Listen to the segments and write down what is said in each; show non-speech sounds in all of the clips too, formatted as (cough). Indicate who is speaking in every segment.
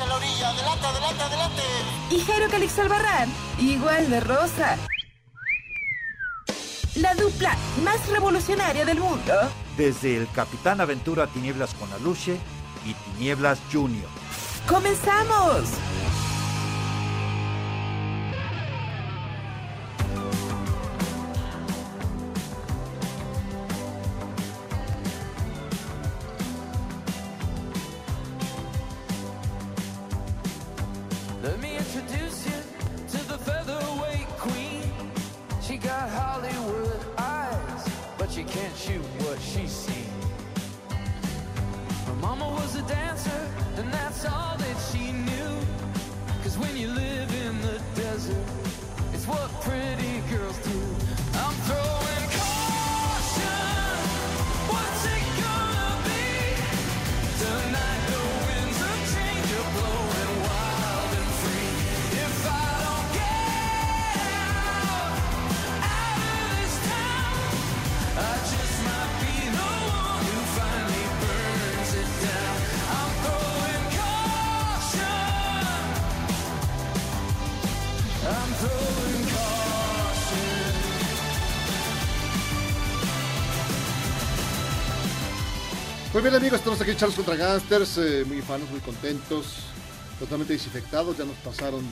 Speaker 1: en la orilla, adelante, adelante, adelante.
Speaker 2: y Jairo Calix Albarrán, igual de rosa. La dupla más revolucionaria del mundo.
Speaker 3: Desde el Capitán Aventura Tinieblas con Aluche y Tinieblas Junior.
Speaker 2: ¡Comenzamos!
Speaker 4: Let me introduce you to the featherweight queen. She got Hollywood eyes, but she can't shoot what she seen. Her mama was a dancer, and that's all that she knew. Cause when you live in the desert, it's what pretty girls do. I'm throwing caution. What's it gonna be? Tonight the winds of change are blowing wild and free. If I don't get out, out of this town, I just might be the one who finally burns it down. I'm throwing caution. I'm throwing caution.
Speaker 5: Muy Pues bien amigos, estamos aquí en Charles contra Gangsters, eh, muy fanos, muy contentos, totalmente desinfectados, ya nos pasaron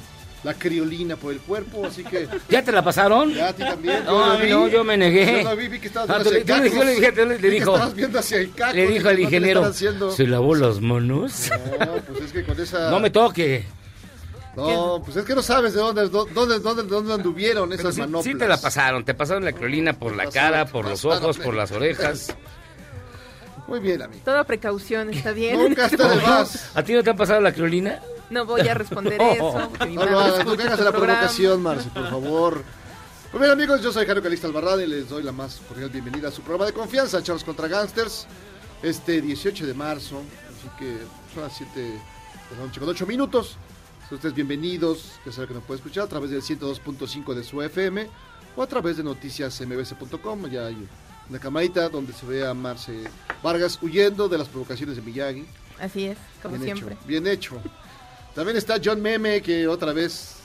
Speaker 5: la criolina por el cuerpo, así que (laughs)
Speaker 6: ¿Ya te la pasaron?
Speaker 5: ya a ti también.
Speaker 6: No,
Speaker 5: lo vi.
Speaker 6: no, yo me negué.
Speaker 5: Yo no vi, vi que estabas
Speaker 6: Ah,
Speaker 5: viendo
Speaker 6: tú le-
Speaker 5: hacia
Speaker 6: tú le- yo
Speaker 5: el
Speaker 6: le dije- yo le- le
Speaker 5: vi que
Speaker 6: dijo-
Speaker 5: estabas viendo hacia el cacos,
Speaker 6: Le dijo el
Speaker 5: dije, "No, ¿qué le
Speaker 6: ingeniero,
Speaker 5: están haciendo?"
Speaker 6: ¿se lavó los monos?
Speaker 5: No, pues es que con esa...
Speaker 6: No me toque.
Speaker 5: No, pues es que no sabes de dónde, dónde, dónde, dónde anduvieron
Speaker 6: Pero
Speaker 5: esas
Speaker 6: sí,
Speaker 5: manoplas.
Speaker 6: sí te la pasaron, te pasaron la criolina por la
Speaker 5: Pasaron-
Speaker 6: cara, por los
Speaker 5: pasaron-
Speaker 6: ojos, por las orejas.
Speaker 5: Muy bien, amigo.
Speaker 7: Toda precaución, está bien.
Speaker 5: Nunca está de más.
Speaker 6: ¿A ti no te han pasado la criolina? Oh,
Speaker 7: No voy
Speaker 6: (laughs)
Speaker 7: a responder
Speaker 6: No.
Speaker 7: eso. porque mi
Speaker 5: No
Speaker 7: madre
Speaker 5: lo hagas, no
Speaker 7: escucha
Speaker 5: que hagas
Speaker 7: tu
Speaker 5: pues, la
Speaker 7: programa.
Speaker 5: provocación, Marce, por favor. Muy bien, amigos, yo soy Jairo Calista Albarrada y les doy la más cordial bienvenida a su programa de confianza, Charles contra Gangsters, este 18 de marzo, así que son las 7 de la noche con 8 minutos. Son ustedes bienvenidos, que saben que nos puede escuchar a través del 102.5 de su FM o a través de noticiasmbs.com, ya hay una camarita donde se ve a Marce Vargas huyendo de las provocaciones de Miyagi.
Speaker 7: Así es, como
Speaker 5: Bien
Speaker 7: siempre.
Speaker 5: Hecho, bien hecho. También está John Meme, que otra vez.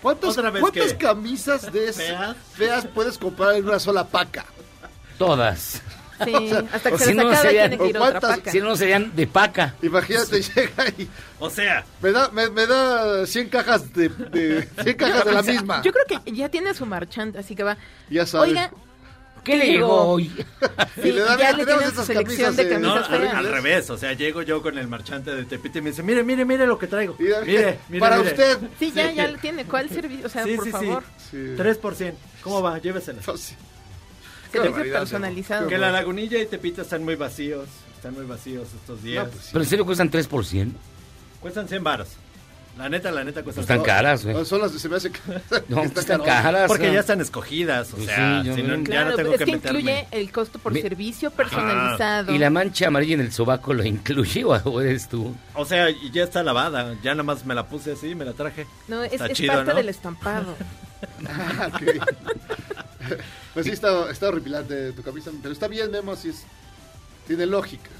Speaker 5: ¿Cuántas,
Speaker 8: ¿Otra vez
Speaker 5: cuántas
Speaker 8: qué?
Speaker 5: camisas de esas
Speaker 8: ¿Feas?
Speaker 5: feas puedes comprar en una
Speaker 8: (laughs)
Speaker 5: sola paca?
Speaker 6: Todas.
Speaker 7: Sí, hasta que
Speaker 6: o
Speaker 7: se
Speaker 6: si
Speaker 7: les
Speaker 6: no,
Speaker 7: acabe
Speaker 6: sería-
Speaker 7: tiene que ir
Speaker 5: ¿o
Speaker 7: otra
Speaker 5: cuántas-
Speaker 7: paca.
Speaker 6: Si no, serían de paca.
Speaker 5: Imagínate, llega y
Speaker 8: O sea,
Speaker 5: me da, me, me da 100 cajas de, de- 100 cajas de la misma.
Speaker 7: Yo creo que ya tiene su marchante, así que va.
Speaker 5: Ya sabes.
Speaker 7: Oiga,
Speaker 6: ¿Qué le llegó hoy?
Speaker 7: sí,
Speaker 5: le da- mira,
Speaker 7: ya
Speaker 5: tenemos
Speaker 7: le tienen su
Speaker 5: esas
Speaker 7: selección
Speaker 5: camisas
Speaker 7: de
Speaker 5: de-
Speaker 8: no,
Speaker 7: camisas
Speaker 5: Esas
Speaker 8: al,
Speaker 7: feas.
Speaker 8: al revés. O sea, llego yo con el marchante de Tepito y me dice, mire, mire, mire lo que traigo.
Speaker 5: Y da- (laughs)
Speaker 8: Mire, mire.
Speaker 5: para
Speaker 8: mire.
Speaker 5: usted.
Speaker 7: Sí, ya, ya lo tiene. ¿Cuál servicio? O sea,
Speaker 8: Sí,
Speaker 7: por
Speaker 8: sí, sí.
Speaker 7: favor,
Speaker 5: Sí.
Speaker 8: 3%. ¿Cómo va? Llévesela.
Speaker 5: Fácil.
Speaker 7: servicio
Speaker 5: barbaridad,
Speaker 7: personalizado.
Speaker 8: Que la lagunilla y Tepito están muy vacíos. Están muy vacíos estos días.
Speaker 5: No, pues sí.
Speaker 6: ¿Pero en serio cuestan 3%?
Speaker 8: Cuestan 100 varos. La neta, la neta cuestan
Speaker 6: Pues Están caras, güey.
Speaker 5: No, son las que se me hace que (laughs)
Speaker 6: No, pues
Speaker 5: que
Speaker 6: están
Speaker 5: caro.
Speaker 6: caras.
Speaker 8: Porque
Speaker 6: ¿no?
Speaker 8: ya están escogidas. O
Speaker 6: Pues
Speaker 8: sea,
Speaker 6: sí, yo
Speaker 8: si
Speaker 6: no-
Speaker 8: no, ya
Speaker 7: Claro,
Speaker 8: no
Speaker 7: pues
Speaker 8: tengo
Speaker 7: es
Speaker 8: que,
Speaker 7: que
Speaker 8: meterme. Ah,
Speaker 7: incluye el costo por
Speaker 6: Mi-
Speaker 7: servicio personalizado.
Speaker 6: Ah. ¿Y la mancha amarilla en el sobaco lo incluye (laughs) o eres tú?
Speaker 8: O sea, y ya está lavada. Ya nada más me la puse así, me la traje.
Speaker 7: No, es,
Speaker 8: Está
Speaker 7: es
Speaker 8: chido,
Speaker 7: parte
Speaker 8: ¿no?
Speaker 7: del estampado.
Speaker 5: Ah, ok. (laughs) pues sí, está, está horripilante tu camisa. Pero está bien, Memo, así es. Tiene lógica.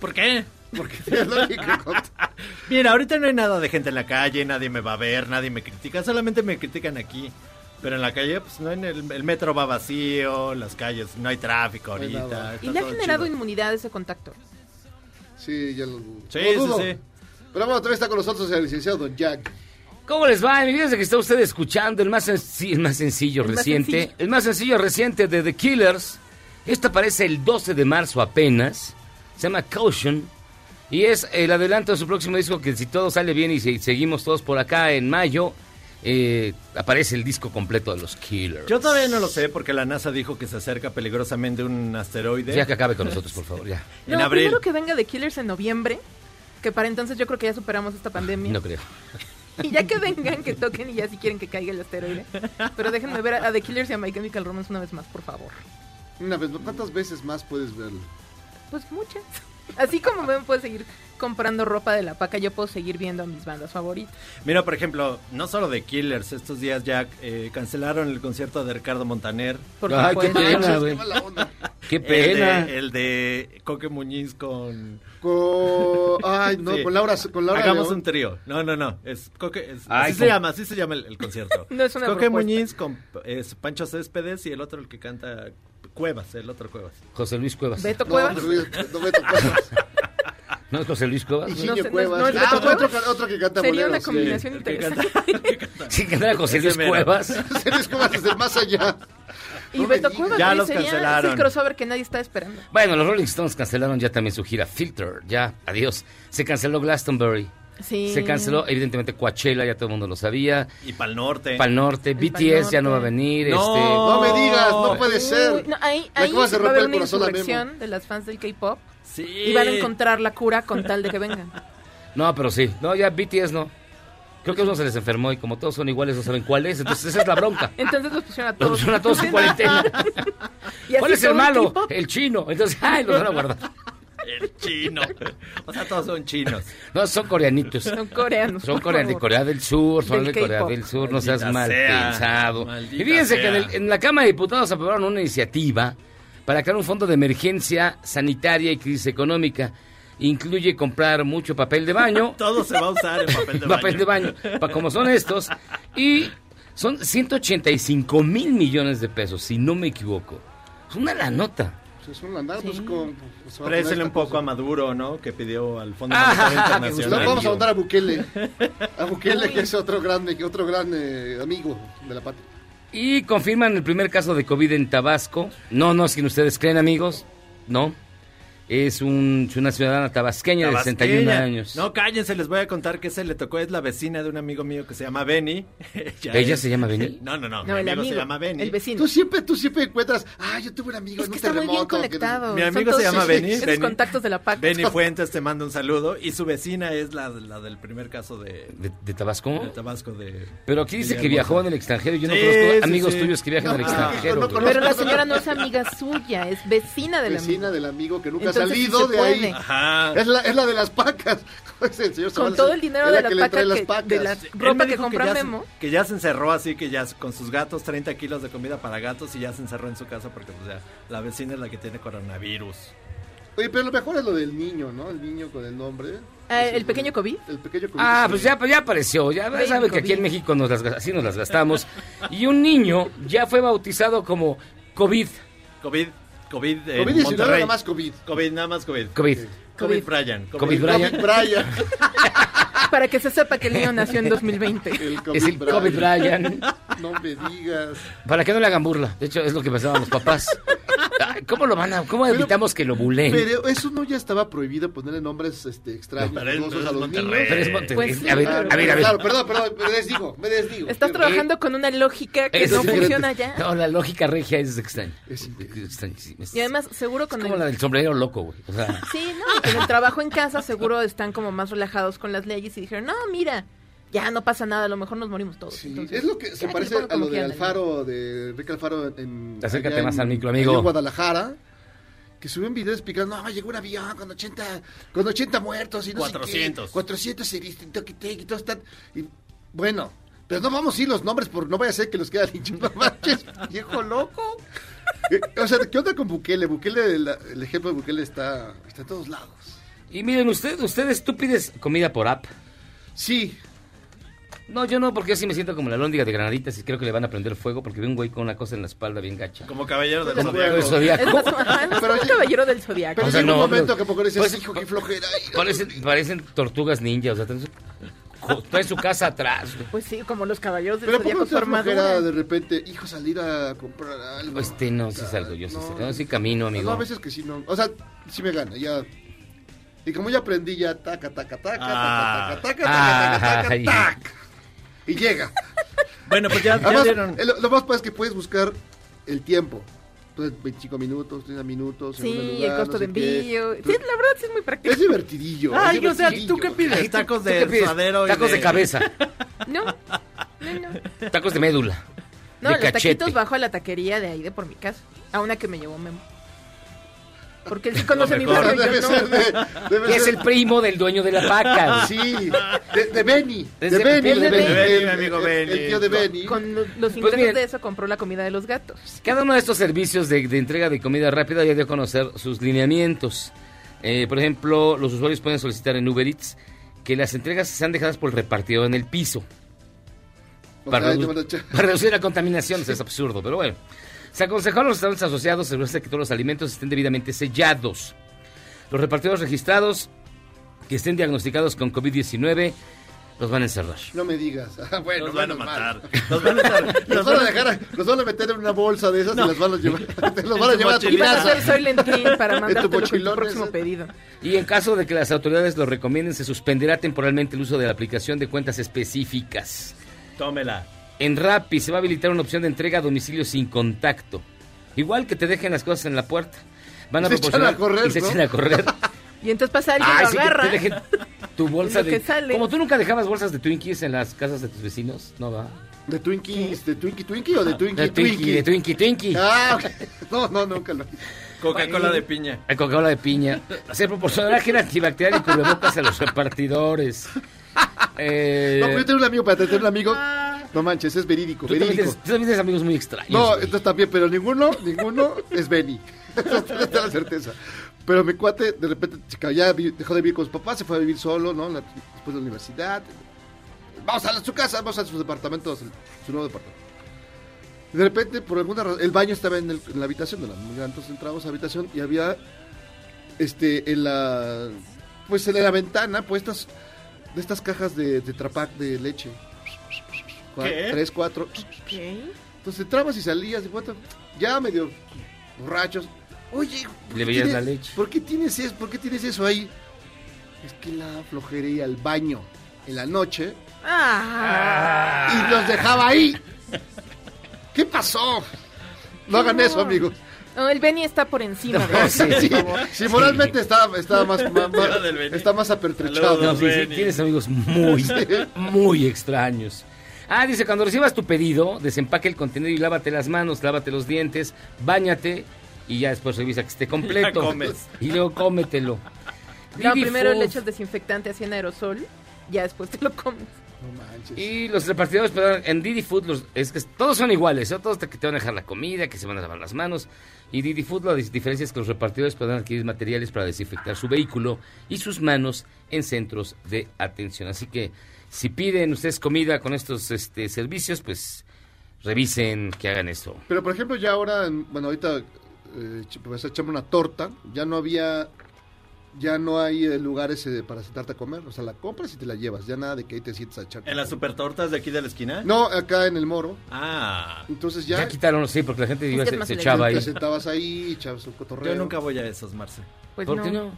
Speaker 8: ¿Por qué?
Speaker 5: Porque tiene lógica. con-
Speaker 8: Mira, ahorita no hay nada de gente en la calle, nadie me va a ver, nadie me critica, solamente me critican aquí. Pero en la calle, pues no, en el, el metro va vacío, las calles, no hay tráfico
Speaker 5: No hay
Speaker 8: ahorita.
Speaker 5: nada.
Speaker 8: está
Speaker 7: Y le ha
Speaker 8: todo
Speaker 7: generado
Speaker 8: chido.
Speaker 7: inmunidad ese contacto.
Speaker 5: Sí, ya lo,
Speaker 8: Sí,
Speaker 5: lo
Speaker 8: sí, (laughs)
Speaker 5: dudo.
Speaker 8: sí.
Speaker 5: Pero bueno, también está con nosotros el licenciado Don Jack.
Speaker 6: ¿Cómo les va? Fíjense que está usted escuchando el más, senc- el más sencillo
Speaker 7: El más
Speaker 6: reciente.
Speaker 7: sencillo.
Speaker 6: El más sencillo reciente de The Killers. Esta aparece el 12 de marzo apenas. Se llama Caution. Y es el adelanto de su próximo disco que si todo sale bien y si seguimos todos por acá en mayo, eh, aparece el disco completo de los Killers.
Speaker 8: Yo todavía no lo sé porque la NASA dijo que se acerca peligrosamente un asteroide.
Speaker 6: Ya que acabe con nosotros, por favor, ya.
Speaker 7: No,
Speaker 8: en abril.
Speaker 7: primero que venga de Killers en noviembre, que para entonces yo creo que ya superamos esta pandemia.
Speaker 6: No creo.
Speaker 7: (laughs) Y ya que vengan, que toquen y ya si quieren que caiga el asteroide. Pero déjenme ver a, a The Killers y a My Chemical Romance una vez más, por favor.
Speaker 5: Una vez, ¿cuántas veces más puedes verlo?
Speaker 7: Pues muchas. Así como me puedo seguir comprando ropa de la paca, yo puedo seguir viendo a mis bandas favoritas.
Speaker 5: (laughs)
Speaker 8: Mira, por ejemplo, no solo de Killers, estos días ya eh, cancelaron el concierto de Ricardo Montaner.
Speaker 7: Por
Speaker 6: Ay, qué
Speaker 7: supuesto.
Speaker 6: pena,
Speaker 5: Qué
Speaker 6: güey.
Speaker 5: mala onda.
Speaker 6: Qué
Speaker 8: El
Speaker 6: pena.
Speaker 8: de, el de Coque Muñiz con...
Speaker 5: Con... Ay, no,
Speaker 8: Sí.
Speaker 5: con Laura, con Laura
Speaker 8: Hagamos
Speaker 5: León.
Speaker 8: un trío. No, no, no. Es Coque, es-
Speaker 6: Ay,
Speaker 8: así
Speaker 6: con-
Speaker 8: se llama, así se llama el, el
Speaker 5: (laughs)
Speaker 8: concierto.
Speaker 7: No es una
Speaker 8: Coque
Speaker 7: propuesta.
Speaker 8: Muñiz con es Pancho Céspedes y el otro el que canta Cuevas, el otro Cuevas.
Speaker 6: José Luis Cuevas.
Speaker 7: Beto
Speaker 5: No,
Speaker 7: Cuevas.
Speaker 5: no voy- no voy a tocar.
Speaker 6: (laughs) ¿No es José Luis Cuevas?
Speaker 5: Y
Speaker 7: Pues No
Speaker 5: Gillo
Speaker 7: sé, no es-
Speaker 5: Cuevas.
Speaker 7: no es
Speaker 5: ah,
Speaker 7: Beto Cuevas.
Speaker 5: otro, ca- otro que canta
Speaker 7: Sería una
Speaker 5: boleros.
Speaker 7: combinación
Speaker 8: El que
Speaker 7: interesante.
Speaker 8: canta- el que canta.
Speaker 6: Sí, que no era José
Speaker 8: Ese
Speaker 6: Luis
Speaker 8: mero.
Speaker 6: Cuevas.
Speaker 5: Series como desde el más allá.
Speaker 7: Y
Speaker 5: No me
Speaker 7: Beto
Speaker 5: digas.
Speaker 7: Cuevas
Speaker 8: Ya
Speaker 7: güey,
Speaker 8: los
Speaker 7: sería es
Speaker 8: cancelaron.
Speaker 7: el crossover que nadie está esperando.
Speaker 6: Bueno, los Rolling Stones cancelaron ya también su gira Filter, ya, adiós. Se canceló Glastonbury,
Speaker 7: Sí.
Speaker 6: se canceló evidentemente Coachella, ya todo el mundo lo sabía.
Speaker 8: Y Pal Norte.
Speaker 6: Pal Norte,
Speaker 7: El
Speaker 6: BTS
Speaker 7: Pal
Speaker 6: ya no va a
Speaker 7: Norte.
Speaker 6: venir. este,
Speaker 8: No.
Speaker 5: No me digas, no puede
Speaker 7: Uy,
Speaker 5: ser.
Speaker 7: no, ahí
Speaker 5: Me
Speaker 7: ahí
Speaker 5: acabas de
Speaker 7: va a
Speaker 5: romper
Speaker 7: haber
Speaker 5: el
Speaker 7: una
Speaker 5: corazón a Memo.
Speaker 7: insurrección de las fans del K-pop
Speaker 8: Sí.
Speaker 7: y van a encontrar la cura con tal de que vengan.
Speaker 6: Este, no, pero sí, no, ya BTS no. Creo que uno se les enfermó y como todos son iguales no saben cuál es, entonces esa es la bronca.
Speaker 7: Entonces los pusieron a
Speaker 6: Los
Speaker 7: todos.
Speaker 6: pusieron a todos en cuarentena.
Speaker 7: (laughs) Y así
Speaker 6: ¿Cuál es el
Speaker 7: todo
Speaker 6: malo?
Speaker 7: K-pop.
Speaker 6: El chino. Entonces, ay, los van a guardar.
Speaker 8: (laughs) El chino. O sea, todos son chinos.
Speaker 6: No, son coreanitos.
Speaker 7: Son coreanos.
Speaker 6: Son
Speaker 7: por
Speaker 6: Corea, de
Speaker 7: favor.
Speaker 6: Corea del Sur, son
Speaker 7: Del
Speaker 6: de Corea
Speaker 7: K-pop.
Speaker 6: del Sur, no seas
Speaker 8: Maldita
Speaker 6: mal
Speaker 8: sea,
Speaker 6: pensado. Y
Speaker 8: maldita
Speaker 6: fíjense que en, el-
Speaker 8: sea.
Speaker 6: en la Cámara de Diputados aprobaron una iniciativa para crear un fondo de emergencia sanitaria y crisis económica. Incluye comprar mucho papel de
Speaker 8: (laughs)
Speaker 6: baño,
Speaker 8: (laughs) Todo se va a usar en papel de baño.
Speaker 6: (laughs) papel de baño, para como son estos, y son 185 mil millones de pesos, si no me equivoco. Es una la nota.
Speaker 5: Pues Es un andar, pues, con- pues, se va a poner
Speaker 8: Présele
Speaker 5: esta
Speaker 8: un poco
Speaker 5: cosa.
Speaker 8: a Maduro, ¿no? Que pidió al Fondo
Speaker 5: (laughs)
Speaker 6: Ah,
Speaker 8: Monetario
Speaker 6: que
Speaker 5: Pues,
Speaker 8: Internacional.
Speaker 5: no, vamos a
Speaker 6: Amigo.
Speaker 5: mandar a Bukele. A Bukele,
Speaker 7: (laughs)
Speaker 5: que es otro gran, otro gran eh, amigo de la patria.
Speaker 6: Y confirman el primer caso de COVID en Tabasco. No, no es quien ustedes creen, amigos. No. Es un- es una ciudadana tabasqueña,
Speaker 8: Tabasqueña.
Speaker 6: de 61 años.
Speaker 8: No, cállense, les voy a contar que se le tocó. Es la vecina de un amigo mío que se llama Benny. (laughs) Ella,
Speaker 6: ¿Ella
Speaker 8: es-
Speaker 6: se llama Benny?
Speaker 8: (laughs) No, no, no.
Speaker 7: No,
Speaker 8: mi
Speaker 7: el
Speaker 8: amigo,
Speaker 7: amigo.
Speaker 8: se llama Benny.
Speaker 7: El vecino.
Speaker 5: Tú siempre, tú siempre encuentras, ah, yo tuve un amigo
Speaker 7: es
Speaker 5: en
Speaker 7: que
Speaker 5: un
Speaker 7: está muy bien
Speaker 5: terremoto, que no-
Speaker 7: conectado.
Speaker 8: Mi amigo se llama Benny.
Speaker 7: Esos
Speaker 8: Benny.
Speaker 7: contactos de la PAC.
Speaker 8: Benny Fuentes te manda un saludo. Y su vecina es la, la del primer caso de,
Speaker 6: ¿De, de Tabasco?
Speaker 8: de Tabasco. de
Speaker 6: Pero aquí dice que
Speaker 8: Guillermo.
Speaker 6: viajó en el extranjero. Yo no
Speaker 8: Sí,
Speaker 6: conozco
Speaker 8: sí,
Speaker 6: amigos
Speaker 8: sí.
Speaker 6: tuyos que viajan al
Speaker 5: No,
Speaker 6: extranjero.
Speaker 5: Ah, no
Speaker 6: güey.
Speaker 5: conozco.
Speaker 7: Pero la señora no es amiga suya, es vecina de la
Speaker 5: Vecina del amigo que nunca ha
Speaker 7: Entonces, sí
Speaker 5: salido
Speaker 7: se
Speaker 5: de
Speaker 7: puede.
Speaker 5: ahí. (laughs)
Speaker 8: Ajá.
Speaker 5: Ah, Es la, es la de las pacas. Es el señor
Speaker 7: Con
Speaker 5: Zavala,
Speaker 7: todo el dinero
Speaker 5: es
Speaker 7: de la,
Speaker 5: que le
Speaker 7: paca
Speaker 5: trae las
Speaker 7: que-
Speaker 5: pacas.
Speaker 7: de la
Speaker 8: Él
Speaker 7: ropa
Speaker 8: me
Speaker 7: que
Speaker 8: dijo
Speaker 7: compra
Speaker 8: ya se-
Speaker 7: Memo.
Speaker 8: que ya se encerró así, que ya con sus gatos, 30 kilos de comida para gatos y ya se encerró en su casa porque, o sea, la vecina es la que tiene coronavirus.
Speaker 5: Oye, pero lo mejor es lo del niño, ¿no? El niño con el nombre.
Speaker 7: Ah,
Speaker 5: Ese
Speaker 7: el
Speaker 5: es
Speaker 7: pequeño COVID.
Speaker 5: El pequeño COVID.
Speaker 6: Ah,
Speaker 5: sí.
Speaker 6: pues ya, pues ya apareció. Ya
Speaker 7: Ven,
Speaker 6: saben que aquí en
Speaker 7: COVID.
Speaker 6: México nos las, ga- así nos las gastamos. Y un niño ya fue bautizado como COVID.
Speaker 8: COVID, COVID, en
Speaker 5: COVID-19
Speaker 8: Monterrey.
Speaker 5: nada más COVID.
Speaker 8: COVID, nada más COVID.
Speaker 6: COVID.
Speaker 8: COVID Brian.
Speaker 6: COVID Brian.
Speaker 5: COVID Brian.
Speaker 7: (laughs) Para que se sepa que el niño nació en 2020.
Speaker 5: El
Speaker 6: Es el COVID Brian.
Speaker 5: No me digas.
Speaker 6: Para que no le hagan burla. De hecho, es lo que pensaban los
Speaker 7: (laughs)
Speaker 6: papás. Ay, ¿Cómo lo van a, cómo
Speaker 5: Pero-
Speaker 6: evitamos que lo bulen?
Speaker 5: Pero eso no ya estaba prohibido ponerle nombres este, extraños
Speaker 8: No, pero es-
Speaker 5: dudosos
Speaker 8: pero
Speaker 5: a
Speaker 8: es
Speaker 5: los
Speaker 8: Monterrey.
Speaker 5: niños.
Speaker 6: Pero es Monterrey.
Speaker 7: Pues sí,
Speaker 6: a ver,
Speaker 7: claro.
Speaker 6: a ver, a ver.
Speaker 5: Claro, perdón, perdón, me desdigo, me desdigo.
Speaker 7: Estás
Speaker 5: Perdón.
Speaker 7: trabajando con una lógica que
Speaker 6: Eso
Speaker 7: no
Speaker 6: sí.
Speaker 7: funciona ya.
Speaker 6: No, la lógica regia es extraña.
Speaker 5: Es increíble.
Speaker 6: extraña, sí, es-
Speaker 7: Y además, seguro
Speaker 6: es
Speaker 7: con
Speaker 6: como
Speaker 7: el-
Speaker 6: la del sombrero loco, güey. O sea,
Speaker 7: Sí, no, con el trabajo en casa seguro están como más relajados con las leyes y dijeron, no, mira, ya no pasa nada, a lo mejor nos morimos todos.
Speaker 5: Sí,
Speaker 7: Entonces,
Speaker 5: es lo que se
Speaker 7: cada quien
Speaker 5: parece
Speaker 7: ponga
Speaker 5: a
Speaker 7: como
Speaker 5: lo de
Speaker 7: quiera, ¿no?
Speaker 5: Alfaro, de Rick Alfaro en...
Speaker 6: Acércate
Speaker 5: allá
Speaker 6: más
Speaker 5: en-
Speaker 6: al micro, amigo.
Speaker 5: allá En Guadalajara, que subió un video explicando, no, llegó un avión con 80, con 80 muertos y no sé qué,
Speaker 8: 400.
Speaker 5: 400 heridos, y toqui, tequi, todos están... Y, bueno, pero no vamos a ir los nombres porque no vaya a ser que los quede dicho, no manches, (laughs) viejo loco. Eh, o sea, ¿qué onda con Bukele? Bukele, la- el ejemplo de Bukele está, está en todos lados.
Speaker 6: y miren, ustedes, ustedes, tú pides comida por app.
Speaker 5: Sí,
Speaker 6: No, yo no, porque yo sí me siento como la lóndiga de granaditas y creo que le van a prender fuego porque vi un güey con una cosa en la espalda bien gacha.
Speaker 8: Como caballero del
Speaker 5: Como
Speaker 8: zodiaco.
Speaker 6: El zodiaco.
Speaker 7: Es más,
Speaker 6: (laughs)
Speaker 7: ajá, es
Speaker 5: Pero
Speaker 7: más como un
Speaker 5: ya-
Speaker 7: caballero del
Speaker 5: pero
Speaker 7: zodiaco.
Speaker 6: O sea,
Speaker 5: llega
Speaker 6: no,
Speaker 5: un momento
Speaker 6: pero-
Speaker 5: que poco dices,
Speaker 6: pues-
Speaker 5: hijo, qué flojera.
Speaker 6: Parecen, parecen tortugas ninja, o sea, tenés- jo- trae su casa atrás. güey.
Speaker 7: Pues sí, como los caballeros del
Speaker 5: Pero ¿a poco
Speaker 7: Zodíaco,
Speaker 5: no
Speaker 7: su
Speaker 5: te da flojera
Speaker 7: armadura.
Speaker 5: de repente, hijo, salir a comprar algo?
Speaker 6: Este no, sí salgo yo, sí,
Speaker 5: No,
Speaker 6: salgo, no, sí camino, amigo.
Speaker 5: No, a veces que sí, no. O sea, sí me gana, ya. Y como ya aprendí, ya taca, taca, taca,
Speaker 8: Ah.
Speaker 5: taca, taca, taca, taca, taca,
Speaker 6: Ay.
Speaker 5: tac. Y llega.
Speaker 8: Bueno, pues ya, ya
Speaker 5: Además,
Speaker 8: vieron.
Speaker 5: eh, lo, lo más padre es que puedes buscar el tiempo. Entonces, 25 minutos, 30 minutos. en un
Speaker 7: Sí,
Speaker 5: lugar,
Speaker 7: el costo
Speaker 5: no
Speaker 7: de
Speaker 5: sé qué.
Speaker 7: envío. Sí,
Speaker 5: Entonces,
Speaker 7: la verdad sí es muy práctico.
Speaker 5: Es divertidillo.
Speaker 8: Ay,
Speaker 5: es
Speaker 8: o sea,
Speaker 5: divertidillo.
Speaker 8: ¿tú qué pides? Tacos
Speaker 6: ¿Tú qué
Speaker 8: de
Speaker 6: pides?
Speaker 7: (laughs)
Speaker 8: suadero y
Speaker 6: Tacos de cabeza,
Speaker 7: No, no, no.
Speaker 6: tacos de médula.
Speaker 7: No,
Speaker 6: de
Speaker 7: los
Speaker 6: cachete.
Speaker 7: taquitos bajo a la taquería de ahí de por mi casa. A una que me llevó Memo. Porque él sí conoce mi
Speaker 8: mejor.
Speaker 7: barrio. y yo
Speaker 5: Debe
Speaker 7: no.
Speaker 5: ser de. Debe
Speaker 6: Que es
Speaker 5: ser-
Speaker 6: el primo del dueño de (laughs) la
Speaker 7: (laughs)
Speaker 6: paca. güey.
Speaker 5: Sí, de, de Benny.
Speaker 6: Es
Speaker 5: De
Speaker 6: de-
Speaker 5: Benny,
Speaker 6: de
Speaker 5: el de Benny.
Speaker 8: Benny,
Speaker 5: el-
Speaker 8: mi amigo
Speaker 5: el-
Speaker 8: Benny.
Speaker 5: El tío de
Speaker 8: No.
Speaker 5: Benny.
Speaker 7: Con lo- los ingresos
Speaker 6: Pues miren.
Speaker 7: de eso compró la comida de los gatos.
Speaker 6: Cada uno de estos servicios de, de entrega de comida rápida ya dio a conocer sus lineamientos. Eh, por ejemplo, los usuarios pueden solicitar en Uber Eats que las entregas sean dejadas por el repartidor en el piso.
Speaker 5: O
Speaker 6: para,
Speaker 5: sea,
Speaker 6: redu-
Speaker 5: te van a echar- (laughs)
Speaker 6: para reducir la contaminación. eso Es absurdo, pero bueno. Se aconsejó a los restaurantes asociados asegurarse que todos los alimentos estén debidamente sellados. Los repartidores registrados que estén diagnosticados con COVID-19 los van a encerrar.
Speaker 5: No me digas. (laughs) Ah, bueno,
Speaker 8: Nos van a
Speaker 5: menos
Speaker 8: matar.
Speaker 5: mal.
Speaker 8: Nos van a
Speaker 5: (laughs)
Speaker 8: estar-
Speaker 5: Los
Speaker 8: nos
Speaker 5: van a
Speaker 8: van a-
Speaker 5: dejar, los van a meter en una bolsa de esas y las van
Speaker 8: (laughs)
Speaker 5: a llevar, (laughs) te los van a
Speaker 8: En tu
Speaker 5: llevar a tu
Speaker 7: Y vas
Speaker 8: mochilita.
Speaker 7: a
Speaker 5: casa.
Speaker 7: hacer
Speaker 5: (laughs)
Speaker 7: soy lentín para mandarte tu
Speaker 5: mochilón
Speaker 7: próximo
Speaker 5: ese.
Speaker 7: pedido.
Speaker 6: Y en caso de que las autoridades lo recomienden, se suspenderá temporalmente el uso de la aplicación de cuentas específicas.
Speaker 8: Tómela.
Speaker 6: En Rappi se va a habilitar una opción de entrega a domicilio sin contacto. Igual que te dejen las cosas en la puerta. Van a
Speaker 5: Y se echan
Speaker 6: proporcionar
Speaker 5: a correr,
Speaker 6: y se
Speaker 5: ¿no?
Speaker 6: echan a
Speaker 5: (laughs)
Speaker 6: correr.
Speaker 7: Y entonces pasa alguien
Speaker 6: Ay,
Speaker 7: lo
Speaker 6: Ah, sí, que
Speaker 7: agarra.
Speaker 6: te dejen tu bolsa
Speaker 7: Lo que
Speaker 6: de...
Speaker 7: sale.
Speaker 6: Como tú nunca dejabas bolsas de Twinkies en las casas de tus vecinos, ¿no va? Ah,
Speaker 5: ¿De Twinkies? ¿De Twinkie Twinkie o de Twinkie
Speaker 6: de Twinkie, de Twinkie, Twinkie.
Speaker 5: Ah, ok. (laughs) No, no, nunca lo hice.
Speaker 8: Coca-Cola de piña.
Speaker 6: El Coca-Cola de
Speaker 5: (laughs)
Speaker 6: piña. Se proporcionará gel antibacterial y cubrebocas a los
Speaker 5: (laughs)
Speaker 6: repartidores. Eh,
Speaker 5: No, pero yo tengo un amigo para tener un amigo.
Speaker 7: Ah.
Speaker 5: No manches, es verídico,
Speaker 6: Tú también,
Speaker 5: verídico.
Speaker 6: tienes, tú también tienes amigos muy extraños.
Speaker 5: No,
Speaker 6: güey.
Speaker 5: entonces también, pero ninguno, ninguno es Benny. Eso está la certeza. Pero mi cuate de repente se ca- ya vi- dejó de vivir con sus papás, se fue a vivir solo, ¿no? La- después de la universidad. Vamos a su casa, vamos a sus departamentos, su nuevo departamento. De repente, por alguna razón, el baño estaba en, el- en la habitación de la amiga, entonces entramos a la habitación y había, este, en la, pues en la ventana, puestas de estas cajas de, de trapac de leche. Cua-
Speaker 8: ¿Qué?
Speaker 5: Tres, cuatro.
Speaker 7: Ok.
Speaker 5: Entonces entrabas y salías y bueno, ya medio borrachos. Oye, ¿por
Speaker 6: Le
Speaker 5: qué
Speaker 6: veías
Speaker 5: tienes-
Speaker 6: la leche.
Speaker 5: ¿Por qué tienes eso? ¿Por qué tienes eso ahí? Es que la flojera y al baño en la noche
Speaker 7: Ah,
Speaker 5: y los dejaba ahí. ¿Qué pasó? No hagan eso, amigos.
Speaker 7: No, el Benny está por encima
Speaker 6: (laughs)
Speaker 7: de
Speaker 6: No, sí,
Speaker 5: Sí,
Speaker 6: sí.
Speaker 5: sí, moralmente está, está más, más- más-
Speaker 8: Era del Benny.
Speaker 5: está más apertrechado.
Speaker 6: No,
Speaker 8: Saludos.
Speaker 6: sí, sí,
Speaker 8: Benny.
Speaker 6: tienes amigos muy,
Speaker 5: (laughs)
Speaker 6: (laughs) muy extraños. Ah, dice, cuando recibas tu pedido, desempaque el contenido y lávate las manos, lávate los dientes, báñate y ya después revisa que esté completo.
Speaker 8: comes.
Speaker 6: Y luego cómetelo.
Speaker 7: No,
Speaker 6: Didi
Speaker 7: primero
Speaker 6: Food.
Speaker 7: le echas desinfectante así en aerosol, ya después te lo comes.
Speaker 5: No manches.
Speaker 6: Y los repartidores, perdón, en Didi Food, los- es que todos son iguales, ¿no? todos te, que te van a dejar la comida, que se van a lavar las manos. Y Didi Food, la dis- diferencia es que los repartidores podrán adquirir materiales para desinfectar su vehículo y sus manos en centros de atención. Así que si piden ustedes comida con estos este, servicios, pues revisen que hagan esto.
Speaker 5: Pero por ejemplo, ya ahora, en- bueno, ahorita eh, ch- pues, echamos una torta, ya no había, ya no hay eh, lugares eh, para sentarte a comer, o sea, la compras y te la llevas, ya nada de que ahí te sientes a echar.
Speaker 8: ¿En las supertortas de aquí de la esquina?
Speaker 5: No, acá en el Moro,
Speaker 8: Ah.
Speaker 5: entonces
Speaker 6: Ya,
Speaker 5: ya,
Speaker 6: quitaron, sí, porque la gente iba,
Speaker 7: que es
Speaker 6: se,
Speaker 7: más
Speaker 6: se
Speaker 7: elegante.
Speaker 6: echaba ahí.
Speaker 5: te sentabas ahí, echabas un cotorreo.
Speaker 8: Yo nunca voy a esos, Marce.
Speaker 7: Pues
Speaker 6: ¿Por
Speaker 7: no.
Speaker 6: qué no?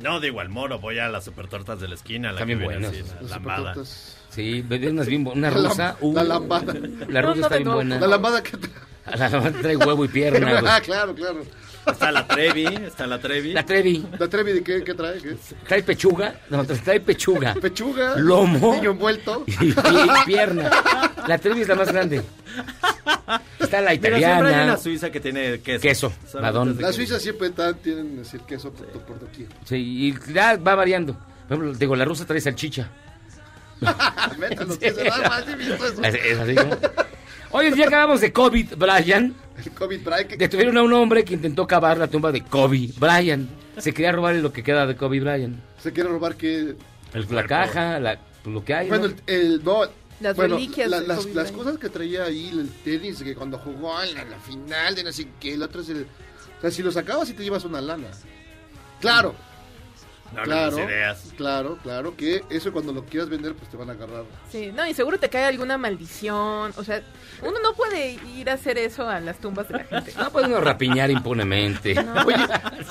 Speaker 8: No, digo al moro, voy a las supertortas de la esquina. La
Speaker 6: También
Speaker 8: que viene
Speaker 6: buenas.
Speaker 8: así, la
Speaker 5: Las
Speaker 8: lambada.
Speaker 5: supertortas.
Speaker 6: Sí, beber unas bien bu-
Speaker 7: (laughs)
Speaker 6: una
Speaker 5: La lam-
Speaker 6: rusa. uh,
Speaker 5: la lambada.
Speaker 6: La
Speaker 7: No,
Speaker 6: rusa
Speaker 7: no
Speaker 6: está
Speaker 7: de
Speaker 6: bien
Speaker 7: nuevo.
Speaker 6: buena.
Speaker 5: La lambada que te...
Speaker 6: La lambada trae huevo y
Speaker 5: (laughs)
Speaker 7: (laughs)
Speaker 6: pierna, güey.
Speaker 5: Ah, claro, claro.
Speaker 8: Está la Trevi, está la Trevi.
Speaker 6: La Trevi.
Speaker 5: ¿La Trevi de qué, qué trae? ¿Qué?
Speaker 6: Trae pechuga, no, tra- trae pechuga,
Speaker 5: (laughs) Pechuga,
Speaker 6: Lomo.
Speaker 5: niño envuelto.
Speaker 6: y pi- pierna. La Trevi es la más grande. Está la
Speaker 8: Mira, siempre hay
Speaker 6: italiana.
Speaker 8: una suiza que tiene queso.
Speaker 6: Queso,
Speaker 8: Solamente
Speaker 6: Madonna.
Speaker 8: es de
Speaker 5: La
Speaker 8: queso.
Speaker 5: Suiza siempre tan, tienen decir queso por, por
Speaker 6: (laughs)
Speaker 5: (laughs) doquier.
Speaker 6: Sí, y ya va variando. Por ejemplo, digo, la rusa trae salchicha.
Speaker 5: Ah, métalos, que se va, más pues. he visto eso.
Speaker 6: Es, es así, ¿no? Hoy ya acabamos de COVID, Brian.
Speaker 5: El COVID trae que...
Speaker 6: Detuvieron a un hombre que intentó cavar la tumba de Kobe Bryant. Se quería robar lo que queda de Kobe Bryant.
Speaker 5: se quiere robar que
Speaker 6: La caja, la, lo que hay.
Speaker 5: bueno
Speaker 6: ¿no?
Speaker 5: el, el- no
Speaker 7: Las
Speaker 5: bueno,
Speaker 7: reliquias
Speaker 5: la-
Speaker 7: de
Speaker 5: las,
Speaker 7: Kobe
Speaker 5: las
Speaker 7: Bryant.
Speaker 5: cosas que traía ahí el tenis que cuando jugó en la, la final de no sé qué el otro es el o sea si lo sacabas y te llevas una lana claro
Speaker 8: No les
Speaker 5: claro,
Speaker 8: des ideas.
Speaker 5: claro, claro, que eso cuando lo quieras vender, pues te van a agarrar.
Speaker 7: Sí, no, y seguro te cae alguna maldición. O sea, uno no puede ir a hacer eso a las tumbas de la gente.
Speaker 6: No puede uno rapiñar
Speaker 5: (laughs)
Speaker 6: impunemente.
Speaker 5: Oye,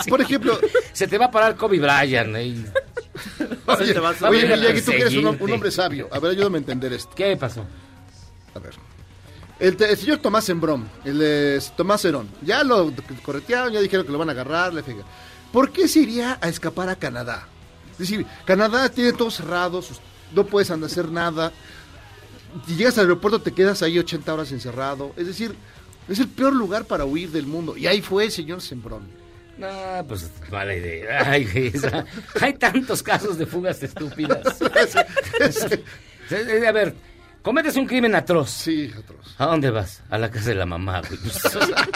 Speaker 5: por ejemplo,
Speaker 6: Se te va a parar Kobe Bryant. ¿eh? ahí.
Speaker 8: Se
Speaker 5: oye,
Speaker 8: te va a subir
Speaker 5: oye,
Speaker 8: el
Speaker 5: Miyagi, tú que eres un, hom- un
Speaker 6: perseguirte.
Speaker 5: hombre sabio. A ver, ayúdame a entender esto.
Speaker 6: ¿Qué pasó?
Speaker 5: A ver. El, te- el señor Tomás Embrón, el eh, Tomás Herón, ya lo corretearon, ya dijeron que lo van a agarrar, le fega. ¿Por qué se iría a escapar a Canadá? Es decir, Canadá tiene todo cerrado, sus- no puedes andar a hacer nada. Si llegas al aeropuerto te quedas ahí 80 horas encerrado. Es decir, es el peor lugar para huir del mundo. Y ahí fue el señor Sembrón.
Speaker 6: No, pues mala idea. Ay, güey, o sea, hay tantos casos de fugas
Speaker 5: (laughs)
Speaker 6: estúpidas. A ver, cometes un crimen atroz.
Speaker 5: Sí, atroz.
Speaker 6: ¿A dónde vas? A la casa de la mamá,
Speaker 5: (laughs)
Speaker 6: güey. Pues, o sea,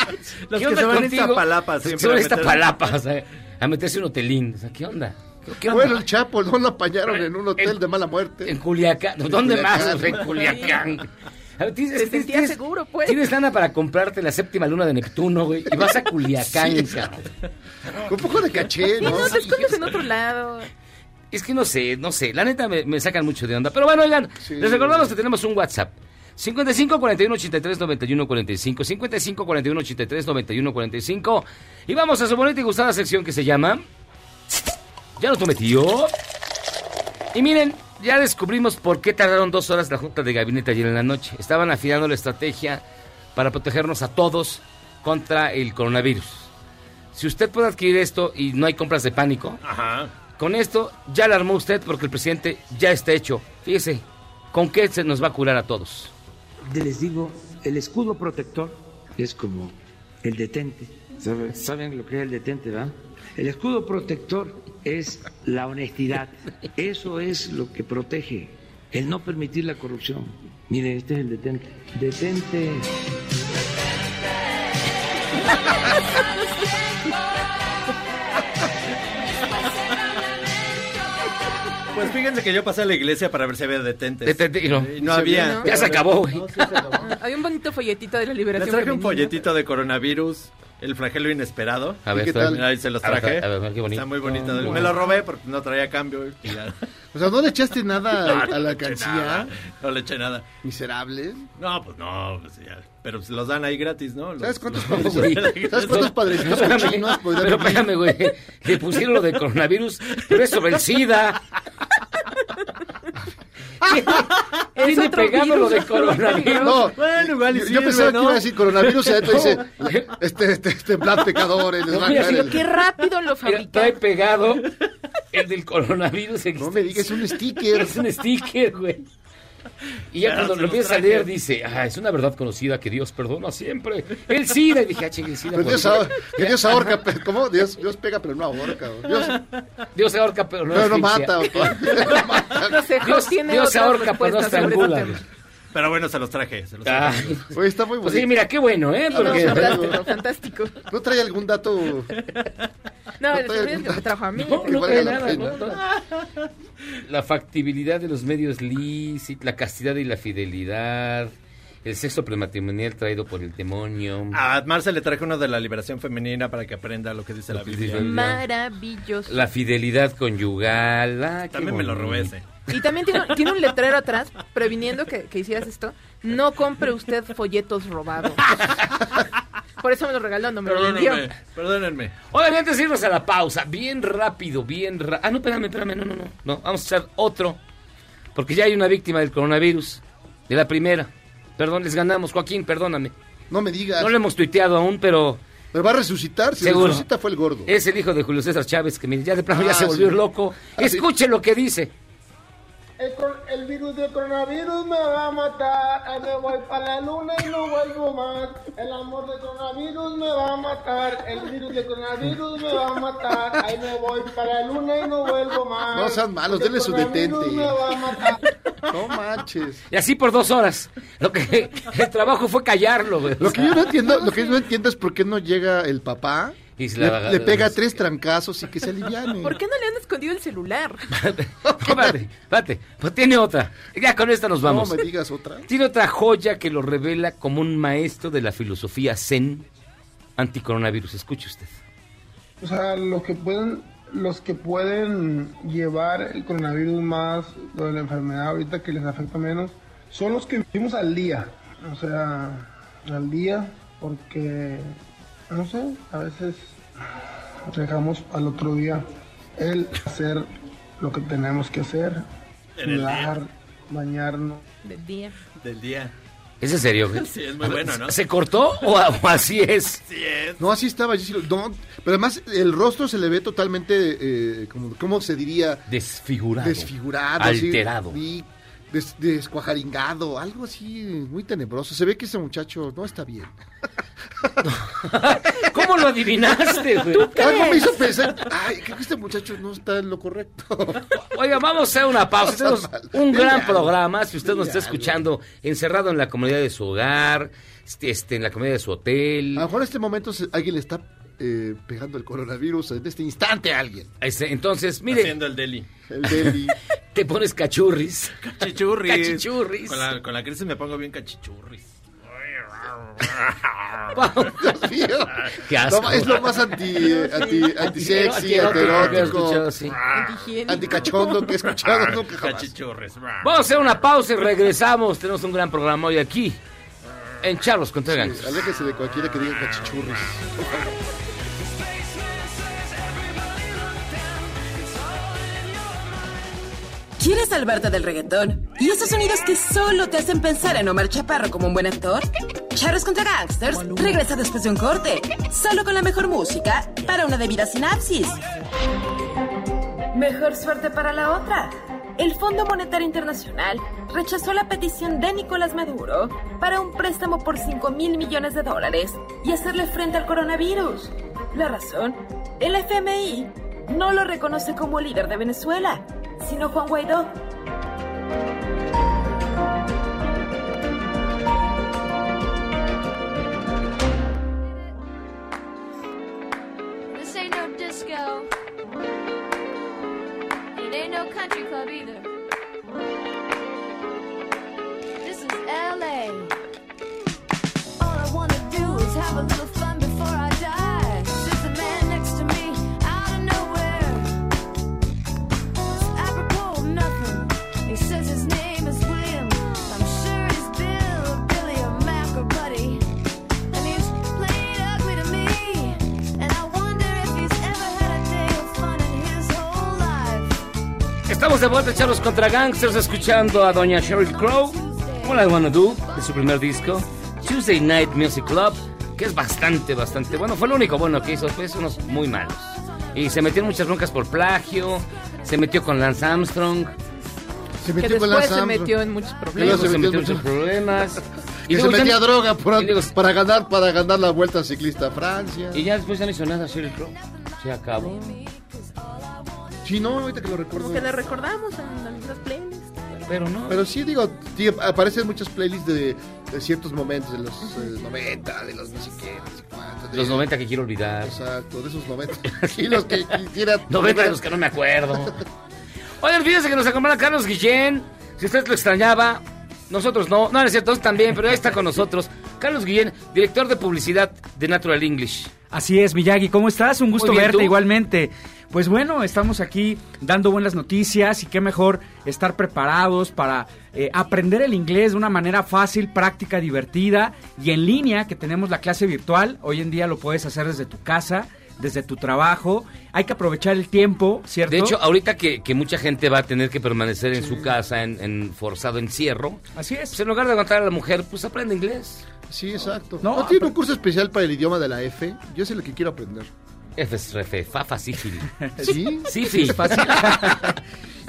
Speaker 8: Los
Speaker 6: ¿qué
Speaker 8: que
Speaker 6: onda
Speaker 8: se van a
Speaker 6: contigo?
Speaker 8: Iztapalapa
Speaker 6: Los que Se
Speaker 8: siempre
Speaker 6: van a
Speaker 8: a meter-
Speaker 6: Iztapalapa, o sea, ¿eh? a meterse un hotelín. O sea, ¿qué onda? ¿Qué- qué onda?
Speaker 5: Bueno, el Chapo, no lo apañaron en un hotel
Speaker 6: En-
Speaker 5: de mala muerte.
Speaker 6: En Culiacán. ¿Dónde
Speaker 5: Culiacán.
Speaker 6: más? O sea, en Culiacán. A ver, tienes,
Speaker 7: Te sentías seguro, pues.
Speaker 6: Tienes lana para comprarte la séptima luna de Neptuno, güey. Y vas a Culiacán, cabrón.
Speaker 5: Un poco de caché,
Speaker 7: Y
Speaker 5: ¿no?
Speaker 7: no, te escondes en otro lado.
Speaker 6: Es que no sé, no sé. La neta me, me sacan mucho de onda. Pero bueno, oigan,
Speaker 5: Sí.
Speaker 6: les recordamos que tenemos un WhatsApp. 55 41 83 91 45 55 41 83 91 45 Y vamos a su bonita y gustada sección que se llama Ya nos prometió Y miren, ya descubrimos por qué tardaron dos horas la junta de gabinete ayer en la noche Estaban afinando la estrategia para protegernos a todos contra el coronavirus Si usted puede adquirir esto y no hay compras de pánico
Speaker 8: Ajá.
Speaker 6: con esto ya la armó usted porque el presidente ya está hecho. Fíjese, ¿con qué se nos va a curar a todos?
Speaker 9: Te les digo, el escudo protector es como el detente. ¿Sabe- ¿Saben lo que es el detente, va? El escudo protector es la honestidad. Eso es lo que protege. El no permitir la corrupción. Miren, este es el detente. Detente.
Speaker 8: Pues fíjense que yo pasé a la iglesia para ver si había detentes.
Speaker 6: Detente- y no.
Speaker 8: Y no había.
Speaker 7: ¿no?
Speaker 6: Ya se acabó, güey.
Speaker 7: Ah, Hay un bonito folletito de la
Speaker 8: Les
Speaker 7: liberación.
Speaker 8: traje un
Speaker 7: femenina.
Speaker 8: folletito de coronavirus, el flagelo inesperado.
Speaker 6: A
Speaker 5: ¿Y
Speaker 6: ver,
Speaker 5: qué
Speaker 6: espérame.
Speaker 5: tal?
Speaker 8: Ahí se los
Speaker 6: A ver,
Speaker 8: traje.
Speaker 6: a ver, qué bonito.
Speaker 8: Está muy bonito.
Speaker 6: Muy
Speaker 8: Me lo robé porque no traía cambio. y ya.
Speaker 5: O sea, ¿no le
Speaker 8: (laughs)
Speaker 5: echaste nada a, a la
Speaker 8: Nada,
Speaker 5: alcancía?
Speaker 8: no le eché nada.
Speaker 5: Miserables.
Speaker 8: No, pues no, pues ya. Pero pues los dan ahí gratis, ¿no? Los-
Speaker 5: ¿Sabes cuántos,
Speaker 8: (laughs) los-
Speaker 5: padres- ¿Sabes cuántos padrecitos cochinos podrían
Speaker 6: Pero
Speaker 5: vivir?
Speaker 6: espérame, güey. Le pusieron lo de coronavirus, pero es sobre el SIDA. Tiene
Speaker 7: otro
Speaker 6: pegado lo
Speaker 7: virus.
Speaker 6: de coronavirus.
Speaker 5: No,
Speaker 8: Bueno, igual y
Speaker 5: yo, yo
Speaker 8: sirve, ¿no?
Speaker 5: pensaba que iba a decir coronavirus y adentro dice, este, este, este plan pecadores, les va a
Speaker 6: mira,
Speaker 5: caer
Speaker 6: si
Speaker 5: el-
Speaker 7: Qué rápido lo
Speaker 6: Mira, trae
Speaker 7: fabrican.
Speaker 6: pegado el del coronavirus.
Speaker 5: No me digas, es un sticker.
Speaker 6: Es un sticker, güey. Y ya
Speaker 8: Ya,
Speaker 6: cuando lo
Speaker 8: se los
Speaker 6: empiezas a
Speaker 8: traje.
Speaker 6: leer, dice, ah, es una verdad conocida que Dios perdona siempre. El SIDA. Y dije, ah, chingue, el SIDA.
Speaker 5: Pero Dios,
Speaker 6: perdona.
Speaker 5: ahor- que Dios ahorca, pe- ¿cómo? Dios, Dios pega pero no ahorca. o Dios
Speaker 6: Dios ahorca, pero no,
Speaker 5: no, no
Speaker 6: asfixia.
Speaker 5: mata. ¿o qué?
Speaker 6: (laughs)
Speaker 5: No mata.
Speaker 7: No sé,
Speaker 6: Dios,
Speaker 7: tiene
Speaker 6: Dios
Speaker 7: otras
Speaker 6: ahorca, pero no
Speaker 7: respuestas sobre
Speaker 6: estrangula.
Speaker 7: ese tema.
Speaker 8: Pero bueno, se los traje. Se los traje.
Speaker 6: Ay.
Speaker 5: Oye, está muy
Speaker 6: Ah, Pues sí,
Speaker 5: bonito.
Speaker 6: mira, qué bueno, ¿eh?
Speaker 7: Sí, no,
Speaker 6: Porque...
Speaker 7: fantástico, fantástico.
Speaker 5: ¿No trae algún dato?
Speaker 7: No,
Speaker 5: No trae-
Speaker 7: el que me trajo a mí.
Speaker 6: No, no
Speaker 5: valga
Speaker 6: trae
Speaker 5: la
Speaker 6: nada,
Speaker 5: pena.
Speaker 6: no, no. La factibilidad de los medios lícitos, la castidad y la fidelidad, el sexo prematrimonial traído por el demonio.
Speaker 8: A Marce le traje uno de la liberación femenina para que aprenda lo que dice la
Speaker 6: Lo que
Speaker 8: Biblia.
Speaker 6: dice-
Speaker 7: Maravilloso.
Speaker 6: La fidelidad conyugal. ah, qué
Speaker 8: También me lo
Speaker 6: bonito.
Speaker 8: robé ese.
Speaker 7: Y también tiene, un- tiene un letrero atrás previniendo que, que hicieras esto. No compre usted folletos robados. Por eso me lo regaló, no me lo vendió.
Speaker 8: Perdónenme, perdónenme.
Speaker 6: Oigan, antes de irnos a la pausa, bien rápido, bien ra- Ah, no, espérame, espérame, no, no, no. No, vamos a echar otro. Porque ya hay una víctima del coronavirus. De la primera. Perdón, les ganamos, Joaquín, perdóname.
Speaker 5: No me digas.
Speaker 6: No lo hemos tuiteado aún, pero
Speaker 5: Pero va a resucitar. Si
Speaker 6: Seguro.
Speaker 5: resucita fue el gordo.
Speaker 6: es el hijo de Julio César Chávez que mire, ya de plano ya
Speaker 5: Ah,
Speaker 6: se volvió
Speaker 5: sí.
Speaker 6: loco.
Speaker 5: Ah, sí.
Speaker 6: Escuche lo que dice.
Speaker 1: El, cor- el virus del coronavirus me va a matar. Ay, me voy para la luna y no vuelvo más. El amor del coronavirus me va a matar. El virus del coronavirus me va a matar. Ahí me voy para la luna y no vuelvo más.
Speaker 5: No sean malos,
Speaker 1: El
Speaker 5: denle su
Speaker 1: coronavirus
Speaker 5: detente.
Speaker 1: me va a matar.
Speaker 5: No manches.
Speaker 6: Y así por dos horas. Lo
Speaker 5: (laughs)
Speaker 6: que el trabajo fue callarlo, güey.
Speaker 5: Lo que yo no entiendo, lo que yo no entiendo es por qué no llega el papá.
Speaker 6: Y se la-
Speaker 5: le, le pega tres trancazos y que se aliviane.
Speaker 7: ¿Por qué no le han escondido el celular?
Speaker 6: Espérate, espérate. Pues tiene otra. Ya con esta nos vamos.
Speaker 5: No me digas otra.
Speaker 6: Tiene otra joya que lo revela como un maestro de la filosofía zen anticoronavirus. Escuche usted.
Speaker 1: O sea, los que pueden los que pueden llevar el coronavirus más, lo de la enfermedad ahorita que les afecta menos, son los que vivimos al día. O sea, al día, porque, no sé, a veces dejamos al otro día el hacer lo que tenemos que hacer,
Speaker 8: En el día.
Speaker 1: sudar, bañarnos.
Speaker 7: Del día.
Speaker 8: del día.
Speaker 6: ¿Es en serio? güey?
Speaker 8: (laughs) Sí, es muy
Speaker 6: A ver,
Speaker 8: bueno, ¿no?
Speaker 6: ¿Se cortó o, o así es?
Speaker 8: Sí es.
Speaker 5: No, así estaba. yo sí lo- no, pero además el rostro se le ve totalmente, eh, como, ¿cómo se diría?
Speaker 6: Desfigurado.
Speaker 5: Desfigurado. así,
Speaker 6: Alterado.
Speaker 5: y des- descuajaringado, algo así muy tenebroso. Se ve que ese muchacho no
Speaker 6: (laughs)
Speaker 5: está bien.
Speaker 6: ¿Cómo lo adivinaste,
Speaker 5: (laughs)
Speaker 6: güey?
Speaker 5: Algo me hizo pensar, ay, creo que este muchacho no está en lo correcto. (laughs)
Speaker 6: Oiga, vamos a hacer una pausa.
Speaker 5: Está
Speaker 6: Tenemos
Speaker 5: mal.
Speaker 6: un
Speaker 5: Dile
Speaker 6: gran
Speaker 5: algo.
Speaker 6: programa. Si usted nos está
Speaker 5: Dile algo.
Speaker 6: escuchando encerrado en la comodidad de su hogar, este, este, en la comodidad de su
Speaker 5: A
Speaker 6: hotel,
Speaker 5: lo mejor en este momento se- alguien le está eh, pegando el coronavirus en este instante a alguien.
Speaker 6: este, entonces, mire,
Speaker 8: Haciendo el deli.
Speaker 5: El deli.
Speaker 6: (laughs) te pones cachurris.
Speaker 8: Cachichurris.
Speaker 6: Cachichurris.
Speaker 8: Con la, con la crisis me pongo
Speaker 6: (laughs)
Speaker 8: bien cachichurris.
Speaker 5: Dios mío.
Speaker 8: (laughs)
Speaker 6: Qué asco.
Speaker 5: No, es lo más anti, eh, anti, antisexy,
Speaker 6: Antiero- antiero-
Speaker 5: antirótico,
Speaker 6: escuchado, sí. Ah.
Speaker 7: Antihigiénico.
Speaker 5: anticachondo que
Speaker 8: (laughs)
Speaker 5: he escuchado
Speaker 8: Ah,
Speaker 5: nunca jamás.
Speaker 8: Cachichurris.
Speaker 6: Vamos a hacer una pausa y regresamos. Tenemos un gran programa hoy aquí en Charlos contra Gangs.
Speaker 5: Sí, Aléjese de cualquiera que diga cachichurris.
Speaker 2: ¿Quieres salvarte del reggaetón? ¿Y esos sonidos que solo te hacen pensar en Omar Chaparro como un buen actor? Charros contra Gangsters regresa después de un corte, solo con la mejor música para una debida sinapsis. Mejor suerte para la otra. El Fondo Monetario Internacional rechazó la petición de Nicolás Maduro para un préstamo por 5 mil millones de dólares y hacerle frente al coronavirus. La razón, el FMI no lo reconoce como líder de Venezuela, sino Juan Guaidó.
Speaker 10: This ain't no disco. It ain't no country club either. This is LA. All I wanna do is have a little fun before I die. There's a man next to me out of nowhere. It's apropos of nothing. He says his name is William. I'm sure he's Bill, Billy, or Mac, or Buddy. And he's plain ugly to me. And I wonder if he's ever had a day of fun in his whole life.
Speaker 6: Estamos de vuelta, charlos contra gangsters, escuchando a doña Sheryl Crow, All I Wanna Do, de su primer disco, Tuesday Night Music Club, que es bastante, bastante bueno. Fue lo único bueno que hizo, pues unos muy malos. Y se metió en muchas broncas por plagio, se metió con Lance Armstrong,
Speaker 5: Se
Speaker 7: Que
Speaker 5: metió con
Speaker 7: después
Speaker 5: Lance
Speaker 7: se
Speaker 5: Armstrong.
Speaker 7: metió en muchos problemas.
Speaker 6: luego se, metió en
Speaker 5: mucho-
Speaker 6: muchos problemas.
Speaker 5: Que se
Speaker 6: luego ya
Speaker 5: metía
Speaker 6: no-
Speaker 5: droga por-
Speaker 6: y luego-
Speaker 5: para ganar para ganar la vuelta ciclista a Francia.
Speaker 6: Y ya después ya no hizo nada Sheryl Crow. Se acabó.
Speaker 5: Sí, no, ahorita que lo recuerdo.
Speaker 7: Como que la recordamos en las mismas playlists.
Speaker 6: Pero no.
Speaker 5: Pero sí, digo, sí, aparecen muchas playlists de, de ciertos momentos, de (laughs) los eh, 90, de los no sé qué, no sé cuánto, de-
Speaker 6: Los 90 que quiero olvidar.
Speaker 5: Exacto, de
Speaker 6: (laughs)
Speaker 5: esos 90. Y los que quisiera.
Speaker 6: 90 de los que no me acuerdo. Oigan, fíjense que nos acompaña Carlos Guillén. Si usted lo extrañaba, nosotros no. No, no es cierto, nosotros también, pero ahí está con nosotros. Carlos Guillén, director de publicidad de Natural English.
Speaker 11: Así es, Miyagi, ¿cómo estás? Un gusto
Speaker 6: Muy bien,
Speaker 11: verte
Speaker 6: ¿tú?
Speaker 11: igualmente. Pues bueno, estamos aquí dando buenas noticias y qué mejor estar preparados para eh, aprender el inglés de una manera fácil, práctica, divertida y en línea, que tenemos la clase virtual. Hoy en día lo puedes hacer desde tu casa, desde tu trabajo. Hay que aprovechar el tiempo, ¿cierto?
Speaker 6: De hecho, ahorita que, que mucha gente va a tener que permanecer en su casa en, en forzado encierro,
Speaker 11: así
Speaker 6: pues
Speaker 11: es.
Speaker 6: en lugar de aguantar a la mujer, pues aprende inglés.
Speaker 5: Sí, exacto.
Speaker 11: No,
Speaker 5: No, tiene
Speaker 11: pero-
Speaker 5: un curso especial para el idioma de la F. Yo sé lo que quiero aprender.
Speaker 6: FSRF, fafa, sífil. (laughs)
Speaker 5: Sí.
Speaker 6: Sífil.
Speaker 11: (laughs)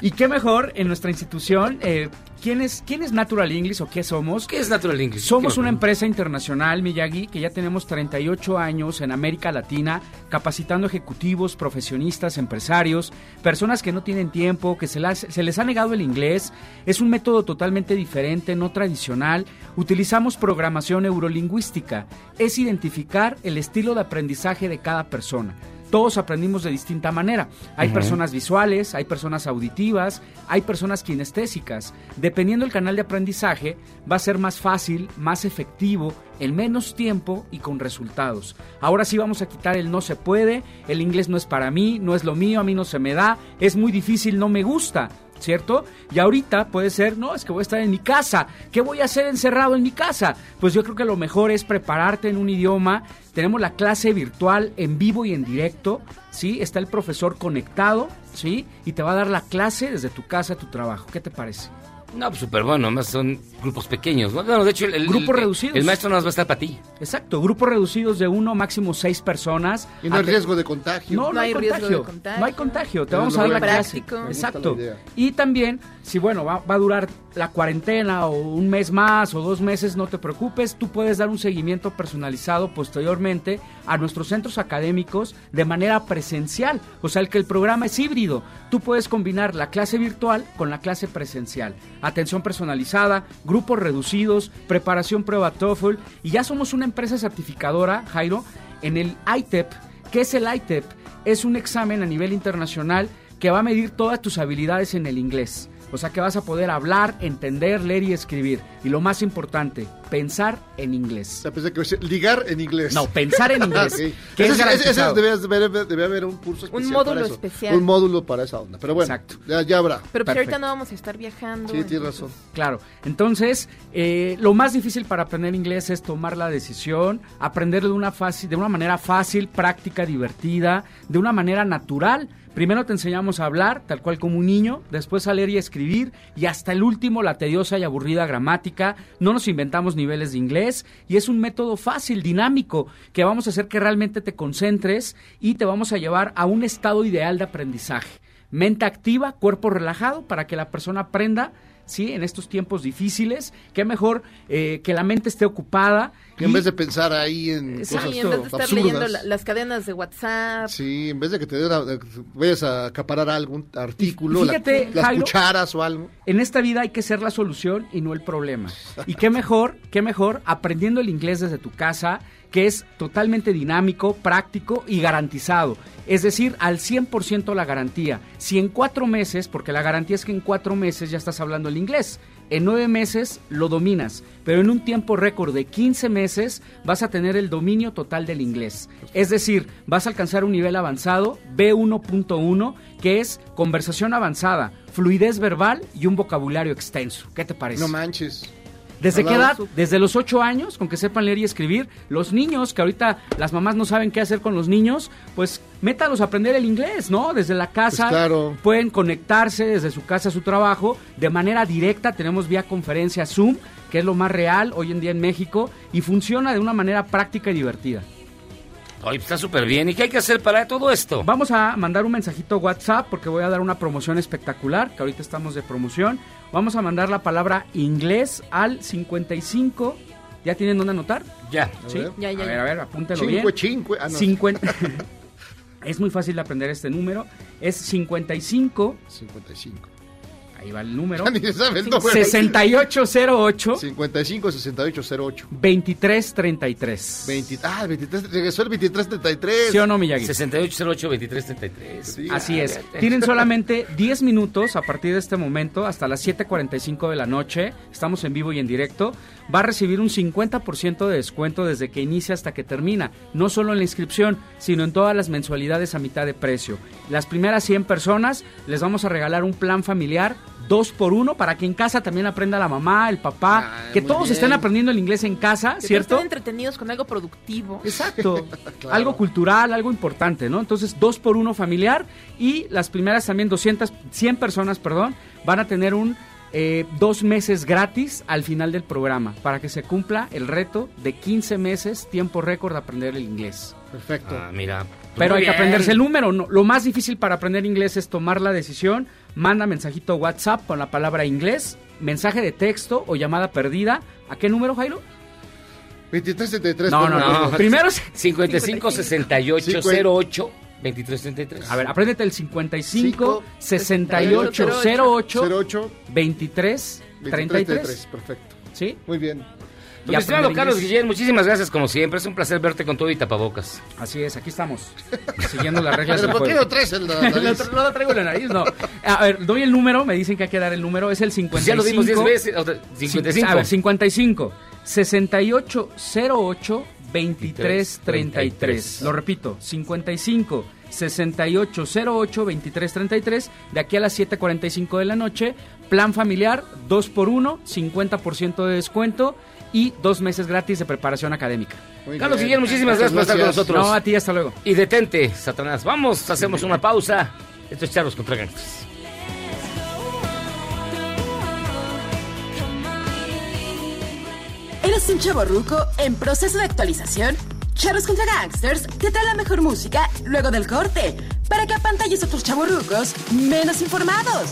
Speaker 11: Y qué mejor en nuestra institución, eh, ¿quién, es, ¿quién es Natural English o qué somos?
Speaker 6: ¿Qué es Natural English?
Speaker 11: Somos
Speaker 6: ¿Qué
Speaker 11: una
Speaker 6: nos-
Speaker 11: empresa internacional, Miyagi, que ya tenemos 38 años en América Latina, capacitando ejecutivos, profesionistas, empresarios, personas que no tienen tiempo, que se, las- se les ha negado el inglés. Es un método totalmente diferente, no tradicional. Utilizamos programación neurolingüística. Es identificar el estilo de aprendizaje de cada persona. todos aprendimos de distinta manera. Hay
Speaker 6: Ujú.
Speaker 11: personas visuales, hay personas auditivas, hay personas kinestésicas. Dependiendo del canal de aprendizaje, va a ser más fácil, más efectivo, en menos tiempo y con resultados. Ahora sí vamos a quitar el no se puede, el inglés no es para mí, no es lo mío, a mí no se me da, es muy difícil, no me gusta. ¿Cierto? Y ahorita puede ser, no, es que voy a estar en mi casa. ¿Qué voy a hacer encerrado en mi casa? Pues yo creo que lo mejor es prepararte en un idioma. Tenemos la clase virtual en vivo y en directo. ¿Sí? Está el profesor conectado. ¿Sí? Y te va a dar la clase desde tu casa a tu trabajo. ¿Qué te parece?
Speaker 6: No, pues súper bueno, más son grupos pequeños. ¿no? Bueno, de hecho, el, el-
Speaker 11: Grupos
Speaker 6: el-
Speaker 11: reducidos.
Speaker 6: El maestro nos va a estar para ti.
Speaker 11: Exacto, grupos reducidos de uno, máximo seis personas.
Speaker 5: Y no hay
Speaker 11: Ate-
Speaker 5: riesgo de contagio.
Speaker 11: No, no, hay, contagio.
Speaker 5: de
Speaker 11: No hay contagio. Te
Speaker 5: Pero
Speaker 11: vamos
Speaker 5: lo
Speaker 11: a dar la
Speaker 5: veo
Speaker 11: clase.
Speaker 5: práctico. Me gusta
Speaker 11: Exacto.
Speaker 5: la idea.
Speaker 11: Y también, si bueno, va, va a durar la cuarentena o un mes más o dos meses, no te preocupes. Tú puedes dar un seguimiento personalizado posteriormente a nuestros centros académicos de manera presencial. O sea, el que el programa es híbrido. Tú puedes combinar la clase virtual con la clase presencial. Atención personalizada, grupos reducidos, preparación prueba TOEFL. Y ya somos una empresa certificadora, Jairo, en el ITEP. ¿Qué es el ITEP? Es un examen a nivel internacional que va a medir todas tus habilidades en el inglés. O sea que vas a poder hablar, entender, leer y escribir. Y lo más importante, pensar en inglés.
Speaker 5: pensé que iba a decir ligar en inglés. Ah,
Speaker 11: No,
Speaker 5: (laughs)
Speaker 11: pensar en inglés.
Speaker 5: Ok.
Speaker 11: que
Speaker 5: Ese- ese-
Speaker 11: es
Speaker 5: ese
Speaker 11: garantizado.
Speaker 5: debe, debe- debe haber un curso especial. para
Speaker 7: módulo
Speaker 5: eso.
Speaker 7: especial.
Speaker 5: Un módulo para esa onda. Pero bueno,
Speaker 11: Exacto.
Speaker 5: ya, ya habrá.
Speaker 7: Pero pues ahorita
Speaker 11: Perfecto.
Speaker 7: no vamos a estar viajando.
Speaker 5: Sí, tienes
Speaker 7: entonces-
Speaker 5: razón.
Speaker 11: Claro. Entonces, eh, lo más difícil para aprender inglés es tomar la decisión, aprenderlo de una, fácil, de una manera fácil, práctica, divertida, de una manera natural. Primero te enseñamos a hablar, tal cual como un niño, después a leer y escribir, y hasta el último la tediosa y aburrida gramática. No nos inventamos niveles de inglés, y es un método fácil, dinámico, que vamos a hacer que realmente te concentres y te vamos a llevar a un estado ideal de aprendizaje. Mente activa, cuerpo relajado, para que la persona aprenda, ¿sí? En estos tiempos difíciles, qué mejor eh, que la mente esté ocupada.
Speaker 5: Que en vez de pensar ahí en
Speaker 7: Sí,
Speaker 5: cosas
Speaker 7: en vez de estar
Speaker 5: absurdas.
Speaker 7: leyendo la- las cadenas de WhatsApp.
Speaker 5: Sí, en vez de que te den a- que vayas a acaparar algún artículo, la-
Speaker 11: Fíjate,
Speaker 5: las
Speaker 11: Jairo,
Speaker 5: cucharas o algo.
Speaker 11: En esta vida hay que ser la solución y no el problema. Y qué mejor, qué mejor aprendiendo el inglés desde tu casa, que es totalmente dinámico, práctico y garantizado. Es decir, al 100% la garantía. Si en cuatro meses, porque la garantía es que en cuatro meses ya estás hablando el inglés, en nueve meses lo dominas, pero en un tiempo récord de 15 meses vas a tener el dominio total del inglés. Es decir, vas a alcanzar un nivel avanzado B1.1, que es conversación avanzada, fluidez verbal y un vocabulario extenso. ¿Qué te parece?
Speaker 5: No manches.
Speaker 11: ¿Desde qué edad?
Speaker 5: Hablamos-
Speaker 11: Desde los 8 años, con que sepan leer y escribir. Los niños, que ahorita las mamás no saben qué hacer con los niños, pues métalos a aprender el inglés, ¿no? Desde la casa.
Speaker 5: Pues claro.
Speaker 11: Pueden conectarse desde su casa a su trabajo de manera directa. Tenemos vía conferencia Zoom, que es lo más real hoy en día en México, y funciona de una manera práctica y divertida.
Speaker 6: Oye, pues está súper bien. ¿Y qué hay que hacer para todo esto?
Speaker 11: Vamos a mandar un mensajito WhatsApp porque voy a dar una promoción espectacular, que ahorita estamos de promoción. Vamos a mandar la palabra inglés al 55. ¿Ya tienen dónde anotar?
Speaker 6: Ya.
Speaker 11: ¿Sí?
Speaker 5: ver.
Speaker 7: Ya, ya,
Speaker 11: a
Speaker 7: ya.
Speaker 11: ver, a ver, apúntelo bien.
Speaker 5: Cinque, cinque. Ah, no.
Speaker 11: 50. (laughs) es muy fácil de aprender este número. Es 55.
Speaker 5: 55.
Speaker 11: Ahí va el (laughs) número.
Speaker 5: Ya ni sabes, no, güey.
Speaker 11: 6808
Speaker 5: 55 68 08
Speaker 11: 2333.
Speaker 5: 20, ah, el 23, regresó el 2333.
Speaker 11: ¿Sí o no, Miyagi?
Speaker 6: 6808-2333. Sí, ah,
Speaker 11: Así
Speaker 6: ya,
Speaker 11: es.
Speaker 6: ya, ya.
Speaker 5: (laughs)
Speaker 11: Tienen solamente (laughs) 10 minutos a partir de este momento hasta las 7.45 de la noche. Estamos en vivo y en directo. Va a recibir un 50% de descuento desde que inicia hasta que termina. No solo en la inscripción, sino en todas las mensualidades a mitad de precio. Las primeras 100 personas les vamos a regalar un plan familiar 2 por 1 para que en casa también aprenda la mamá, el papá,
Speaker 5: Ay,
Speaker 6: Ah,
Speaker 11: que
Speaker 5: muy
Speaker 11: todos
Speaker 5: bien.
Speaker 11: estén aprendiendo el inglés en casa,
Speaker 7: Que
Speaker 11: Ah, ¿cierto?
Speaker 7: Estén entretenidos con algo productivo.
Speaker 11: Exacto.
Speaker 5: (laughs) Claro.
Speaker 11: Algo cultural, algo importante, ¿no? Entonces, dos por uno familiar y las primeras también 200, 100 personas, perdón, van a tener un eh, dos meses gratis al final del programa para que se cumpla el reto de 15 meses, tiempo récord de aprender el inglés.
Speaker 5: Perfecto.
Speaker 6: Ah, mira.
Speaker 11: Pero
Speaker 6: Muy
Speaker 11: hay que
Speaker 6: bien.
Speaker 11: aprenderse el número. no- lo más difícil para aprender inglés es tomar la decisión. Manda mensajito WhatsApp con la palabra inglés, mensaje de texto o llamada perdida. ¿A qué número, Jairo?
Speaker 5: 2333.
Speaker 11: No, no,
Speaker 5: perdón,
Speaker 11: no.
Speaker 5: perdón.
Speaker 11: Primero,
Speaker 6: 55 68 08 2333.
Speaker 11: A ver, apréndete el 55 68 08
Speaker 5: 08
Speaker 11: 23
Speaker 5: 2333.
Speaker 11: 33,
Speaker 5: Perfecto.
Speaker 11: ¿sí?
Speaker 5: Muy bien.
Speaker 6: Mi estimado
Speaker 11: aprender
Speaker 6: Pues, Carlos
Speaker 11: inglés.
Speaker 6: Guillén, muchísimas gracias como siempre. Es un placer verte con todo y tapabocas.
Speaker 11: Así es, Pues aquí estamos, siguiendo las reglas
Speaker 5: Pero
Speaker 11: del
Speaker 5: ¿por qué
Speaker 11: juego.
Speaker 5: no traes el- la nariz?
Speaker 11: El otro- (laughs) no lo traigo en la nariz, no. A ver, doy el número, me dicen que hay que dar el número, es el 55.
Speaker 6: Pues ya lo dimos 10 veces, o sea, 55.
Speaker 11: A ver, 55. 68 08 23 33. Lo repito, 55 68 08 23 33. De aquí a las 7:45 de la noche. Plan familiar 2x1, 50% de descuento y dos meses gratis de preparación académica.
Speaker 6: Muy Carlos bien. Guillén, muchísimas gracias por estar con Gracias. nosotros.
Speaker 11: No, a ti, hasta luego.
Speaker 6: Y detente, Satanás. Vamos, hacemos una pausa. Esto es Charlos contra Gangsters.
Speaker 2: ¿Eres un chavo ruco en proceso de actualización? Charros contra Gangsters te trae la mejor música luego del corte para que apantalles a tus chavorrucos menos informados.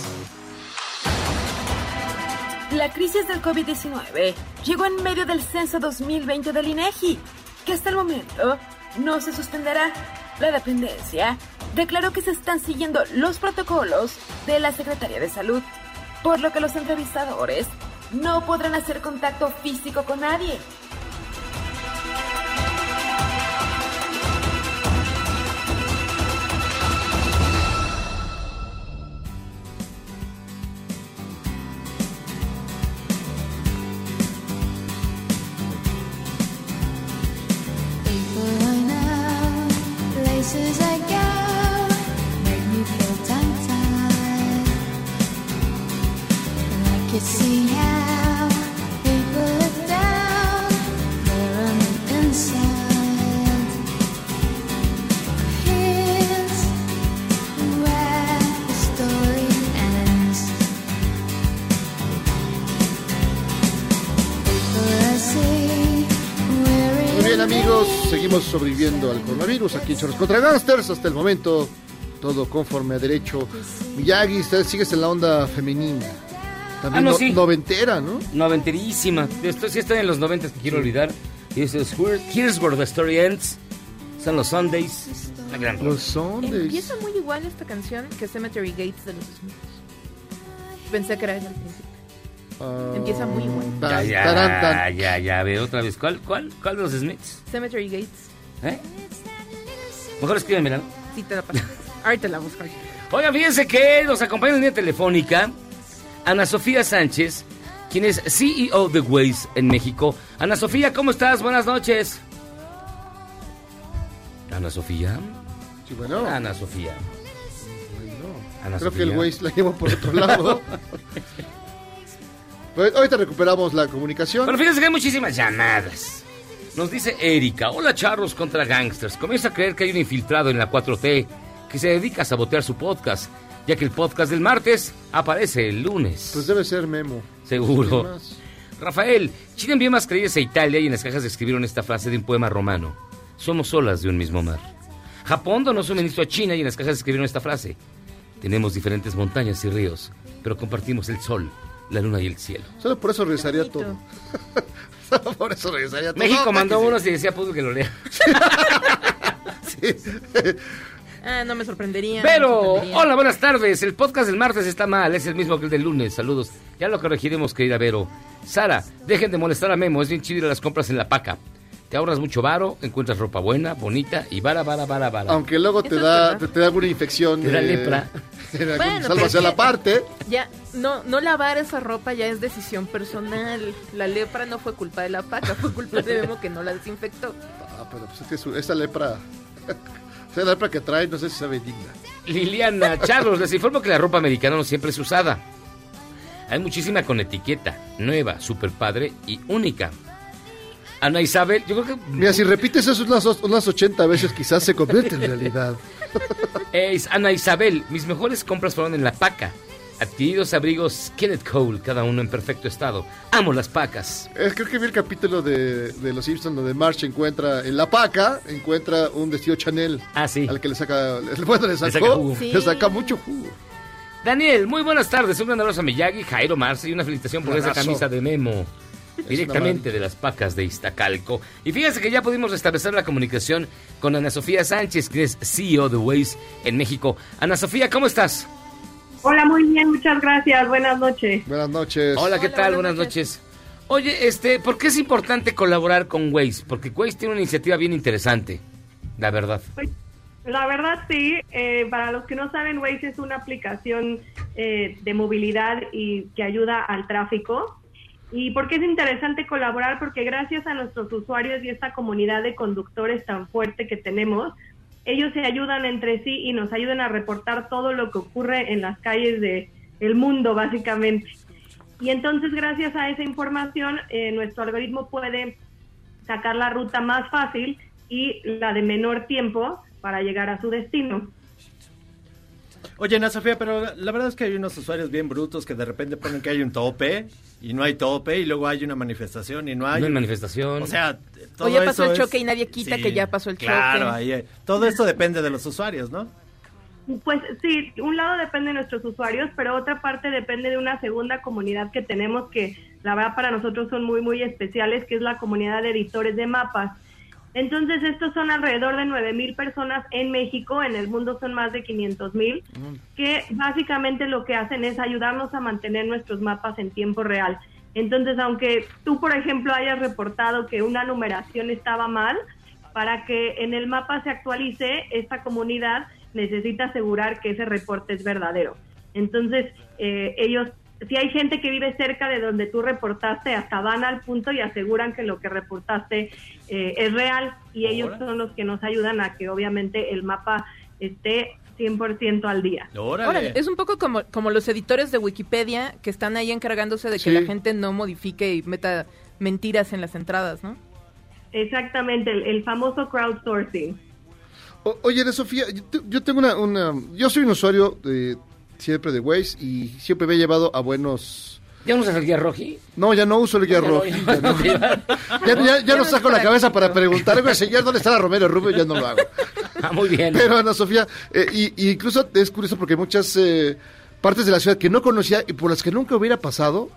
Speaker 2: La crisis del COVID-19 llegó en medio del censo 2020 del INEGI, que hasta el momento no se suspenderá. La dependencia declaró que se están siguiendo los protocolos de la Secretaría de Salud, por lo que los entrevistadores no podrán hacer contacto físico con nadie.
Speaker 10: People I know, places I go, make me feel tongue-tied. And I could see how people look down, there on the inside. Here's where the story ends. People I see, weary
Speaker 5: Muy bien amigos, seguimos sobreviviendo al coronavirus aquí en Choros contra Gangsters. Hasta el momento, todo conforme a derecho. Miyagi, usted sigues en la onda femenina. También
Speaker 6: Ah, no,
Speaker 5: no-
Speaker 6: sí.
Speaker 5: noventera, ¿no?
Speaker 6: Noventerísima. Esto sí está en los noventas que quiero olvidar. Y eso es Where- Here's Where the Story Ends. Son los Sundays. Una gran rola.
Speaker 5: Los Sundays.
Speaker 7: Empieza muy igual esta canción que Cemetery Gates de los Smiths. Pensé que era ella al principio. Empieza muy igual.
Speaker 5: Ah,
Speaker 6: Ya, ya, ya, ya, ve otra vez. ¿Cuál, cuál, cuál de los Smiths?
Speaker 7: Cemetery Gates.
Speaker 6: ¿Eh? Mejor escríbemela. ¿no?
Speaker 7: Sí, te la paso. Ahorita la busco. ahorita.
Speaker 6: Oigan, fíjense que nos acompaña en línea telefónica Ana Sofía Sánchez, quien es CEO de Waze en México. Ana Sofía, ¿cómo estás? Buenas noches. Ana Sofía.
Speaker 5: Sí, bueno.
Speaker 6: Ana Sofía. Ana
Speaker 5: Creo que
Speaker 6: Sofía.
Speaker 5: el güey la llevó por otro lado. Pues ahorita recuperamos la comunicación.
Speaker 6: Bueno, fíjense que hay muchísimas llamadas. Nos dice Erika, hola charros contra gangsters. Comienza a creer que hay un infiltrado en la 4T que se dedica a sabotear su podcast, ya que el podcast del martes aparece el lunes.
Speaker 5: Pues debe ser Memo.
Speaker 6: Seguro.
Speaker 5: ¿Quién más?
Speaker 6: Rafael, China envió más creídas a Italia y en las cajas escribieron esta frase de un poema romano. Somos olas de un mismo mar. Japón donó suministro a China y en las cajas escribieron esta frase. Tenemos diferentes montañas y ríos, pero compartimos el sol, la luna y el cielo.
Speaker 5: Solo por eso regresaría todo. (laughs) Solo por eso regresaría todo.
Speaker 6: México
Speaker 5: No,
Speaker 6: mandó
Speaker 5: sí.
Speaker 6: unos y decía, pues que lo lea.
Speaker 7: Ah, no me sorprendería. no me
Speaker 6: Pero,
Speaker 7: sorprendería.
Speaker 6: hola, buenas tardes. El podcast del martes está mal, es el mismo que el del lunes. Saludos. Ya lo corregiremos, querida Vero. Sara, dejen de molestar a Memo, es bien chido ir a las compras en la paca. Te ahorras mucho varo, encuentras ropa buena, bonita y vara, vara, vara, vara.
Speaker 5: Aunque luego te
Speaker 7: Eso es
Speaker 5: da,
Speaker 7: verdad.
Speaker 5: te, te da alguna infección.
Speaker 6: Te da
Speaker 5: eh,
Speaker 6: lepra.
Speaker 5: (laughs) en algún-
Speaker 7: Bueno,
Speaker 5: salvo
Speaker 7: pero
Speaker 5: hacia
Speaker 7: es
Speaker 5: la
Speaker 7: que-
Speaker 5: parte.
Speaker 7: Ya, no, no lavar esa ropa ya es decisión personal. La lepra no fue culpa de la paca, fue culpa de Memo que no la desinfectó.
Speaker 5: Ah, pero pues es que su- esa lepra. (laughs) Esa lepra que trae, no sé si sabe digna.
Speaker 6: Liliana, Charlos, les informo que la ropa americana no siempre es usada. Hay muchísima con etiqueta, nueva, super padre y única. Ana Isabel, yo creo que
Speaker 5: Mira, si repites eso unas, os- unas 80 veces, quizás se convierte en realidad.
Speaker 6: Es Ana Isabel, mis mejores compras fueron en la paca. Adquiridos abrigos Kenneth Cole, cada uno en perfecto estado. Amo las pacas.
Speaker 5: Eh, creo que vi el capítulo de, de Los Simpsons donde Marge encuentra en la paca, encuentra un vestido Chanel.
Speaker 6: Ah, sí.
Speaker 5: Al que le saca. (laughs) le- Bueno, le sacó. Le
Speaker 6: saca
Speaker 5: saca,
Speaker 6: jugo.
Speaker 7: Sí.
Speaker 5: mucho jugo.
Speaker 6: Daniel, muy buenas tardes. Un gran abrazo a Miyagi, Jairo Marce y una felicitación por
Speaker 5: Un
Speaker 6: esa
Speaker 5: abrazo.
Speaker 6: camisa de Memo. Directamente de las pacas de Iztacalco. Y fíjense que ya pudimos restablecer la comunicación con Ana Sofía Sánchez, que es CEO de Waze en México. Ana Sofía, ¿cómo estás?
Speaker 12: Hola, muy bien, muchas gracias. Buenas noches.
Speaker 5: Buenas noches.
Speaker 12: Pues,
Speaker 6: Hola, ¿qué
Speaker 7: Hola,
Speaker 6: tal?
Speaker 7: buenas
Speaker 6: Buenas noches. Oye, este, ¿por qué es importante colaborar con Waze? Porque Waze tiene una iniciativa bien interesante, la verdad.
Speaker 12: La verdad sí, eh, para los que no saben, Waze es una aplicación eh, de movilidad y que ayuda al tráfico. ¿Y por qué es interesante colaborar? Porque gracias a nuestros usuarios y esta comunidad de conductores tan fuerte que tenemos, ellos se ayudan entre sí y nos ayudan a reportar todo lo que ocurre en las calles de el mundo, básicamente. Y entonces, gracias a esa información, eh, nuestro algoritmo puede sacar la ruta más fácil y la de menor tiempo para llegar a su destino.
Speaker 8: Oye, Ana Sofía, pero la verdad es que hay unos usuarios bien brutos que de repente ponen que hay un tope y no hay tope y luego hay una manifestación y no hay.
Speaker 6: No hay manifestación.
Speaker 8: O sea, todo
Speaker 7: o ya pasó
Speaker 8: eso
Speaker 7: el choque
Speaker 8: es-
Speaker 7: y nadie quita
Speaker 8: Sí,
Speaker 7: que ya pasó el choque.
Speaker 8: Claro, ahí, eh, todo esto depende de los usuarios, ¿no?
Speaker 12: Pues sí, un lado depende de nuestros usuarios, pero otra parte depende de una segunda comunidad que tenemos que la verdad para nosotros son muy muy especiales, que es la comunidad de editores de mapas. Entonces estos son alrededor de 9 mil personas en México, en el mundo son más de 500 mil, que básicamente lo que hacen es ayudarnos a mantener nuestros mapas en tiempo real. Entonces aunque tú por ejemplo hayas reportado que una numeración estaba mal, para que en el mapa se actualice, esta comunidad necesita asegurar que ese reporte es verdadero. Entonces, eh, ellos, si hay gente que vive cerca de donde tú reportaste, hasta van al punto y aseguran que lo que reportaste eh, es real y ellos son los que nos ayudan a que obviamente el mapa esté 100% al día.
Speaker 7: Órale, Es un poco como, como los editores de Wikipedia que están ahí encargándose de que
Speaker 12: Sí.
Speaker 7: la gente no modifique y meta mentiras en las entradas, ¿no?
Speaker 12: Exactamente, el- el famoso crowdsourcing.
Speaker 5: O- oye, Ana Sofía, yo, te- yo tengo una, una- Yo soy un usuario de, siempre de Waze y siempre me he llevado a buenos.
Speaker 6: ¿Ya usas el guía roji?
Speaker 5: No, ya no uso el guía roji. Ya no, (laughs) ya, ya- ya no saco la cabeza para preguntar, güey, señor, ¿dónde está la Romero Rubio? Ya no lo hago.
Speaker 6: Ah, muy bien.
Speaker 5: Pero Ana Sofía, eh, y, y incluso es curioso porque hay muchas eh, partes de la ciudad que no conocía y por las que nunca hubiera pasado,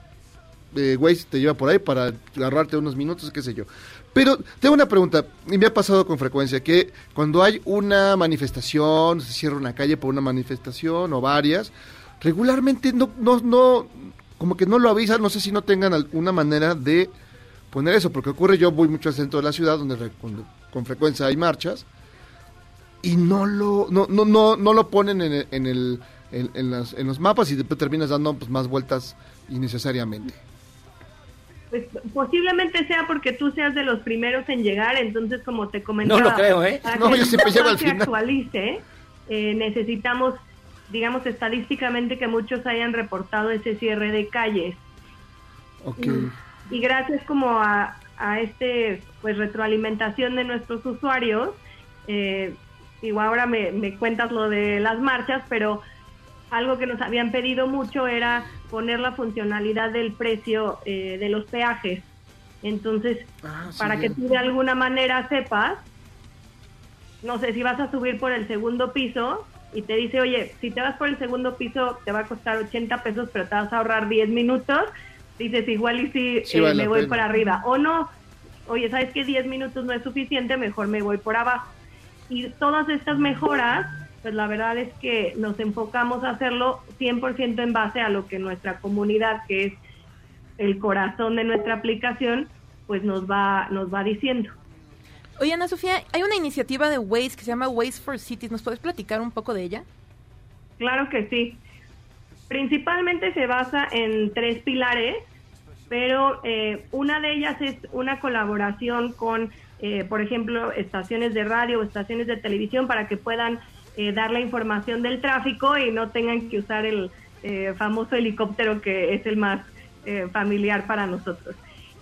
Speaker 5: eh, Waze te lleva por ahí para agarrarte unos minutos, qué sé yo. Pero tengo una pregunta, y me ha pasado con frecuencia, que cuando hay una manifestación, se cierra una calle por una manifestación o varias, regularmente no, no, no, como que no lo avisan, no sé si no tengan alguna manera de poner eso, porque ocurre, yo voy mucho al centro de la ciudad, donde re- con- con frecuencia hay marchas, y no lo no no no, no lo ponen en, el- en el en, en las- en los mapas y después terminas dando pues, más vueltas innecesariamente.
Speaker 12: Pues posiblemente sea porque tú seas de los primeros en llegar, entonces como te comentaba,
Speaker 5: No lo creo, ¿eh?
Speaker 12: para
Speaker 5: No,
Speaker 12: que
Speaker 5: yo
Speaker 12: el
Speaker 5: siempre llego al
Speaker 12: mapa se
Speaker 5: final.
Speaker 12: actualice, eh, necesitamos, digamos estadísticamente que muchos hayan reportado ese cierre de calles
Speaker 5: Ok.
Speaker 12: y gracias como a, a este pues retroalimentación de nuestros usuarios eh, igual ahora me, me cuentas lo de las marchas pero algo que nos habían pedido mucho era poner la funcionalidad del precio eh, de los peajes entonces
Speaker 5: Ah, sí,
Speaker 12: para que
Speaker 5: bien.
Speaker 12: tú de alguna manera sepas no sé si vas a subir por el segundo piso y te dice, oye, si te vas por el segundo piso te va a costar 80 pesos, pero te vas a ahorrar 10 minutos. Dices, igual y si
Speaker 13: Sí
Speaker 12: eh,
Speaker 13: vale
Speaker 12: me
Speaker 13: la
Speaker 12: voy
Speaker 13: pena.
Speaker 12: por arriba. O no, oye, ¿sabes que 10 minutos no es suficiente? Mejor me voy por abajo. Y todas estas mejoras, pues la verdad es que nos enfocamos a hacerlo 100% en base a lo que nuestra comunidad, que es el corazón de nuestra aplicación, pues nos va, nos va diciendo.
Speaker 7: Oye, Ana Sofía, hay una iniciativa de Waze que se llama Waze for Cities. ¿Nos puedes platicar un poco de ella?
Speaker 12: Claro que sí. Principalmente se basa en tres pilares, pero eh, una de ellas es una colaboración con, eh, por ejemplo, estaciones de radio o estaciones de televisión para que puedan eh, dar la información del tráfico y no tengan que usar el eh, famoso helicóptero que es el más eh, familiar para nosotros.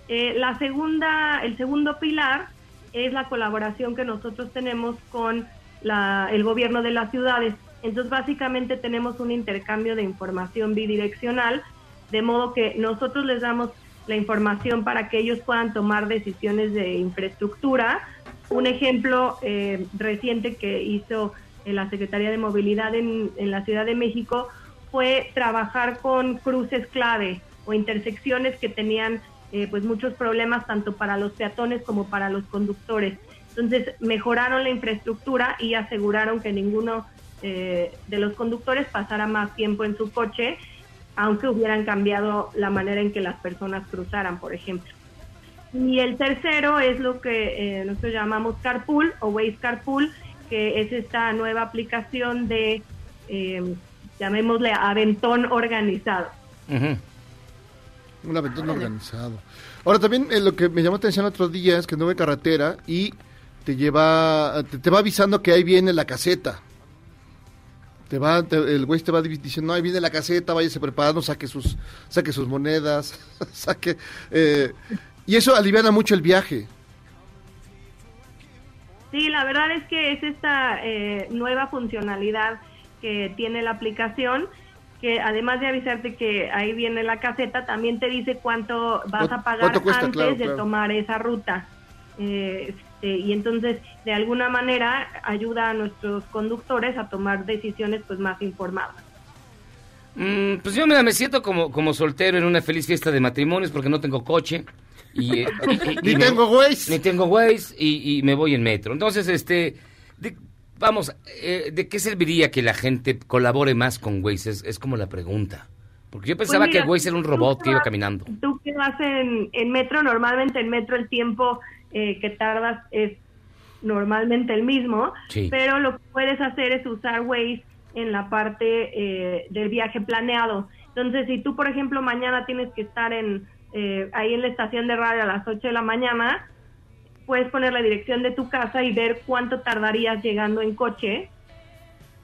Speaker 12: Eh, la segunda, el segundo pilar es la colaboración que nosotros tenemos con la- el gobierno de las ciudades. Entonces, básicamente tenemos un intercambio de información bidireccional, de modo que nosotros les damos la información para que ellos puedan tomar decisiones de infraestructura. Un ejemplo eh, reciente que hizo eh, la Secretaría de Movilidad en, en la Ciudad de México fue trabajar con cruces clave o intersecciones que tenían eh, pues muchos problemas tanto para los peatones como para los conductores. Entonces mejoraron la infraestructura y aseguraron que ninguno eh, de los conductores pasara más tiempo en su coche aunque hubieran cambiado la manera en que las personas cruzaran, por ejemplo. Y el tercero es lo que eh, nosotros llamamos Carpool o Waze Carpool, que es esta nueva aplicación de, eh, llamémosle, aventón organizado.
Speaker 5: Un aventón organizado. Ahora también eh, lo que me llamó atención otro día es que no ve carretera y te lleva, te, te va avisando que ahí viene la caseta. Te va, te- el güey te va di- diciendo, "No, ahí viene la caseta, váyase preparando, saque sus, saque sus monedas, (laughs) saque... eh, y eso aliviana mucho el viaje.
Speaker 12: Sí, la verdad es que es esta eh, nueva funcionalidad que tiene la aplicación, que además de avisarte que ahí viene la caseta, también te dice cuánto vas
Speaker 5: ¿Cuánto-
Speaker 12: a pagar
Speaker 5: cuánto cuesta?
Speaker 12: antes
Speaker 5: Claro,
Speaker 12: de
Speaker 5: claro.
Speaker 12: tomar esa ruta. Eh, este, y entonces, de alguna manera, ayuda a nuestros conductores a tomar decisiones pues más informadas.
Speaker 6: Mm, pues yo mira, me siento como, como soltero en una feliz fiesta de matrimonios porque no tengo coche. Y, eh,
Speaker 5: (laughs) Ni
Speaker 6: me-
Speaker 5: tengo
Speaker 6: Ni tengo Waze y, y me voy en metro. Entonces, este, de- vamos, eh, ¿de qué serviría que la gente colabore más con Waze? Es, es como la pregunta. Porque yo pensaba
Speaker 12: Pues mira,
Speaker 6: que Waze era un robot que iba caminando.
Speaker 12: Tú que vas en, en metro, normalmente en metro el tiempo eh, que tardas es normalmente el mismo,
Speaker 6: Sí.
Speaker 12: pero lo que puedes hacer es usar Waze en la parte eh, del viaje planeado. Entonces, si tú, por ejemplo, mañana tienes que estar en eh, ahí en la estación de radio a las 8 de la mañana, puedes poner la dirección de tu casa y ver cuánto tardarías llegando en coche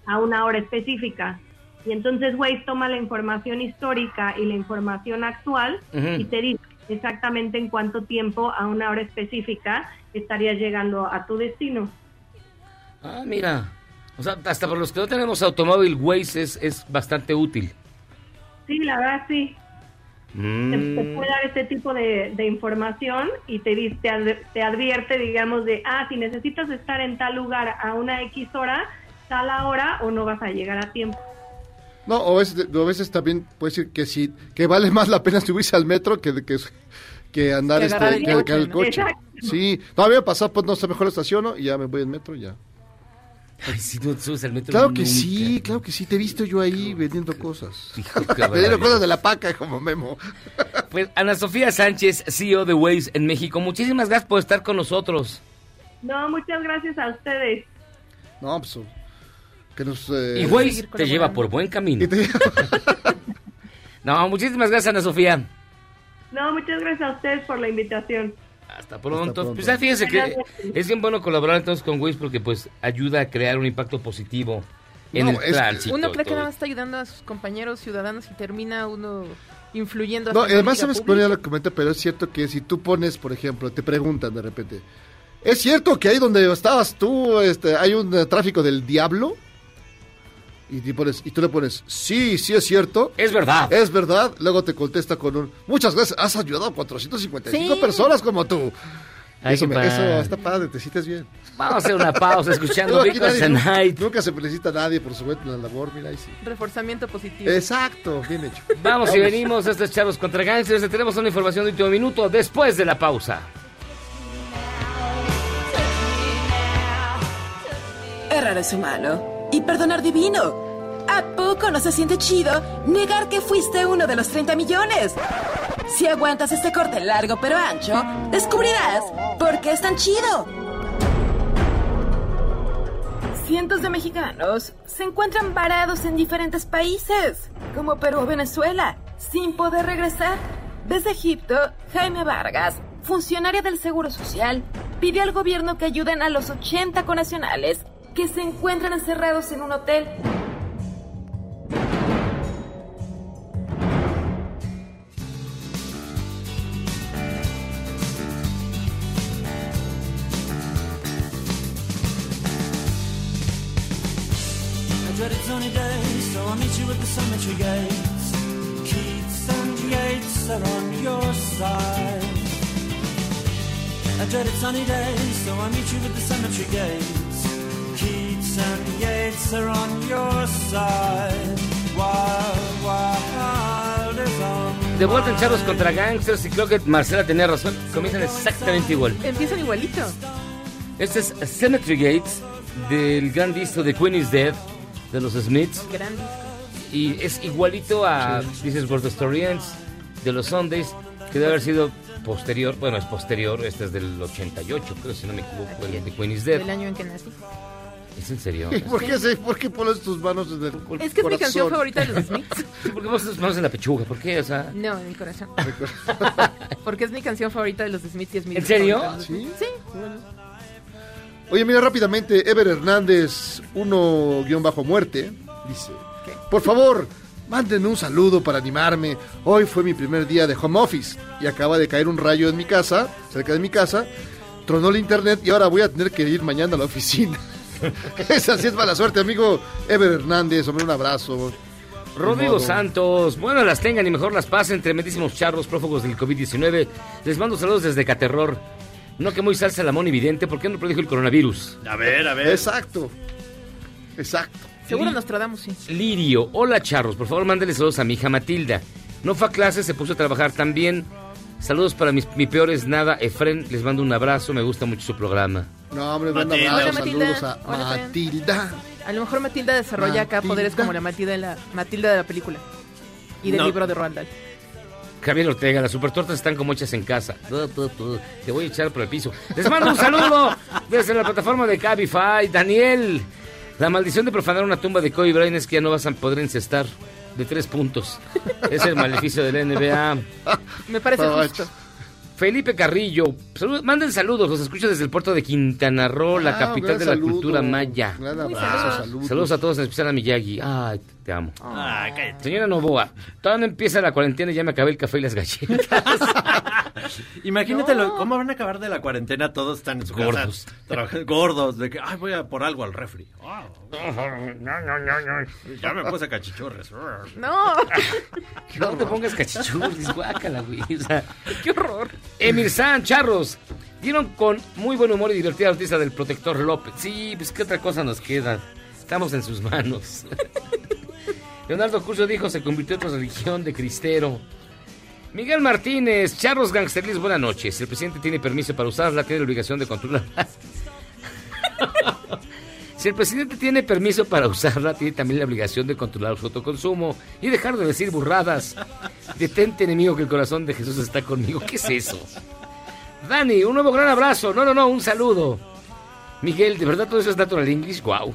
Speaker 12: a una hora específica. Y entonces Waze toma la información histórica y la información actual
Speaker 6: Ujú.
Speaker 12: y te dice exactamente en cuánto tiempo a una hora específica estarías llegando a tu destino.
Speaker 6: Ah, mira. O sea, hasta para los que no tenemos automóvil, Waze es, es bastante útil.
Speaker 12: Sí, la verdad sí. Te,
Speaker 5: pues,
Speaker 12: te
Speaker 6: Mm,
Speaker 12: puede dar este tipo de, de información y te, dice- te, adv- te advierte, digamos, de, ah, si necesitas estar en tal lugar a una X hora, tal hora o no vas a llegar a tiempo.
Speaker 5: No, o a veces, o a veces también puede decir que sí, que vale más la pena subirse al metro que, que, que andar
Speaker 12: Que
Speaker 5: este,
Speaker 12: agarrar el
Speaker 5: que- que
Speaker 12: coche,
Speaker 5: el
Speaker 12: ¿no?
Speaker 5: coche.
Speaker 12: Exacto.
Speaker 5: Sí, no, a mí me pasó, pues no sé, mejor estaciono y ya me voy en metro y ya.
Speaker 6: Ay, si no te subes al metro.
Speaker 5: Claro que
Speaker 6: nunca.
Speaker 5: sí, claro que sí, te he visto yo ahí vendiendo cosas.
Speaker 6: (laughs) barbaridad.
Speaker 5: (laughs) vendiendo cosas de la paca como Memo.
Speaker 6: (laughs) Pues Ana Sofía Sánchez, CEO de Waze en México, muchísimas gracias por estar con nosotros.
Speaker 12: No, muchas gracias a ustedes.
Speaker 5: No, pues que nos... eh,
Speaker 6: Y Waze te lleva por buen camino. (laughs) no, muchísimas gracias Ana Sofía.
Speaker 12: No, muchas gracias a ustedes por la invitación.
Speaker 6: Hasta pronto. Pues ya fíjense que es bien bueno colaborar entonces con Waze porque pues ayuda a crear un impacto positivo en
Speaker 5: No,
Speaker 6: el
Speaker 5: es que-
Speaker 6: tránsito.
Speaker 7: uno cree que
Speaker 6: todo.
Speaker 7: nada más está ayudando a sus compañeros ciudadanos y termina uno influyendo.
Speaker 5: No,
Speaker 7: hasta en
Speaker 5: además
Speaker 7: política
Speaker 5: sabes
Speaker 7: pública.
Speaker 5: poner lo que comenta, pero es cierto que si tú pones, por ejemplo, te preguntan de repente, ¿es cierto que ahí donde estabas tú este, hay un eh, tráfico del diablo? Y, te pones, y tú le pones, sí, sí es cierto.
Speaker 6: Es verdad.
Speaker 5: Es verdad. Luego te contesta con un, muchas gracias, has ayudado a 455
Speaker 6: Sí.
Speaker 5: personas como tú.
Speaker 6: Ay,
Speaker 5: eso,
Speaker 6: qué
Speaker 5: me-
Speaker 6: padre.
Speaker 5: eso está padre, te sientes bien.
Speaker 6: Vamos a hacer una pausa
Speaker 5: (laughs)
Speaker 6: escuchando
Speaker 5: Aquí
Speaker 6: Because
Speaker 5: nadie-
Speaker 6: Tonight.
Speaker 5: Nunca se felicita a nadie por su buena labor, mira ahí sí.
Speaker 7: Reforzamiento positivo.
Speaker 5: Exacto, bien hecho.
Speaker 6: Vamos y venimos a estos charlos contra gangsters. Tenemos una información de último minuto después de la pausa.
Speaker 2: Errar es humano y perdonar divino. ¿A poco no se siente chido negar que fuiste uno de los 30 millones? Si aguantas este corte largo pero ancho, descubrirás por qué es tan chido. Cientos de mexicanos se encuentran varados en diferentes países, como Perú o Venezuela, sin poder regresar. Desde Egipto, Jaime Vargas, funcionaria del Seguro Social, pidió al gobierno que ayuden a los 80 conacionales que se encuentran encerrados en un hotel.
Speaker 13: I dread it's only day, so I'll meet you at the cemetery gates. Keats and Yates are on your side. I dread it's sunny day, so I'll meet you at the cemetery gates. Keats and Yates are on your side. Wild, wild is on.
Speaker 6: De vuelta en charlos contra gangsters y creo que Marcela tenía razón. Comienzan exactamente igual.
Speaker 7: Empiezan igualito.
Speaker 6: Este es Cemetery Gates del gran disco de Queen is Dead de los Smiths.
Speaker 7: Gran disco.
Speaker 6: y es igualito a Dices World Story Ends de los Sundays, que debe haber sido posterior, bueno, es posterior, este es del 88, creo, si no me equivoco, el de Queen is Dead.
Speaker 7: Del año en que nací.
Speaker 6: ¿Es en serio?
Speaker 5: (laughs) ¿Y por qué, se- por qué pones tus manos en el
Speaker 7: Es que es mi canción favorita
Speaker 5: (laughs)
Speaker 7: de los
Speaker 5: Smiths.
Speaker 7: Smiths.
Speaker 6: ¿Por qué pones tus manos en la pechuga? ¿Por qué? O sea,
Speaker 7: No, en
Speaker 5: (laughs)
Speaker 7: mi corazón. (laughs) Porque es mi canción favorita de los Smiths y es mi
Speaker 6: ¿En serio?
Speaker 7: Sí.
Speaker 5: Oye, mira rápidamente, Ever Hernández, 1-muerte, dice, por favor, manden un saludo para animarme. Hoy fue mi primer día de home office y acaba de caer un rayo en mi casa, cerca de mi casa, tronó el internet y ahora voy a tener que ir mañana a la oficina. (laughs) Esa sí es mala suerte, amigo Ever Hernández, hombre, un abrazo. Ni
Speaker 6: Rodrigo
Speaker 5: modo.
Speaker 6: Santos, bueno, las tengan y mejor las pasen, tremendísimos charros prófugos del COVID-19. Les mando saludos desde Caterror. No que muy salsa la mona evidente, ¿por qué no predijo el coronavirus?
Speaker 8: A ver, a ver.
Speaker 5: Exacto. Exacto.
Speaker 7: Seguro nos tratamos, sí.
Speaker 6: Lirio, hola charros, por favor mándale saludos a mi hija Matilda. No fue a clase, se puso a trabajar también. Saludos para mis, mi peor es nada, Efren, les mando un abrazo, me gusta mucho su programa.
Speaker 5: No, hombre, manda
Speaker 6: Matilda.
Speaker 5: abrazos,
Speaker 7: Hola, Matilda.
Speaker 5: saludos a
Speaker 7: Hola, Fran.
Speaker 5: Matilda.
Speaker 7: A lo mejor Matilda desarrolla acá poderes como la Matilda de la, Matilda de la película y del
Speaker 6: No.
Speaker 7: libro de Roald Dahl.
Speaker 6: Javier Ortega, las supertortas están como hechas en casa. Tu, tu, tu. Te voy a echar por el piso. Les mando un saludo desde la plataforma de Cabify. Daniel, la maldición de profanar una tumba de Kobe Bryant es que ya no vas a poder encestar de tres puntos. Es el maleficio de la NBA.
Speaker 7: Me parece
Speaker 6: Ah,
Speaker 7: justo.
Speaker 6: Felipe Carrillo, saludos- manden saludos, los escucho desde el puerto de Quintana Roo, la
Speaker 5: Ah,
Speaker 6: capital
Speaker 5: gran
Speaker 6: de la
Speaker 5: saludo,
Speaker 6: cultura maya.
Speaker 5: gran abrazo, saludos.
Speaker 6: Saludos a todos, en especial a Miyagi. Ay, te amo.
Speaker 8: Ah, cállate.
Speaker 6: Señora Novoa, todavía no empieza la cuarentena y ya me acabé el café y las galletas.
Speaker 8: Imagínate lo- cómo van a acabar de la cuarentena. Todos están en su
Speaker 6: Gordos.
Speaker 8: casa. trabaja- (laughs) gordos. De que, ay, voy a por algo al refri. Ah, ya me puse cachichurres.
Speaker 7: No.
Speaker 6: (laughs) No te pongas cachichurris, guácala, güey. O sea, ¡Qué horror! Emir San, charros. Dieron con muy buen humor y divertida noticia del protector López. Sí, pues qué otra cosa nos queda. Estamos en sus manos. (laughs) Leonardo Curso dijo se convirtió en otra religión de cristero. Miguel Martínez, charros gangsterlis, buenas noches. El presidente tiene permiso para usarla, tiene la obligación de controlarla. (laughs) Si el presidente tiene permiso para usarla, tiene también la obligación de controlar su autoconsumo y dejar de decir burradas. Detente, enemigo, que el corazón de Jesús está conmigo. ¿Qué es eso? Dani, un nuevo gran abrazo. No, no, no, un saludo. Miguel, ¿de verdad todo eso es natural English? (laughs) Wow.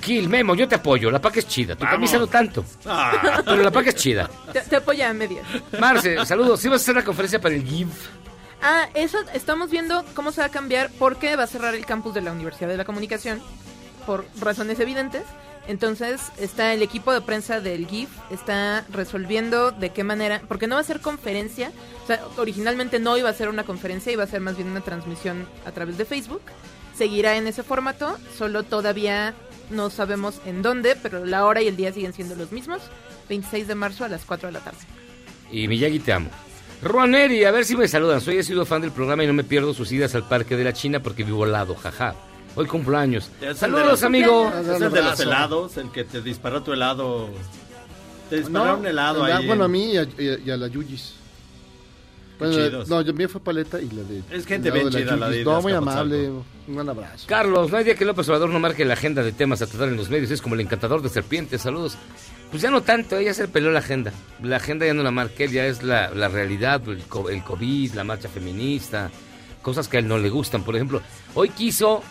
Speaker 6: Kill, Memo, yo te apoyo. La paca es chida. Tu camisa no tanto.
Speaker 8: Ah.
Speaker 6: Pero la paca es chida.
Speaker 7: Te, te apoya a medias.
Speaker 6: Marce, saludos. ¿Sí vas a hacer la conferencia para el GIF?
Speaker 7: Ah, eso estamos viendo cómo se va a cambiar porque va a cerrar el campus de la Universidad de la Comunicación por razones evidentes. Entonces está el equipo de prensa del GIF, está resolviendo de qué manera, porque no va a ser conferencia, o sea, originalmente no iba a ser una conferencia, iba a ser más bien una transmisión a través de Facebook. Seguirá en ese formato, solo todavía no sabemos en dónde, pero la hora y el día siguen siendo los mismos, 26 de marzo a las 4 de la tarde.
Speaker 6: Y Miyagi te amo. Ruaneri, a ver si me saludan. Soy he sido fan del programa y no me pierdo sus idas al Parque de la China porque vivo al lado, jaja. Hoy cumpleaños.
Speaker 8: Es el de
Speaker 6: Saludos,
Speaker 8: los-
Speaker 6: amigo.
Speaker 8: Es el de los helados, el que te disparó tu helado. Te dispararon un helado
Speaker 5: el-
Speaker 8: ahí.
Speaker 5: Bueno, a mí y a, y a- y a la Yuyis. Bueno,
Speaker 8: chidos.
Speaker 5: no, yo mía fue paleta y la de.
Speaker 8: Es gente
Speaker 5: el lado
Speaker 8: bien chida, la de
Speaker 5: Yuyis. No, muy
Speaker 8: Azcapotzalco.
Speaker 5: amable. Un gran abrazo.
Speaker 6: Carlos, no hay día que López Obrador no marque la agenda de temas a tratar en los medios. Es como el encantador de serpientes. Saludos. Pues ya no tanto, ella se peleó la agenda. La agenda ya no la marqué, ya es la, la realidad, el, co- el COVID, la marcha feminista, cosas que a él no le gustan. Por ejemplo, hoy quiso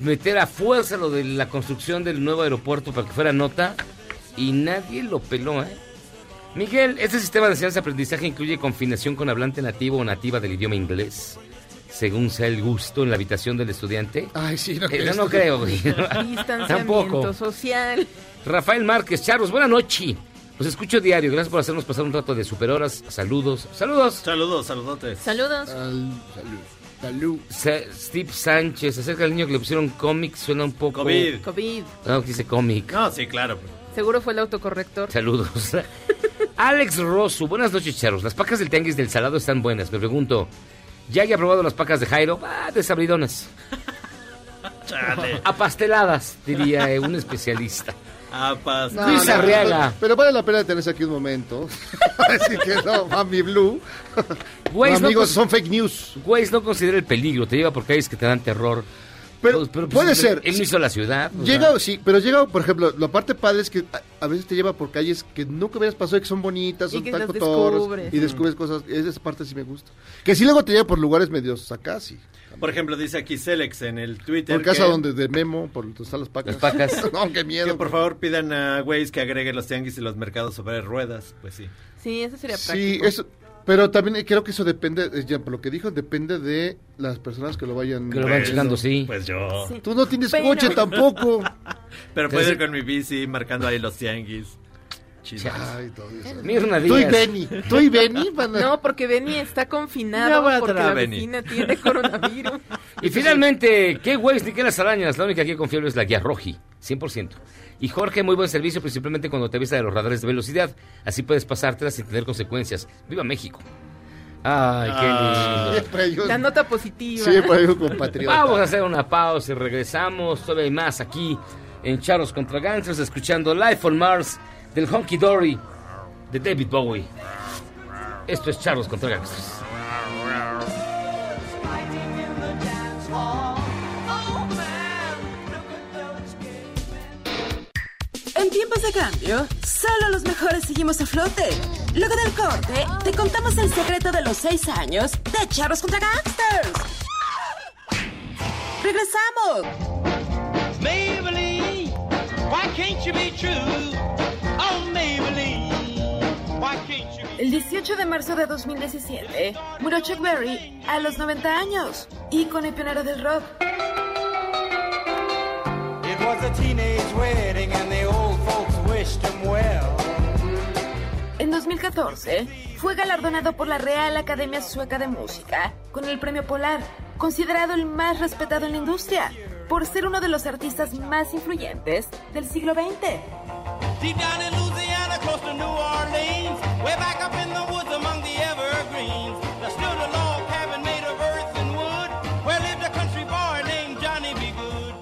Speaker 6: meter a fuerza lo de la construcción del nuevo aeropuerto para que fuera nota y nadie lo peló, ¿eh? Miguel, este sistema de enseñanza-aprendizaje incluye confinación con hablante nativo o nativa del idioma inglés, según sea el gusto en la habitación del estudiante.
Speaker 5: Ay, sí, no
Speaker 6: Eh,
Speaker 5: creo.
Speaker 6: yo no creo, güey. (laughs) Tampoco.
Speaker 7: Distanciamiento social.
Speaker 6: Rafael Márquez, Charlos, buena noche. Los escucho diario. Gracias por hacernos pasar un rato de superhoras. Saludos. Saludos.
Speaker 8: Saludos, saludotes.
Speaker 7: Saludos.
Speaker 5: salud. Salud.
Speaker 6: Steve Sánchez, acerca del niño que le pusieron cómic, suena un poco...
Speaker 8: COVID.
Speaker 7: COVID.
Speaker 6: No, dice cómic.
Speaker 8: No, sí, claro.
Speaker 7: Seguro fue el autocorrector.
Speaker 6: Saludos. (laughs) Alex Rosu, buenas noches, charros. Las pacas del tianguis del salado están buenas. Me pregunto, ¿ya he probado las pacas de Jairo? Ah, desabridonas.
Speaker 8: (laughs) Chale.
Speaker 6: (laughs) Apasteladas, diría eh, un especialista.
Speaker 8: Ah, pas-
Speaker 5: No,
Speaker 6: Luis
Speaker 5: no,
Speaker 6: Arriaga.
Speaker 5: no, pero vale la pena tenerse aquí un momento. (laughs) Así que no, Mami Blue.
Speaker 6: (laughs) Güey,
Speaker 5: No,
Speaker 6: no pues,
Speaker 5: amigos,
Speaker 6: con-
Speaker 5: son fake news.
Speaker 6: Waze no considera el peligro, te lleva por calles que te dan terror. pues, Pero,
Speaker 5: puede ser.
Speaker 6: Él no hizo la ciudad. o sea.
Speaker 5: Llega, sí, pero llega, por ejemplo, la parte padre es que a, a veces te lleva por calles que nunca hubieras pasado y que son bonitas,
Speaker 7: Y
Speaker 5: son
Speaker 7: que
Speaker 5: tan
Speaker 7: las
Speaker 5: cotorras,
Speaker 7: descubres.
Speaker 5: y descubres cosas. Esa parte sí me gusta. Que sí luego te lleva por lugares medios acá, sí.
Speaker 8: Por ejemplo, dice aquí Celex en el Twitter.
Speaker 5: Por casa
Speaker 8: que- (laughs)
Speaker 5: donde de Memo, por donde están las pacas. (laughs) no, qué miedo.
Speaker 8: Que por favor pidan a Waze que agregue los tianguis y los mercados sobre ruedas. Pues sí.
Speaker 7: Sí, eso sería
Speaker 5: Sí,
Speaker 7: práctico.
Speaker 5: eso. Pero también eh, creo que eso depende, eh, ya por lo que dijo, depende de las personas que lo vayan.
Speaker 6: Que lo vayan checando, sí.
Speaker 8: Pues yo.
Speaker 5: Sí. Tú no tienes
Speaker 8: Pero-
Speaker 6: (laughs)
Speaker 5: coche tampoco.
Speaker 8: Pero puedo ir con mi bici marcando ahí los tianguis. Chido.
Speaker 6: Mirna
Speaker 5: Tú y Benny. Tú y
Speaker 7: (laughs)
Speaker 5: Benny van a-
Speaker 7: No, porque Benny está
Speaker 6: Ya
Speaker 7: confinado
Speaker 6: va a
Speaker 7: porque
Speaker 6: entrar
Speaker 7: la
Speaker 6: Benny.
Speaker 7: vecina tiene coronavirus.
Speaker 6: Y finalmente, ¿qué güeyes ni qué las arañas? La única que confiable es la guía Roji, 100%. Y Jorge, muy buen servicio, principalmente cuando te avisa de los radares de velocidad. Así puedes pasártelas sin tener consecuencias. ¡Viva México! ¡Ay, qué
Speaker 5: Ah.
Speaker 6: lindo!
Speaker 7: La nota positiva.
Speaker 8: Ah,
Speaker 6: Vamos a hacer una pausa y regresamos. Todavía hay más aquí en Charlos contra Gangsters, escuchando Life on Mars del Honky Dory de David Bowie. Esto es Charlos contra Gangsters.
Speaker 2: En tiempos de cambio, solo los mejores seguimos a flote. Luego del corte, te contamos el secreto de los seis años de Charros contra Gangsters. ¡Regresamos!
Speaker 13: Maybelline, why can't you be true? Oh, Maybelline, why can't you?
Speaker 2: El 18 de marzo de 2017, murió Chuck Berry a los 90 años, ícono y pionero del rock.
Speaker 13: It was a teenage wedding and the old folks wished him well.
Speaker 2: En 2014, fue galardonado por la Real Academia Sueca de Música con el Premio Polar, considerado el más respetado en la industria por ser uno de los artistas más influyentes del siglo XX.
Speaker 13: Deep down in Louisiana, close to New Orleans, way back up in the woods among the evergreens, there stood a log cabin made of earth and wood, where lived a country boy named Johnny B. Good.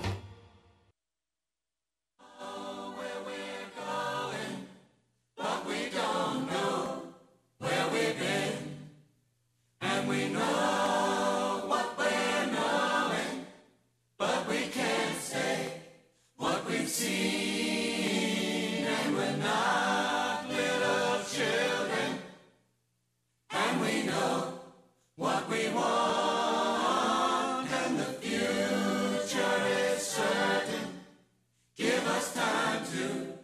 Speaker 13: Give us time to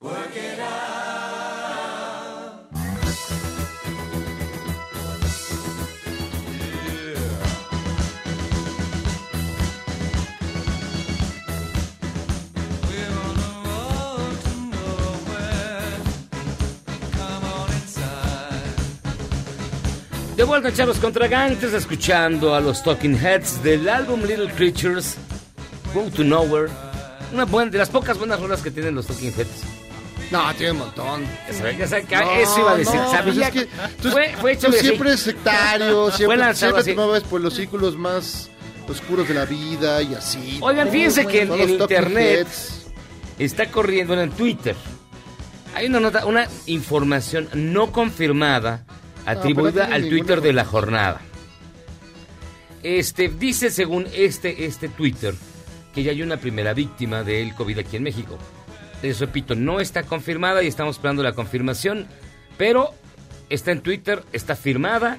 Speaker 13: work it out.
Speaker 6: De vuelta en Charlos contra Gangsters, escuchando a los Talking Heads del álbum Little Creatures, Go to Nowhere. Una buena, de las pocas buenas rolas que tienen los Talking Heads.
Speaker 5: No, tiene un montón.
Speaker 6: Ya sabía, ya sabía que
Speaker 5: No,
Speaker 6: eso iba a decir.
Speaker 5: no,
Speaker 6: sabía
Speaker 5: pues es
Speaker 6: que-
Speaker 5: que tú-
Speaker 6: fue, fue hecho
Speaker 5: tú
Speaker 6: así.
Speaker 5: siempre
Speaker 6: (laughs)
Speaker 5: es sectario,
Speaker 6: Fue
Speaker 5: siempre,
Speaker 6: lanzado
Speaker 5: siempre
Speaker 6: así.
Speaker 5: te mueves por los círculos más oscuros de la vida y así.
Speaker 6: Oigan,
Speaker 5: No,
Speaker 6: fíjense
Speaker 5: güey,
Speaker 6: que en,
Speaker 5: son
Speaker 6: en
Speaker 5: los talking
Speaker 6: internet
Speaker 5: heads.
Speaker 6: está corriendo, bueno, en Twitter, hay una nota, una información no confirmada atribuida
Speaker 5: pero no tiene
Speaker 6: al
Speaker 5: ninguna
Speaker 6: Twitter de la jornada. Este, dice según este, este Twitter que ya hay una primera víctima del COVID aquí en México. Les repito, no está confirmada y estamos esperando la confirmación, pero está en Twitter, está firmada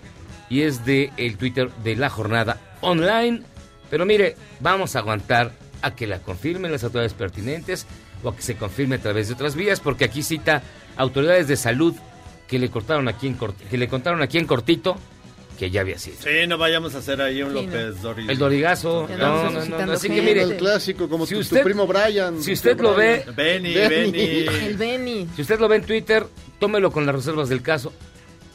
Speaker 6: y es de el Twitter de la jornada online. Pero mire, vamos a aguantar a que la confirmen las autoridades pertinentes o a que se confirme a través de otras vías, porque aquí cita autoridades de salud que le cortaron aquí en cort- que le contaron aquí en cortito que ya había sido.
Speaker 8: Sí, no vayamos a hacer ahí un
Speaker 6: Sí, no.
Speaker 8: López Dori.
Speaker 6: El Dorigazo. No, no, no, no, Así que mire,
Speaker 5: el clásico, como
Speaker 6: si
Speaker 5: tu, tu
Speaker 6: usted-
Speaker 5: primo Brian.
Speaker 6: si usted lo ve,
Speaker 7: El Benny.
Speaker 6: Si usted lo ve en Twitter, tómelo con las reservas del caso.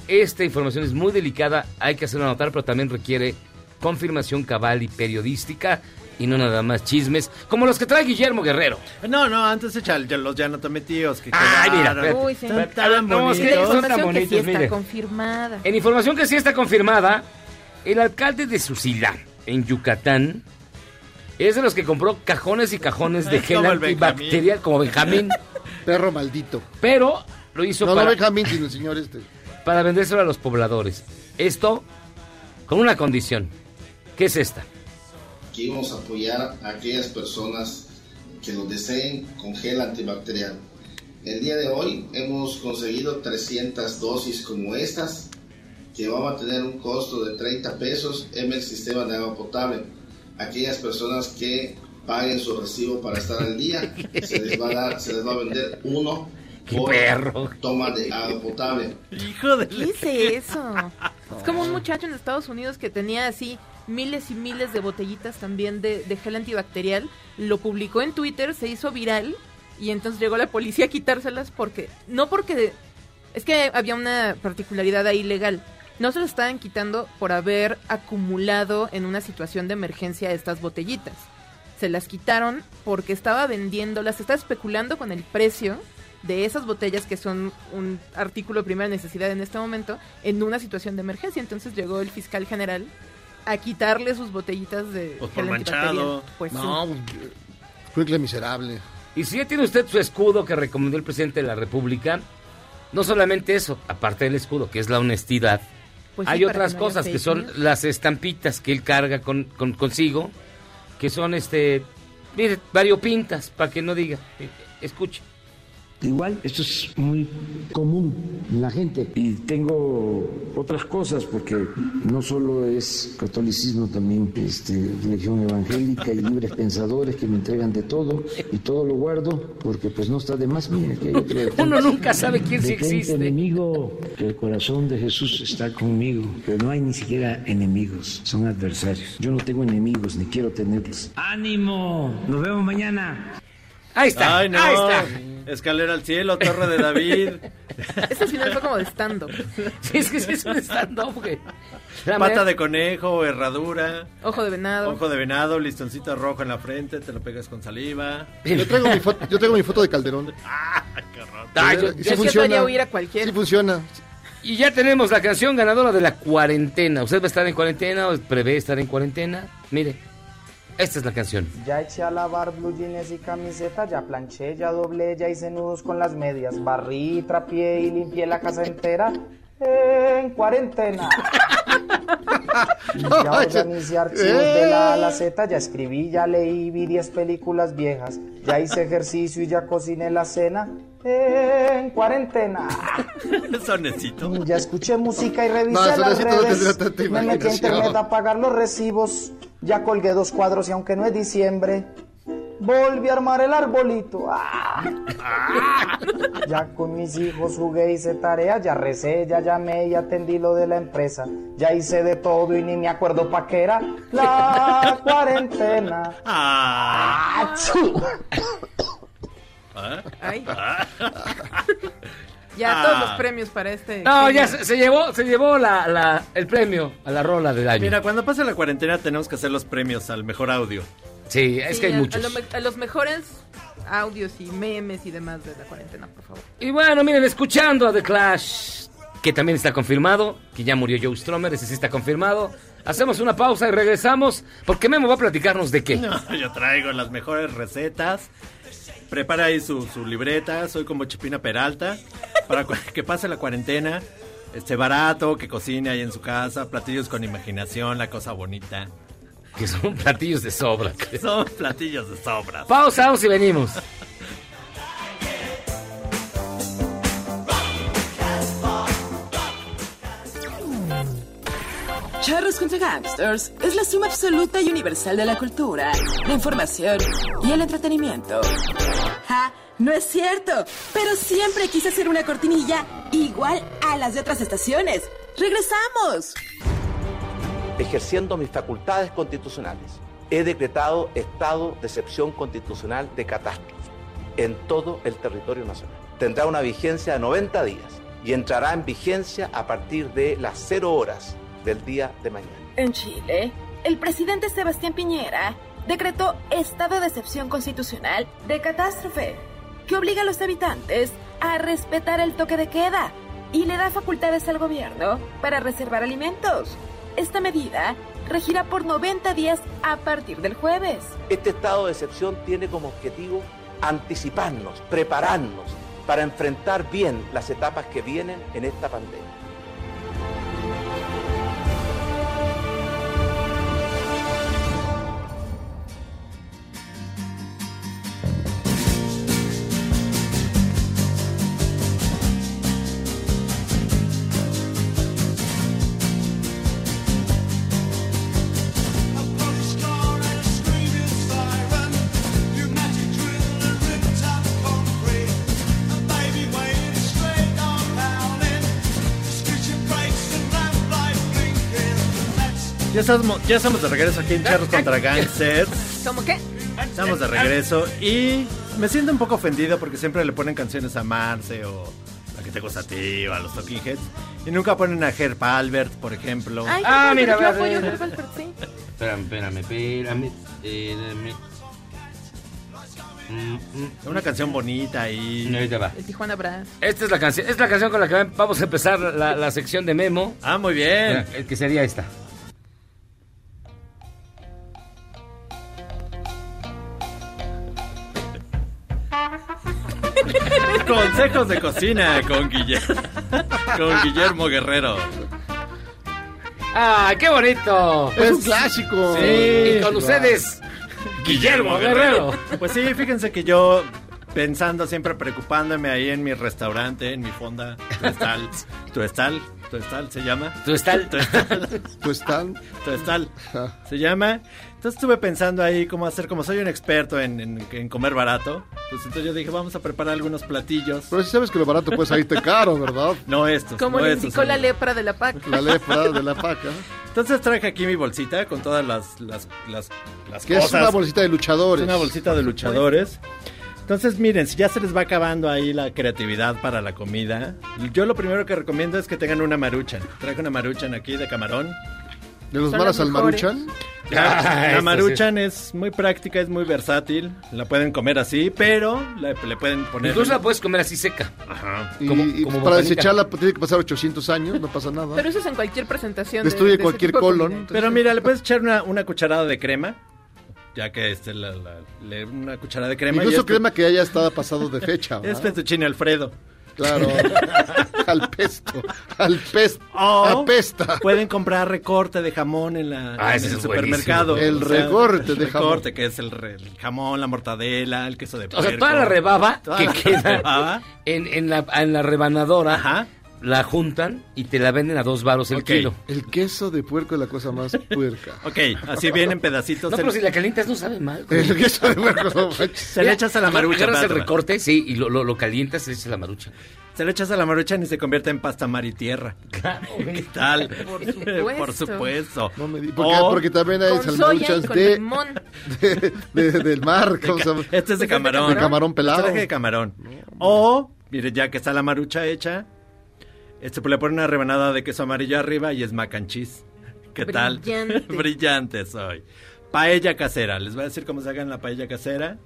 Speaker 6: Esta información es muy delicada, hay que hacerla notar, pero también requiere confirmación cabal y periodística y no nada más chismes como los que trae Guillermo Guerrero.
Speaker 8: No, no, antes echa el- los ya no te metidos. Que
Speaker 6: Ay, mira,
Speaker 8: quedaron.
Speaker 6: espérate.
Speaker 7: Ah, Uy, sí.
Speaker 8: Tan- tan
Speaker 6: No, es que
Speaker 8: bonitos.
Speaker 6: son tan
Speaker 7: Información que sí
Speaker 6: bonitos,
Speaker 7: está
Speaker 6: mire.
Speaker 7: confirmada.
Speaker 6: En información que sí está confirmada, el alcalde de Susila, en Yucatán, es de los que compró cajones y cajones de
Speaker 5: (laughs) Es
Speaker 6: gel
Speaker 5: como el Benjamín.
Speaker 6: antibacterial como Benjamín,
Speaker 5: (laughs) Perro maldito.
Speaker 6: pero lo (laughs) hizo
Speaker 5: No, no
Speaker 6: para,
Speaker 5: Benjamín, sino el señor este.
Speaker 6: para vendérselo a los pobladores. Esto con una condición, que es esta.
Speaker 14: que íbamos a apoyar a aquellas personas que lo deseen con gel antibacterial. El día de hoy hemos conseguido 300 dosis como estas, que van a tener un costo de 30 pesos en el sistema de agua potable. Aquellas personas que paguen su recibo para estar al
Speaker 6: (laughs)
Speaker 14: día, se les va a, dar- se les va a vender uno
Speaker 6: ¡Qué perro!
Speaker 14: toma de agua potable.
Speaker 8: Hijo de...
Speaker 7: ¿Qué es eso? Es como un muchacho en Estados Unidos que tenía así miles y miles de botellitas también de, de gel antibacterial. Lo publicó en Twitter, se hizo viral y entonces llegó la policía a quitárselas porque... No porque... Es que había una particularidad ahí legal. No se las estaban quitando por haber acumulado en una situación de emergencia estas botellitas. Se las quitaron porque estaba vendiéndolas, estaba especulando con el precio de esas botellas que son un artículo de primera necesidad en este momento en una situación de emergencia. Entonces llegó el fiscal general a quitarle sus botellitas de
Speaker 8: Pues
Speaker 7: gel antibacterial. Pues
Speaker 5: no,
Speaker 7: sí.
Speaker 5: Sprinkle miserable.
Speaker 6: Y si ya tiene usted su escudo que recomendó el presidente de la República, no solamente eso, aparte del escudo, que es la honestidad,
Speaker 15: Pues sí,
Speaker 6: hay
Speaker 15: para
Speaker 6: otras
Speaker 15: que no haya
Speaker 6: cosas que
Speaker 15: fake
Speaker 6: son
Speaker 15: news.
Speaker 6: las estampitas que él carga con, con- consigo, que son este, mire, variopintas, para que no diga, Eh, escuche.
Speaker 9: Igual, esto es muy común en la gente. Y tengo otras cosas, porque no solo es catolicismo, también este, religión evangélica y libres pensadores que me entregan de todo y todo lo guardo, porque pues no está de más. Mira, que hay otro detente.
Speaker 6: Uno nunca sabe quién sí
Speaker 9: Detente,
Speaker 6: existe.
Speaker 9: enemigo, que el corazón de Jesús está conmigo, que no hay ni siquiera enemigos, son adversarios. Yo no tengo enemigos, ni quiero tenerlos. ¡Ánimo! Nos vemos mañana.
Speaker 6: Ahí
Speaker 9: está,
Speaker 8: Ay, no.
Speaker 9: ahí está.
Speaker 8: Escalera al cielo, Torre
Speaker 6: (laughs)
Speaker 8: de David.
Speaker 7: Este final fue como de stand-up.
Speaker 6: Sí, es que sí es un stand-up, güey.
Speaker 8: Pata de conejo, herradura.
Speaker 7: Ojo de venado.
Speaker 8: Ojo de venado, listoncito rojo en la frente, te lo pegas con saliva.
Speaker 5: Yo traigo
Speaker 8: (laughs)
Speaker 5: mi foto, yo traigo mi foto de Calderón.
Speaker 6: Ah, yo-
Speaker 5: Y
Speaker 6: yo
Speaker 5: sí
Speaker 6: sí
Speaker 5: funciona.
Speaker 6: podría
Speaker 7: huir a cualquiera.
Speaker 5: Sí funciona.
Speaker 6: Y ya tenemos la canción ganadora de la cuarentena. ¿Usted va a estar en cuarentena o prevé estar en cuarentena? Mire, esta es la canción.
Speaker 16: Ya eché a lavar blue jeans y camiseta, ya planché, ya doblé, ya hice nudos con las medias, barrí, trapié y limpié la casa entera en cuarentena. Ya organicé archivos de la A a la Z, ya escribí, ya leí, vi 10 películas viejas, ya hice ejercicio y ya cociné la cena en cuarentena.
Speaker 8: (laughs) Sonecito.
Speaker 16: Ya escuché música y
Speaker 8: No,
Speaker 16: revisé
Speaker 8: eso
Speaker 16: las
Speaker 8: no es- no tendría
Speaker 16: redes.
Speaker 8: tanta
Speaker 16: me metí a
Speaker 8: imaginación.
Speaker 16: internet a pagar los recibos. Ya colgué dos cuadros y aunque no es diciembre, volví a armar el arbolito.
Speaker 8: (laughs)
Speaker 16: ¡Ah! Ya con mis hijos jugué, hice tarea, ya recé, ya llamé y atendí lo de la empresa. Ya hice de todo y ni me acuerdo pa' qué era
Speaker 8: (laughs)
Speaker 16: la cuarentena.
Speaker 8: ¡Ah,
Speaker 16: ¡Achú!
Speaker 7: Ay.
Speaker 8: Ah.
Speaker 7: Ya todos los premios para este.
Speaker 6: Ah. No, ya se, se llevó, se llevó la, la- el premio a la rola del año.
Speaker 8: Mira, cuando pase la cuarentena tenemos que hacer los premios al mejor audio.
Speaker 6: Sí, es
Speaker 7: Sí,
Speaker 6: que hay
Speaker 7: a- a
Speaker 6: muchos.
Speaker 7: lo me- A, los mejores audios y memes y demás de la cuarentena, por favor.
Speaker 6: Y bueno, miren, escuchando a The Clash, que también está confirmado, que ya murió Joe Stromer, ese sí está confirmado. Hacemos una pausa y regresamos, porque Memo va a platicarnos de qué.
Speaker 8: No, (laughs) yo traigo las mejores recetas. Prepara ahí su, su libreta. Soy como Chipina Peralta. Para cu- (laughs) que pase la cuarentena. Este barato, que cocine ahí en su casa. Platillos con imaginación, la cosa bonita.
Speaker 6: Que son platillos de sobra.
Speaker 8: (laughs) Son platillos de sobra.
Speaker 6: (laughs) Pausa, vamos y venimos.
Speaker 2: Charros contra Gangsters es la suma absoluta y universal de la cultura, la información y el entretenimiento. ¡Ja! No es cierto, pero siempre quise hacer una cortinilla igual a las de otras estaciones. ¡Regresamos!
Speaker 17: ejerciendo mis facultades constitucionales, he decretado estado de excepción constitucional de catástrofe en todo el territorio nacional. Tendrá una vigencia de 90 días y entrará en vigencia a partir de las 0 horas del día de mañana.
Speaker 2: En Chile, el presidente Sebastián Piñera decretó estado de excepción constitucional de catástrofe, que obliga a los habitantes a respetar el toque de queda y le da facultades al gobierno para reservar alimentos. Esta medida regirá por 90 días a partir del jueves.
Speaker 17: Este estado de excepción tiene como objetivo anticiparnos, prepararnos para enfrentar bien las etapas que vienen en esta pandemia.
Speaker 8: Ya estamos, ya estamos de regreso aquí en Charros contra Gangsters.
Speaker 7: ¿Cómo qué?
Speaker 8: Estamos de regreso y me siento un poco ofendido porque siempre le ponen canciones a Marce o la que te gusta a ti o a los Talking Heads. Y nunca ponen a Herb Albert, por ejemplo.
Speaker 7: Ay, ah, mira, yo apoyo a Herbal Pert, sí.
Speaker 15: Espérame, espérame, espérame. Mm, Eh, dame.
Speaker 8: Una canción bonita y.
Speaker 15: Ahorita va.
Speaker 7: El Tijuana Brass.
Speaker 6: Esta es la canción, es la canción con la que vamos a empezar la, la sección de Memo.
Speaker 8: Ah, muy bien.
Speaker 6: que sería esta.
Speaker 8: Consejos de cocina con Guillermo, con Guillermo Guerrero.
Speaker 6: ¡Ah, qué bonito! Pues,
Speaker 5: Es un clásico.
Speaker 6: Sí, y con ustedes, Guillermo Guerrero.
Speaker 8: Pues sí, fíjense que yo pensando siempre preocupándome ahí en mi restaurante, en mi fonda, tu estal, tu estal, tu estal se llama.
Speaker 6: Tu estal.
Speaker 8: Tu estal.
Speaker 5: Tu estal. Ah.
Speaker 8: Tu estal. Se llama. Entonces estuve pensando ahí cómo hacer, como soy un experto en, en- en comer barato, pues entonces yo dije, vamos a preparar algunos platillos.
Speaker 5: Pero si sabes que lo barato puede salirte caro, ¿verdad?
Speaker 8: No estos.
Speaker 7: Como
Speaker 8: no
Speaker 7: le
Speaker 8: estos,
Speaker 7: indicó la
Speaker 8: señor.
Speaker 7: lepra de la PAC.
Speaker 5: La lepra
Speaker 7: (laughs)
Speaker 5: de la ¿eh? paca.
Speaker 8: Entonces traje aquí mi bolsita con todas las, las, las, las
Speaker 5: Que es
Speaker 8: cosas.
Speaker 5: una bolsita de luchadores.
Speaker 8: Es una bolsita de luchadores. Entonces, miren, si ya se les va acabando ahí la creatividad para la comida, yo lo primero que recomiendo es que tengan una maruchan. Traje una maruchan aquí de camarón.
Speaker 5: ¿De los Son maras las al mejores. maruchan?
Speaker 8: (laughs) Ya,
Speaker 5: Ah,
Speaker 8: la
Speaker 5: esto
Speaker 8: maruchan es muy práctica, es muy versátil. La pueden comer así, pero le, le pueden poner.
Speaker 6: Incluso la puedes comer así seca.
Speaker 8: Ajá.
Speaker 5: Y, y para desecharla tiene que pasar 800 años, no pasa nada.
Speaker 7: Pero eso es en cualquier presentación. de-
Speaker 5: Destruye
Speaker 7: de ese
Speaker 5: cualquier
Speaker 7: tipo de
Speaker 5: colon.
Speaker 7: comida.
Speaker 8: Pero mira, le puedes echar una, una cucharada de crema. Ya que este, la- la- le- una cucharada de crema. y
Speaker 5: Incluso
Speaker 8: es-
Speaker 5: crema que ya haya estado pasado de fecha.
Speaker 6: (laughs)
Speaker 5: ¿verdad?
Speaker 8: Es fettuccine Alfredo. (laughs)
Speaker 5: Claro. al pesto. Al pesto. apesta.
Speaker 8: Pueden comprar recorte de Oh. jamón en, la,
Speaker 5: Ah,
Speaker 8: en
Speaker 5: ese
Speaker 8: el
Speaker 5: es
Speaker 8: supermercado.
Speaker 5: buenísimo. El recorte de jamón.
Speaker 8: recorte, que es el, re- el jamón, la mortadela, el queso de
Speaker 6: O
Speaker 8: puerco.
Speaker 6: sea, toda la rebaba
Speaker 8: Toda
Speaker 6: que
Speaker 8: la
Speaker 6: queda
Speaker 8: rebaba.
Speaker 6: en, en la, en la rebanadora, la juntan y te la venden a dos varos el kilo.
Speaker 5: El queso de puerco es la cosa más puerca.
Speaker 8: Ok, así vienen pedacitos.
Speaker 6: No,
Speaker 8: Se-
Speaker 6: pero si la calientas no sabe mal. güey.
Speaker 5: El queso de puerco no manches.
Speaker 8: Se le echas a la marucha.
Speaker 6: Agarras el
Speaker 8: Bárbara.
Speaker 6: recorte, sí, y lo, lo, lo calientas y le echas la marucha.
Speaker 8: Se le echas a la maruchan y se convierte en pasta mar y tierra. ¿Qué tal? Por (laughs)
Speaker 5: supuesto.
Speaker 8: Por supuesto.
Speaker 5: No me di- porque, porque también hay
Speaker 8: Con
Speaker 5: salmaruchas
Speaker 8: soya y con
Speaker 5: de,
Speaker 8: limón.
Speaker 5: de- de- del mar. ¿cómo se llama?
Speaker 8: (laughs) Este es de camarón.
Speaker 5: De camarón pelado.
Speaker 8: Traje de camarón. O, mire, ya que está la marucha hecha, este, pues le pone una rebanada de queso amarillo arriba y es mac and cheese. (laughs) ¿Qué tal?
Speaker 7: Brillante.
Speaker 8: (laughs) Brillante soy. Paella casera. Les voy a decir cómo se hagan la paella casera.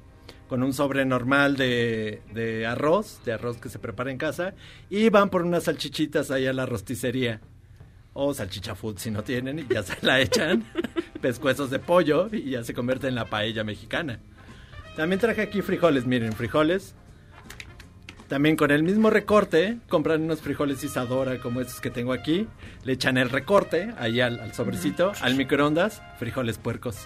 Speaker 8: Con un sobre normal de, de arroz, de arroz que se prepara en casa. Y van por unas salchichitas ahí a la rosticería. O salchicha food si no tienen y ya se la
Speaker 7: (laughs)
Speaker 8: echan. Pescuezos de pollo y ya se convierte en la paella mexicana. También traje aquí frijoles, miren, frijoles. También con el mismo recorte, compran unos frijoles Isadora como estos que tengo aquí. Le echan el recorte ahí al, al sobrecito, al microondas, frijoles puercos.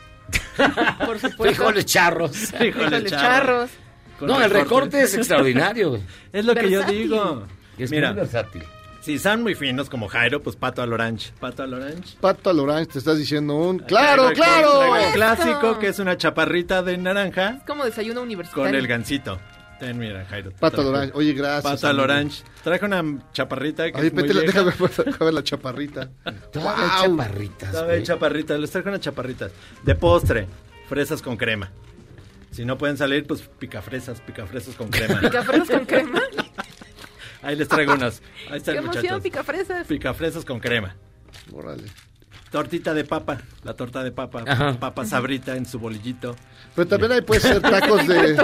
Speaker 7: Mm. (laughs) Por supuesto.
Speaker 6: Frijoles charros.
Speaker 8: Frijoles
Speaker 7: Frijoles charros.
Speaker 8: charros. Con
Speaker 6: No, el recorte es extraordinario. güey.
Speaker 8: (laughs) Es lo que
Speaker 6: Versátil.
Speaker 8: yo digo.
Speaker 6: Es
Speaker 8: Mira,
Speaker 6: muy versátil.
Speaker 8: si son muy finos como Jairo, pues pato al orange. Pato al orange.
Speaker 5: Pato al orange, te estás diciendo un.
Speaker 8: Traigo
Speaker 5: ¡Claro,
Speaker 8: el- traigo
Speaker 5: claro!
Speaker 8: el clásico, que es una chaparrita de naranja
Speaker 7: Es como desayuno universitario.
Speaker 8: con el gancito. Ten, mira, Jairo. te
Speaker 5: Pato
Speaker 8: traje.
Speaker 5: al orange. Oye, gracias,
Speaker 8: Pato al
Speaker 5: amigo.
Speaker 8: orange. Traje una chaparrita que
Speaker 5: Ay,
Speaker 8: es muy
Speaker 5: vete, la-
Speaker 8: vieja.
Speaker 5: déjame ver, déjame ver la chaparrita.
Speaker 6: Todavía
Speaker 5: ¡Guau!
Speaker 6: chaparritas,
Speaker 8: Sabe,
Speaker 6: güey.
Speaker 8: chaparritas, les traigo unas chaparritas. De postre, fresas con crema. Si no pueden salir, pues picafresas, picafresas con crema.
Speaker 7: (laughs) Picafresas con crema.
Speaker 8: (laughs) Ahí les traigo unas. Ahí
Speaker 7: Qué
Speaker 8: están,
Speaker 7: emoción,
Speaker 8: muchachos.
Speaker 7: picafresas.
Speaker 8: Picafresas con crema. Tortita de papa, la torta de papa.
Speaker 5: Ajá.
Speaker 8: Papa sabrita en su bolillito.
Speaker 5: Pero también ahí puede ser tacos
Speaker 7: (laughs)
Speaker 5: de.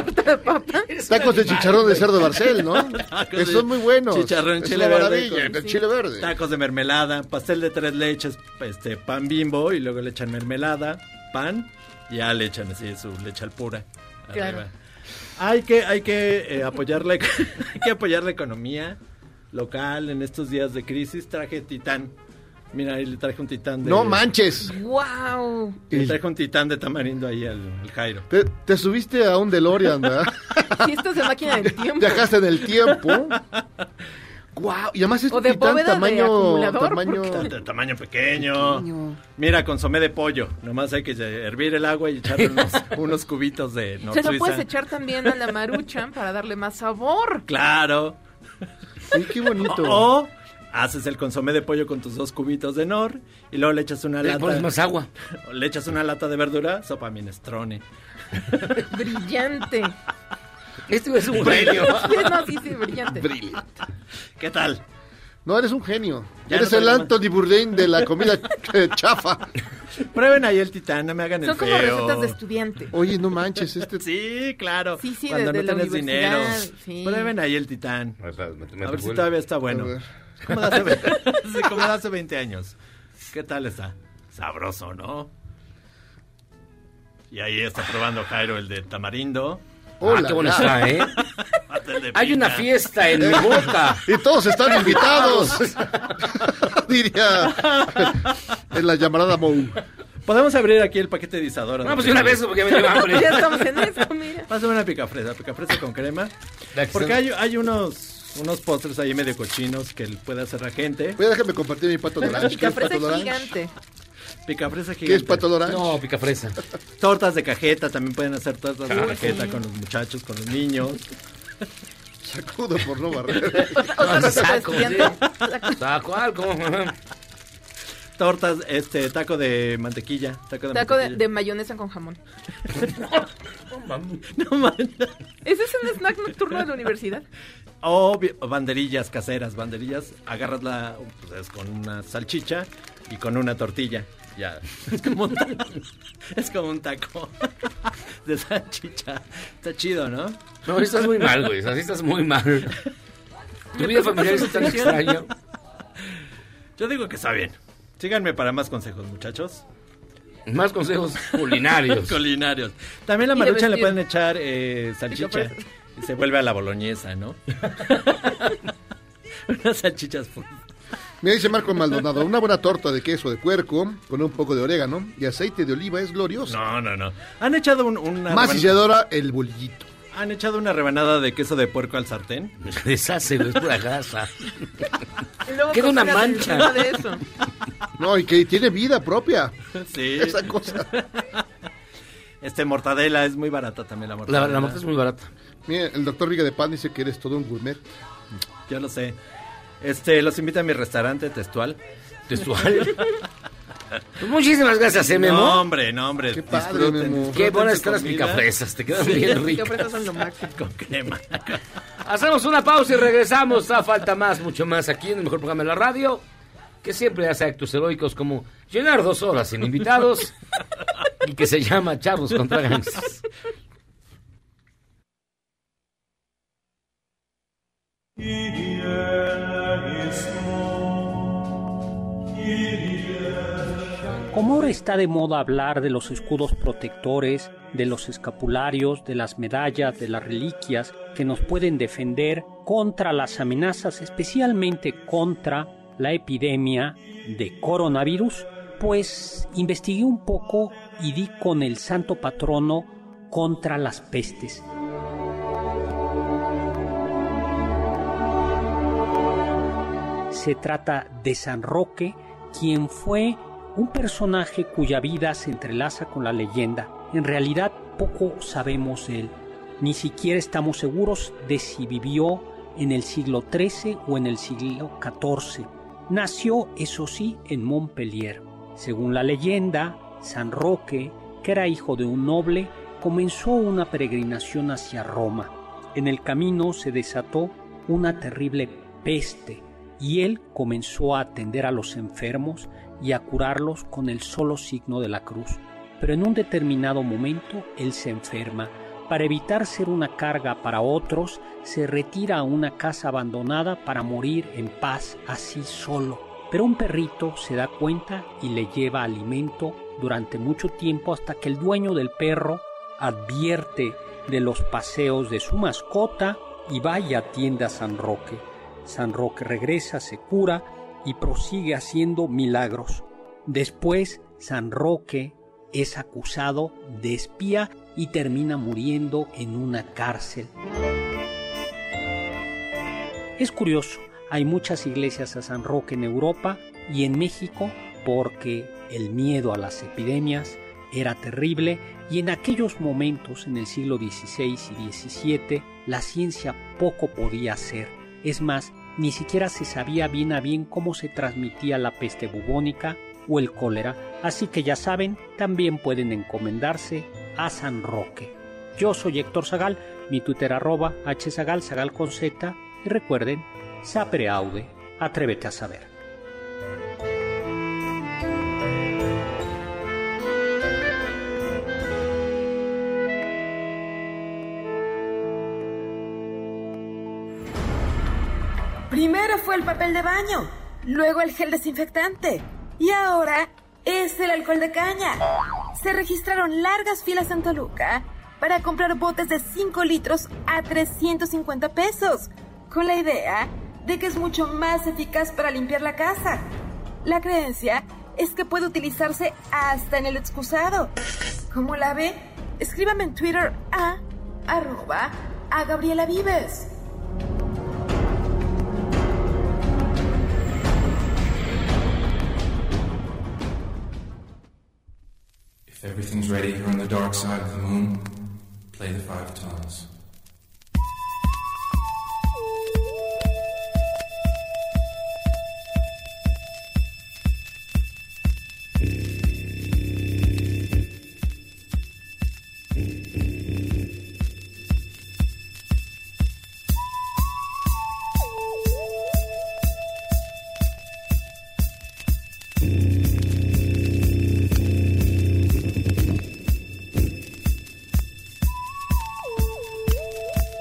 Speaker 5: Tacos de chicharrón de cerdo barcel, ¿no?
Speaker 8: (laughs) Tacos
Speaker 5: Que
Speaker 8: de
Speaker 5: son muy buenos.
Speaker 8: Chicharrón,
Speaker 5: Es
Speaker 8: chile
Speaker 5: una
Speaker 8: verde.
Speaker 5: maravilla,
Speaker 8: con-
Speaker 5: el chile verde.
Speaker 8: Tacos de mermelada, pastel de tres leches, este pan bimbo y luego le echan mermelada, pan, y ya le echan así su leche al pura.
Speaker 7: Claro.
Speaker 8: arriba. Hay que, hay que eh, apoyar la, (laughs) hay que apoyar la economía local en estos días de crisis. Traje titán. Mira, ahí le traje un titán de.
Speaker 5: No manches.
Speaker 7: ¡Wow!
Speaker 8: Le traje un titán de tamarindo ahí al, al Jairo.
Speaker 5: Te, te subiste a un DeLorean, ¿verdad?
Speaker 7: Fiestas de máquina del tiempo.
Speaker 5: Viajaste en el tiempo. Guau, y además es
Speaker 7: O
Speaker 5: un
Speaker 7: de
Speaker 5: titán
Speaker 7: bóveda de
Speaker 5: tamaño,
Speaker 7: acumulador,
Speaker 5: tamaño
Speaker 8: Ta- ta- Tamaño pequeño. Mira, consomé de pollo. Nomás hay que hervir el agua y echarle
Speaker 7: (laughs)
Speaker 8: unos, unos cubitos de Nor
Speaker 7: Se lo
Speaker 8: Suiza.
Speaker 7: puedes echar también a la maruchan para darle más sabor.
Speaker 8: Claro.
Speaker 5: Sí, qué bonito.
Speaker 8: O Haces el consomé de pollo con tus dos cubitos de nor y luego le echas una
Speaker 6: Le
Speaker 8: lata.
Speaker 6: pones más agua.
Speaker 8: O le echas una lata de verdura, sopa minestrone.
Speaker 7: Brillante.
Speaker 6: Este es
Speaker 8: un genio.
Speaker 7: no, (laughs) sí, sí, brillante.
Speaker 8: ¿Qué tal?
Speaker 5: No, eres un genio.
Speaker 8: Ya
Speaker 5: eres
Speaker 8: no
Speaker 5: el
Speaker 8: soy
Speaker 5: Anthony Bourdain de la comida eh, chafa.
Speaker 8: Prueben ahí el titán, no me hagan
Speaker 7: Son como recetas de estudiante.
Speaker 5: Oye, no manches, este...
Speaker 8: Sí, claro.
Speaker 7: Sí, sí,
Speaker 8: Cuando
Speaker 7: de- de
Speaker 8: no
Speaker 7: la
Speaker 8: tenés dinero.
Speaker 7: universidad, sí.
Speaker 8: Prueben ahí el titán.
Speaker 15: me
Speaker 8: a ver si
Speaker 15: revuelve.
Speaker 8: todavía está bueno.
Speaker 15: A ver.
Speaker 8: Es como de hace
Speaker 7: (laughs)
Speaker 8: ve- sí, como de hace 20 años. ¿Qué tal está? Sabroso, ¿no? Y ahí está probando Jairo el de tamarindo.
Speaker 6: Hola, Ah, qué bueno está, ¿eh?
Speaker 8: (laughs) Hasta el de
Speaker 6: Hay
Speaker 8: piña.
Speaker 6: una fiesta en mi boca.
Speaker 5: (laughs) Y todos están
Speaker 6: (laughs)
Speaker 5: invitados. (laughs)
Speaker 8: (laughs)
Speaker 5: Diría en la llamarada Mou.
Speaker 8: Podemos abrir aquí el paquete de Isadora.
Speaker 6: No, pues de una vez, porque ya me dio hambre.
Speaker 7: (laughs) Ya estamos en esto, mira.
Speaker 8: Pásame una picafresa, picafresa con crema. Porque
Speaker 5: está-
Speaker 8: hay, hay unos, unos postres ahí medio cochinos que puede hacer la gente.
Speaker 5: Voy a déjame compartir mi pato de
Speaker 7: Una
Speaker 5: orange. ¿Qué es
Speaker 7: picafresa
Speaker 5: pato de orange?
Speaker 7: gigante.
Speaker 8: Picafresa gigante.
Speaker 5: ¿Qué es pato de orange?
Speaker 6: No, picafresa.
Speaker 8: (laughs) Tortas de cajeta, también pueden hacer tortas de
Speaker 5: Uy,
Speaker 8: cajeta
Speaker 5: sí.
Speaker 8: con los muchachos, con los niños.
Speaker 5: (laughs) Sacudo por no
Speaker 7: (laughs)
Speaker 5: barrer.
Speaker 6: No, sí, Ah, saco, sí. Saco algo.
Speaker 8: Tortas, este, taco de mantequilla. Taco de
Speaker 7: Taco de,
Speaker 8: mantequilla.
Speaker 7: de mayonesa con jamón.
Speaker 8: No manches.
Speaker 7: ¿Ese es un snack nocturno de
Speaker 8: (laughs)
Speaker 7: la universidad?
Speaker 8: O bi- o banderillas caseras, banderillas, agarras la pues, es con una salchicha y con una tortilla. Ya. (laughs) Es como un taco. Es como un taco (laughs) de salchicha. Está chido, ¿no?
Speaker 6: No, estás muy mal, güey. Así estás muy
Speaker 8: (laughs)
Speaker 6: mal. Tu vida familiar es
Speaker 8: pues,
Speaker 6: tan extraña.
Speaker 8: Yo digo que está bien. Síganme para más consejos, muchachos.
Speaker 6: Más consejos culinarios.
Speaker 8: (laughs) culinarios. También la
Speaker 6: Y de
Speaker 8: marucha le
Speaker 6: vestir. pues.
Speaker 8: pueden echar eh, salchicha.
Speaker 6: Picafresas.
Speaker 8: Y se vuelve a la
Speaker 6: (laughs)
Speaker 8: boloñesa, ¿no? Unas salchichas. por-
Speaker 5: Me dice Marco Maldonado, una buena torta de queso de puerco con un poco de orégano y aceite de oliva es gloriosa.
Speaker 8: No, no, no. Han echado un- una.
Speaker 5: Más si se
Speaker 8: rebanada-
Speaker 5: adora el bolillito.
Speaker 8: ¿Han echado una rebanada de queso de puerco
Speaker 6: (laughs)
Speaker 8: al sartén?
Speaker 6: Deshace, es pura grasa.
Speaker 7: Y luego
Speaker 6: Queda una
Speaker 7: cocinas
Speaker 6: mancha.
Speaker 7: encima de eso.
Speaker 5: No, y que tiene vida propia.
Speaker 8: (laughs) Sí.
Speaker 5: Esa cosa.
Speaker 8: Este, mortadela es muy barata también, la mortadela.
Speaker 6: La, la moto es muy barata.
Speaker 5: Mira, el doctor Riga de Pan dice que eres todo un gourmet.
Speaker 8: Yo lo sé. Este, los invito a mi restaurante textual. (laughs)
Speaker 6: ¿Textual? muchísimas gracias, ¿eh, Memo?
Speaker 8: No, hombre, no, hombre. Qué
Speaker 6: padre, Memo. Qué buenas están las picafresas, te quedan bien
Speaker 7: Las
Speaker 6: ricas.
Speaker 7: picafresas son lo
Speaker 6: (laughs)
Speaker 7: máximo.
Speaker 8: Con crema.
Speaker 6: Hacemos una pausa y regresamos. A falta más, mucho más aquí en el mejor programa de la radio. Que siempre hace actos heroicos como llenar dos horas sin invitados.
Speaker 7: (laughs)
Speaker 6: y que se llama Charlos contra Gangsters.
Speaker 18: Como ahora está de moda hablar de los escudos protectores, de los escapularios, de las medallas, de las reliquias que nos pueden defender contra las amenazas, especialmente contra la epidemia de coronavirus, pues investigué un poco y di con el santo patrono contra las pestes. Se trata de San Roque, quien fue un personaje cuya vida se entrelaza con la leyenda. En realidad poco sabemos de él. Ni siquiera estamos seguros de si vivió en el siglo XIII o en el siglo XIV. Nació, eso sí, en Montpellier. Según la leyenda, San Roque, que era hijo de un noble, comenzó una peregrinación hacia Roma. En el camino se desató una terrible peste y él comenzó a atender a los enfermos y a curarlos con el solo signo de la cruz. Pero en un determinado momento él se enferma. Para evitar ser una carga para otros, se retira a una casa abandonada para morir en paz así solo. Pero un perrito se da cuenta y le lleva alimento durante mucho tiempo hasta que el dueño del perro advierte de los paseos de su mascota y va y atiende a San Roque. San Roque regresa, se cura y prosigue haciendo milagros. Después, San Roque es acusado de espía y termina muriendo en una cárcel. Es curioso, hay muchas iglesias a San Roque en Europa y en México porque el miedo a las epidemias era terrible y en aquellos momentos, en el siglo XVI y XVII, la ciencia poco podía hacer. Es más, ni siquiera se sabía bien a bien cómo se transmitía la peste bubónica o el cólera, así que ya saben, también pueden encomendarse a San Roque. Yo soy Héctor Zagal, mi Twitter arroba hzagal, zagal con z, y recuerden, sapere aude, atrévete a saber.
Speaker 2: Primero fue el papel de baño, luego el gel desinfectante y ahora es el alcohol de caña. Se registraron largas filas en Toluca para comprar botes de 5 litros a 350 pesos, con la idea de que es mucho más eficaz para limpiar la casa. La creencia es que puede utilizarse hasta en el excusado. ¿Cómo la ve? Escríbame en Twitter a arroba a Gabriela Vives.
Speaker 19: If everything's ready here on the dark side of the moon, play the five tones.